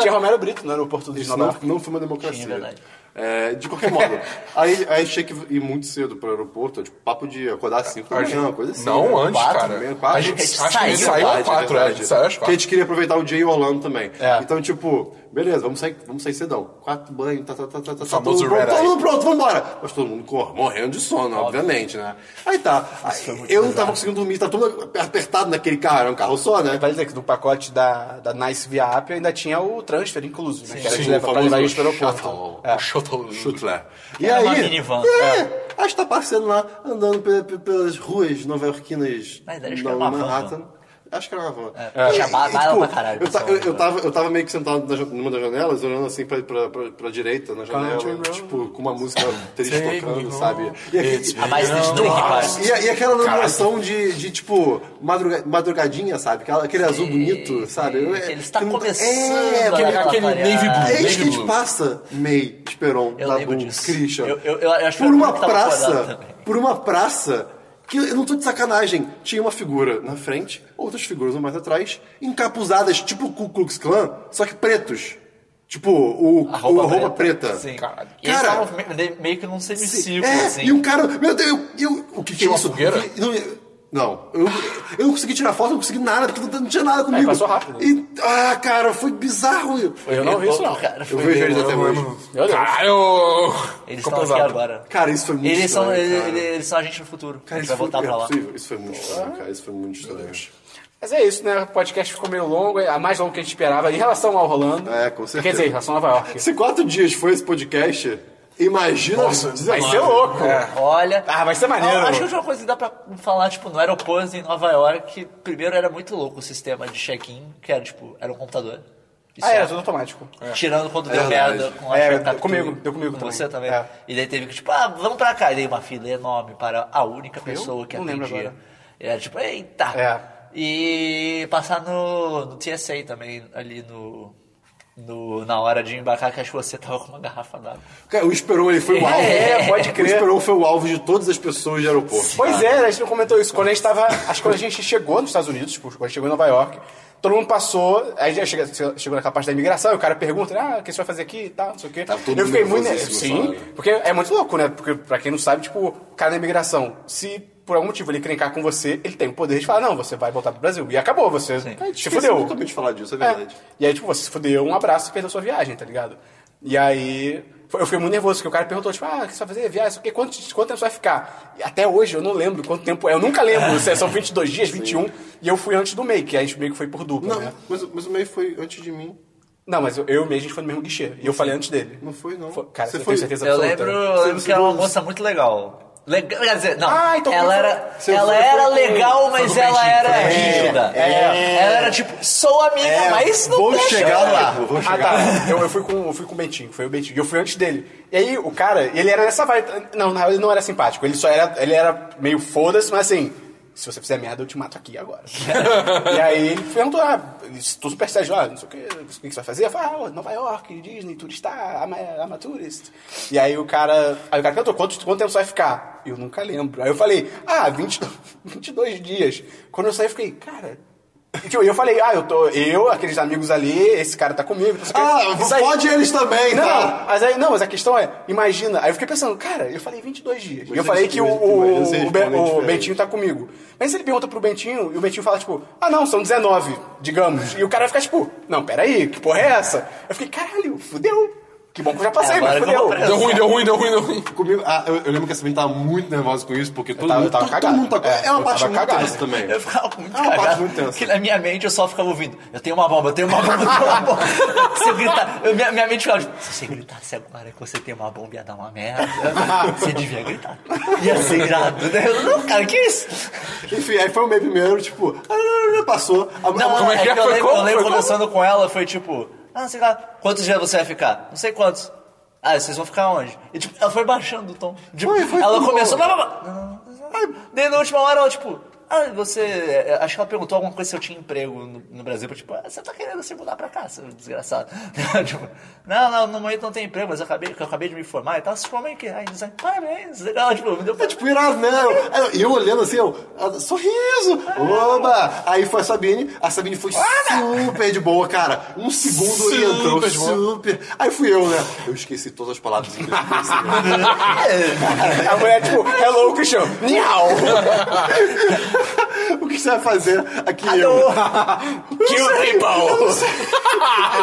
Tinha Romero Brito no aeroporto de Isso Nova não, York. não foi uma Sim, é democracia. verdade. É, de qualquer modo, [laughs] aí, aí achei que ir muito cedo para o aeroporto, tipo, papo de acordar às 5 da manhã, uma coisa assim. Não, né? antes, Quatro, cara. meia, quatro. A gente, A gente acho que a gente saiu saiu às Verdade, quatro, é. A verdade. gente saiu às Porque a quatro. gente queria aproveitar o dia em Orlando também. É. Então, tipo, beleza, vamos sair, vamos sair cedão. Quatro banho, tá, tá, tá, tá, tá. famoso todo, mundo red pronto, eye. todo mundo pronto, vambora. Mas todo mundo cor- morrendo de sono, obviamente, né? Aí tá. Aí eu não tava conseguindo dormir, tá todo apertado naquele carro, era um carro só, né? Vale dizer que no pacote da, da Nice via App ainda tinha o transfer, inclusive, né? Que era Sim, de tipo, o levar pra famoso levar a gente pro aeroporto. shuttle. É. Shuttle. Chutler. E Era aí. uma minivan. É, A gente tá passeando lá, andando pe- pe- pelas ruas nova-iorquinas Na verdade, acho que da era uma van, Manhattan. Acho que era uma van. É, tinha ba- bala pra caralho, Eu, ta- pessoal. eu- eu tava, eu tava meio que sentado na ja- numa das janelas, olhando assim pra, pra, pra, pra direita, na janela, Country road. tipo, com uma música triste Take me tocando, home. sabe? E, aqui- It's A mais triste do Rick, Nossa, claro. e, e aquela iluminação de, de, tipo, madruga- madrugadinha, sabe? Aquela- Aquele azul bonito, sabe? sim, É- que ele está tem muito- começando É, a É, dar aquele- aquele aquela navy variada. e aí Baby a gente Blue. passa May, Esperon, Ah, Eu Dabu, lembro disso. Christian. Eu- eu- eu acho que por eu uma lembro que tava acordado praça, também. por uma praça, que eu não tô de sacanagem, tinha uma figura na frente, outras figuras mais atrás, encapuzadas, tipo Ku Klux Klan, só que pretos. Tipo, o, A roupa, o- a roupa preta. Sim. Caralho. E eles Cara- estavam me- de- tá meio que num semicírculo, É, assim. e um cara, meu Deus, eu, eu- o que, que é Tinha uma isso? fogueira? Não, não, eu, eu não consegui tirar foto, não consegui nada, porque não, não tinha nada comigo. passou rápido. E- ah, cara, foi bizarro. Eu não vi isso, não. Cara, Eu foi vejo bem- eles até hoje. Meu Deus. Caralho! Eles Ficou estão aqui pesado. agora. Cara, isso foi muito Eles são, estranho, eles, cara. eles são a gente no futuro. a Cara, gente isso vai voltar foi, pra é lá. possível, isso foi muito estranho, cara. Isso foi muito estranho. Mas é isso, né? O podcast ficou meio longo, é a mais longo que a gente esperava em relação ao Rolando. É, com certeza. Quer dizer, em relação a Nova York. Se Assim, quatro dias foi esse podcast, imagina. Nossa, Vai 19. ser louco. Olha. Ah, vai ser maneiro. Ah, Acho que a última coisa que dá pra falar, tipo, no aeroporto em Nova York, primeiro era muito louco o sistema de check-in, que era, tipo, era um computador. Isso Ah, era é. tudo automático. Tirando quando deu verdade. merda com a É, Fred deu Capture, comigo, deu comigo com também. você também. É. E daí teve que, tipo, ah, vamos pra cá. E daí uma fila enorme para a única pessoa que Não lembro atendia. agora. E era tipo, eita! É. E passar no, no TSA também, ali no, no- na hora de embarcar, que acho que você tava com uma garrafa d'água. Cara, o Esperon ele foi o alvo. É, pode crer. O Esperon foi o alvo de todas as pessoas de aeroporto. Pois é, né, a gente não comentou isso. Quando a gente tava. Acho que quando a gente chegou nos Estados Unidos, tipo, quando a gente chegou em Nova York, todo mundo passou. Aí já chega- chegou, naquela parte da imigração, e o cara pergunta, ah, o que você vai fazer aqui e tal, não sei o quê. Tava Tá todo eu fiquei mundo muito. ne- nervosíssimo, Sim, só, né? porque é muito louco, né? Porque, pra quem não sabe, tipo, o cara da imigração, se por algum motivo ele crencar com você, ele tem o poder de falar, não, você vai voltar pro Brasil. E acabou, você se fudeu. totalmente falar disso, é É. verdade. E aí, tipo, você se fudeu, um abraço e perdeu sua viagem, tá ligado? E aí, foi- eu fiquei muito nervoso, porque o cara perguntou, tipo, ah, o que você vai fazer? Viagem, isso aqui, quanto, quanto tempo você vai ficar? E até hoje eu não lembro quanto tempo é, eu nunca [laughs] lembro, se são 22 dias, 21, e eu fui antes do MEI, que a gente meio que foi por dupla, Não, né? mas, mas o meio foi antes de mim. Não, mas eu, eu e o MEI, a gente foi no mesmo guichê, e eu falei antes dele. Não foi, não. Foi- cara, Você você eu foi- tenho certeza Eu absoluta. lembro, Você eu lembro não que era uma se- moça muito legal. Legal, quer dizer, não. Ah, então ela foi- era, você ela foi- era foi- legal, foi mas do ela beijinho, era foi do beijinho. rígida. É. Ela era tipo, sou amiga, É, mas não vou deixa chegar eu- lá. Vou Ah, chegar tá. lá. Eu, eu fui com, eu fui com o Bentinho, foi o Bentinho. E eu fui antes dele. E aí, o cara, ele era nessa vibe. Não, na real, ele não era simpático. Ele só era. Ele era meio foda-se, mas assim. se você fizer merda, eu te mato aqui [laughs] agora. e aí ele perguntou, ah, estou super sério, ah, não sei o que, o que que você vai fazer? Eu falei, ah, Nova York, Disney, turistar, ama- amaturist. E aí o cara, aí o cara perguntou, quanto, quanto tempo você vai ficar? Eu nunca lembro. Aí eu falei, ah, [laughs] 20, 22 dias. Quando eu saí, eu fiquei, cara... E tipo, eu falei, ah, eu tô, eu, aqueles amigos ali, esse cara tá comigo. não sei o quê. Ah, Isso aí- pode eles também, não, tá? mas aí, não, mas a questão é, imagina. Aí eu fiquei pensando, cara, eu falei 22 dias. E eu eles- falei que o, eles- o, eles o, respondem Be- o né, diferente. Bentinho tá comigo. Mas se ele pergunta pro Bentinho, e o Bentinho fala, tipo, ah não, são 19, digamos. E o cara fica, tipo, não, peraí, que porra é essa? Eu fiquei, caralho, fudeu. Que bom que eu já passei, É, mas agora que eu fudeu. vou preso. Deu ruim, deu ruim, deu ruim, deu ruim. Comigo, ah, eu, eu lembro que essa menina tava muito nervosa com isso, porque todo, tava- mundo, eu tava todo, cagado. mundo tá. É, É, uma eu parte tava muito cagado. tensa também. Eu ficava muito É uma parte cagado, muito tensa. que na minha mente eu só ficava ouvindo, eu tenho uma bomba, eu tenho uma bomba, eu tenho uma bomba. [laughs] se eu gritar, eu- minha, minha mente ficava tipo, se você gritasse agora que você tem uma bomba ia dar uma merda, você devia gritar. Ia ser irado, né? Eu, não, cara, que isso? Enfim, aí foi o meio primeiro, tipo, ah, não, não, não, passou. A- Não, a- como é que que eu foi? lembro, Como eu lembro foi? conversando com ela, foi tipo, ah, não sei lá, quantos dias você vai ficar? Não sei quantos. Ah, vocês vão ficar onde? E tipo, ela foi baixando o tom. Tipo, Foi, foi ela tudo começou. bom. Não, não, não, não, não, não. Daí na última hora ela, tipo, ah, você. é, Acho que ela perguntou alguma coisa se eu tinha emprego no, no Brasil. Tipo, ah, você tá querendo se mudar pra cá, seu desgraçado. [laughs] tipo, não, não, no momento não tem emprego, mas eu acabei, eu acabei de me formar e tal. Se formou em quê? Aí design, parabéns. [laughs] Legal, tipo, me deu [laughs] É tipo, irado, né? Eu- E eu, olhando assim, eu, ah, sorriso! Oba! Aí foi a Sabine, a Sabine foi super de boa, cara. Um segundo Super entrou, de boa. super. Aí fui eu, né? Eu esqueci todas as palavras em inglês. A mulher, tipo, hello, Christian, [laughs] niau. [laughs] o que você vai fazer aqui? eu? Kill people.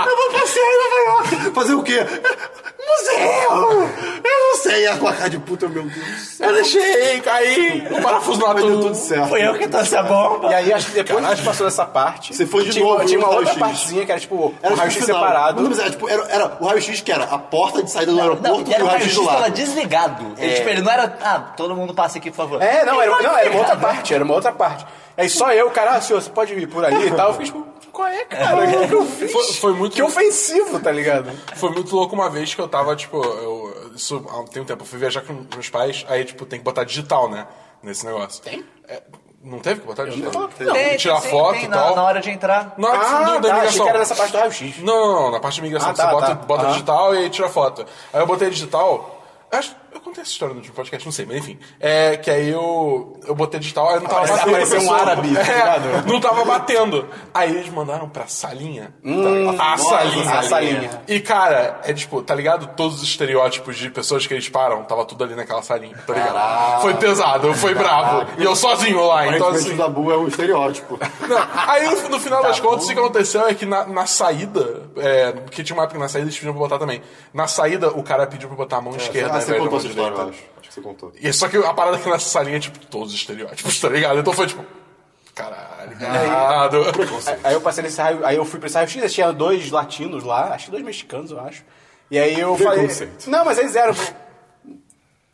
Eu vou passear em Nova York. Fazer o quê? Museu! Eu não sei. E a placa de puta, meu Deus do céu. Eu deixei, caí, o parafuso lá Mas deu todo. tudo [laughs] certo. Foi eu que trouxe a bomba. E aí, acho que depois que a gente passou dessa parte... Você foi de tinha, novo, Tinha uma no outra raio-x. partezinha que era, tipo, Era um tipo raio-x final. separado. Não, mas era, tipo, era, era o raio-x que era a porta de saída do Não, aeroporto e era e um o raio-x raio-x do que tava lado. desligado. Ele, tipo, ele não era, ah, todo mundo passa aqui, por favor. É, não, era, Ele não, era uma outra desligado. parte, era uma outra parte. Aí só eu, cara, ah, senhor, você pode ir por ali e tal. Eu fiquei tipo, qual é, cara? O que eu fiz? Foi- foi muito- Que ofensivo, tá ligado? Foi muito louco uma vez que eu tava, tipo, eu. Isso há um- tem um tempo, eu fui viajar com meus pais, aí, tipo, tem que botar digital, né? Nesse negócio. Tem? não teve que botar digital? não- Não, Tem, tem, tirar tem, foto tem, e na- tal. Na, hora de entrar. Na hora que Ah, não, da tá, achei imigração. que era nessa parte do raio-x. Não, não, não, na parte da Ah, imigração que você tá, bota, tá. bota Aham. digital e aí tira foto. Aí eu botei digital. eu Acho, eu contei essa história no último podcast, não sei, mas enfim. É que aí eu, eu botei digital, aí não tava Apareceu- batendo. apareceu um pessoal. árabe, tá ligado? [laughs] é, não tava batendo. Aí eles mandaram pra salinha. tá, a salinha. Hum, a salinha. E cara, é tipo, tá ligado? Todos os estereótipos de pessoas que eles param, tava tudo ali naquela salinha, tá ligado? Foi pesado, foi bravo. E eu sozinho lá, então Aparentemente, assim. o Dabu é um estereótipo. Não, [laughs] aí no, no Tá final das contas, o que aconteceu é que na, na saída, é, que tinha uma época que na saída eles pediam pra botar também. Na saída, o cara pediu pra botar a mão esquerda. ah, ao você invés da contou mão essa história, eu direita. acho. Acho que você contou. E só que a parada aqui nessa salinha é tipo todos os estereótipos, tá ligado? Então foi tipo. Caralho, errado. Tipo, Aí eu passei nesse raio, aí eu fui pra esse raio-x, aí tinha dois latinos lá, acho que dois mexicanos, eu acho. E aí eu falei. Preconceito. Não, mas eles eram. tipo,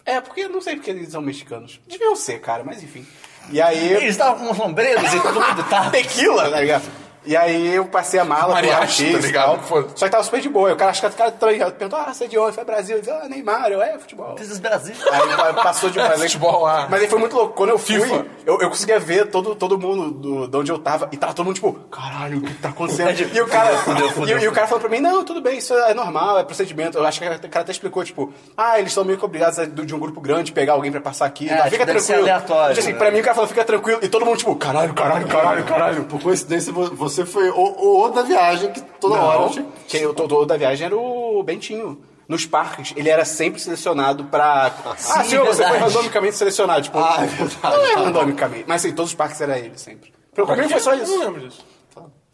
É, porque eu não sei porque eles são mexicanos. Deviam ser, cara, mas enfim. E aí. Eles estavam com os ombreiros e todo mundo tá. [laughs] tequila, tá ligado? E aí eu passei a mala pro Mariachi, Arquês tá e ligado? tal. Foda-se. Só que tava super de boa. E O cara, acho que o cara tran- perguntou, ah, você é de onde? Foi Brasil. Eu disse, ah, Neymar, eu é futebol. Esses Brasil. Aí pa- passou de É, fazer futebol lá. ah. Mas aí foi muito louco. Quando eu fui, FIFA. eu, eu conseguia ver todo, todo mundo do, de onde eu tava. E tava todo mundo tipo, caralho, o que [laughs] tá É, acontecendo? tipo, E o cara, fudeu, fudeu, e, e o cara falou pra mim, não, tudo bem, isso é normal, é procedimento. Eu acho que o cara até explicou, tipo, ah, eles estão meio que obrigados a- de um grupo grande pegar alguém pra passar É, aqui. tá? acho fica que deve ser tranquilo. aleatório, Tipo assim, né? pra mim o cara falou, fica tranquilo. E todo mundo tipo, caralho, caralho, caralho, caralho. Por coincidência, vo- você foi o, o outro da viagem que toda hora. eu tinha- Quem eu todo da viagem era o Bentinho. Nos parques, ele era sempre selecionado pra. Ah, sim, senhor, você foi verdade. randomicamente selecionado. Tipo, Ah, é verdade. Não é randomicamente. Mas assim, todos os parques era ele sempre. Pra comigo foi só Não isso. lembro disso.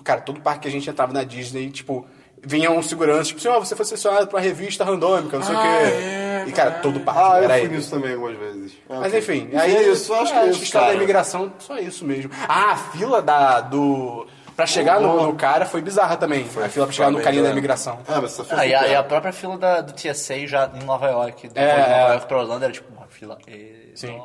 Cara, todo parque que a gente entrava na Disney, tipo, vinha um segurança, tipo, senhor, você foi selecionado pra uma revista randômica, não sei o quê. e, cara, todo parque Ah, eu era fui ele. nisso também algumas vezes. Ah, Mas ok. enfim, E aí é isso, acho que é isso. história da cara. imigração, só isso mesmo. Ah, a fila da, do. Pra chegar no, no cara foi bizarra também. a fila pra chegar no bem carinha da doendo. imigração. Ah, mas essa foi Ah, e a, e a super- própria fila da, do TSA já em Nova York, depois É, de Nova é. York pra Orlando, era tipo uma fila. e- Sim.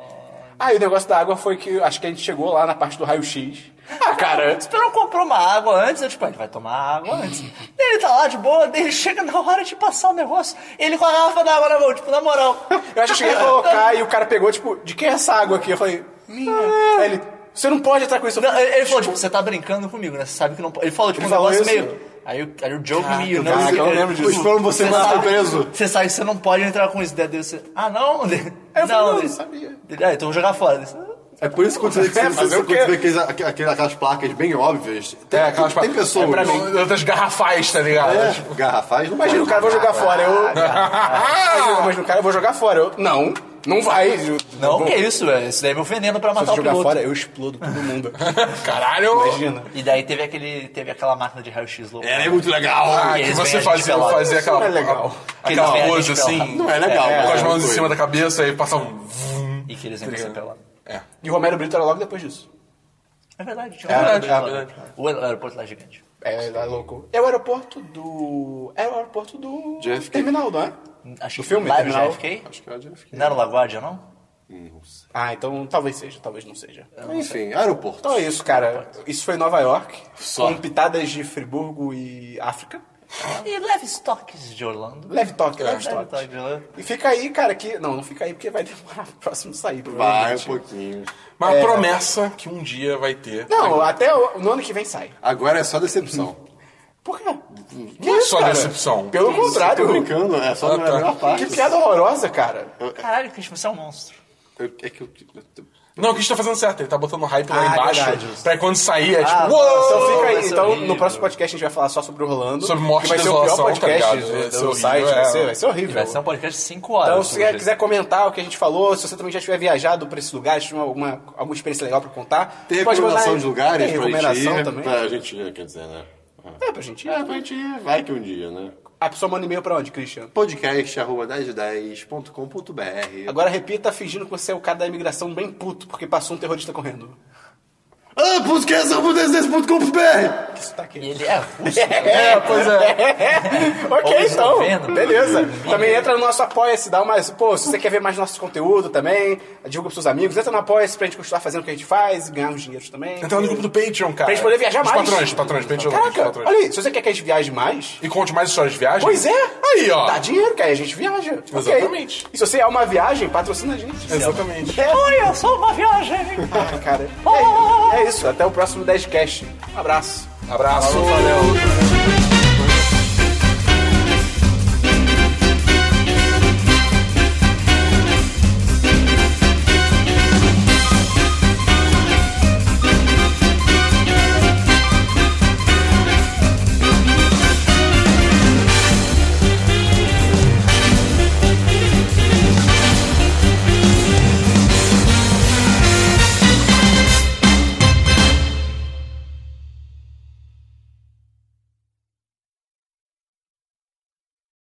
Ah, e o negócio da água foi que acho que a gente chegou lá na parte do raio-x. Ah, cara. Se tu Então, não comprou uma água antes, eu tipo, ah, ele vai tomar água antes. Daí ele tá lá de boa, daí ele chega na hora de passar o negócio, ele com a garrafa d'água na mão, tipo, na moral. Eu acho que eu cheguei a colocar e o cara pegou, tipo, de quem é essa água aqui? Eu falei, minha. Aí ele, Você não pode entrar com isso. Não, ele, ele falou, tipo, você tá brincando comigo, né? Você sabe que não pode. Ele falou, tipo, um Ele falou negócio isso? meio. Aí o aí o joke me, you Caraca, know, eu lembro disso. Eles um foram você mandar Tipo, sabe- preso. Você sabe que você não pode entrar com isso. Daí você. Ah, não? [laughs] eu falei, não, ele- não sabia. Ele, ah, então eu vou jogar fora. Ele disse, "Ah, É por isso que quando você, É, quando fazer você, o quê? quando você vê aqueles, aqu- aquele- aquelas placas bem óbvias, tem, É, aquelas tem pa- pessoas... É pra mim. Outras garrafais, tá ligado? É, tipo, garrafais, não Imagina, o cara, eu vou jogar fora. Eu. Imagina, imagina, o cara, eu vou jogar fora. Eu. Não, não vai. Eu- Não, vou- que isso, velho. Isso daí é meu veneno pra Tá Se matar eu o jogar piloto. fora, eu explodo todo mundo. Tipo, Caralho! Imagina. E daí teve, aquele, teve aquela máquina de raio-x louco. É muito legal. Ah, que eles você vêm fazia, a gente fazia pelado. aquela. Não é legal. Aqueles vêm Aquela a coisa gente assim. pelado. Não é legal. mas Com as mãos em muito cima doido. da cabeça e passava um. vum. E que eles iam ser pelado. É. E o Romero Brito era logo depois disso. É verdade, tinha um É aeroporto verdade, lá. é verdade. O aeroporto lá é gigante. É, é louco. É o aeroporto do. É o aeroporto do. JFK. Terminal, não é? Acho Do que filme, lá era Terminal. JFK? Acho que era JFK. Não era o LaGuardia, não? Ah, então talvez seja, talvez não seja. Enfim, aeroporto. Então é isso, cara. Isso foi em Nova York, Só. com pitadas de Friburgo e África. E leve estoques de Orlando. Leve toque, leve Leve toque. estoques de Orlando. E fica aí, cara, que... Não, não fica aí, porque vai demorar [laughs] pro próximo sair, Vai um provavelmente. pouquinho. Mas a promessa que um dia vai ter. Não, até o... no ano que vem sai. Agora é só decepção. Por quê? Que Não é isso, só cara? decepção. Pelo Tô contrário. brincando, é só Ah, não é tá. a melhor parte. Que piada horrorosa, cara. Caralho, Christian, você é um monstro. Eu- É que eu... eu- Não, o Kish tá fazendo certo, ele tá botando hype lá Ah, embaixo. verdade. Pra quando sair, é tipo, Ah, uou! Então fica vai aí. ser Então, horrível. no próximo podcast a gente vai falar só sobre o Rolando. Sobre morte que vai e ser o pior desolação, tá podcast do, ligado? Vai ser do horrível, site. é. Vai ser, vai ser horrível. Vai ser um podcast de 5 Tá, horas. Então, se pelo você jeito. quiser comentar o que a gente falou, se você também já tiver viajado pra esse lugar, se tiver alguma, alguma experiência legal pra contar, Tem pode mandar recomendação aí. de lugares Tem pra gente recomendação ir. também. Pra gente ir, quer dizer, né? É. É, pra gente ir. É, pra gente ir. Vai que um dia, né? A pessoa manda e-mail pra onde, Christian? podcast arroba 1010.com.br Agora repita fingindo que você é o cara da imigração bem puto, porque passou um terrorista correndo. Ah, podcast arroba 1010.com.br Que isso tá aqui. E ele é russo. É, pois é. Ou [laughs] ok, então. esloveno. Beleza. Também entra no nosso Apoia-se, dá mais. Pô, se você quer ver mais nosso conteúdo também, divulga pros seus amigos, entra no Apoia-se pra gente continuar fazendo o que a gente faz e ganhar uns dinheiros também. Então, Entrar no Então um grupo do Patreon, cara. Pra gente poder viajar Os mais. patrões, patrões, Patreon. Caraca, patrões. olha aí, se você quer que a gente viaje mais. E conte mais histórias de viagem. Pois é! Aí, ó. Dá dinheiro, que aí a gente viaja. Ok. Exatamente. E se você é uma viagem, patrocina a gente. Exatamente. É, Oi, eu sou uma [laughs] viagem. Oh. Ah, cara. É, é isso. Até o próximo 10cast. Um abraço. Abraço, valeu. Thank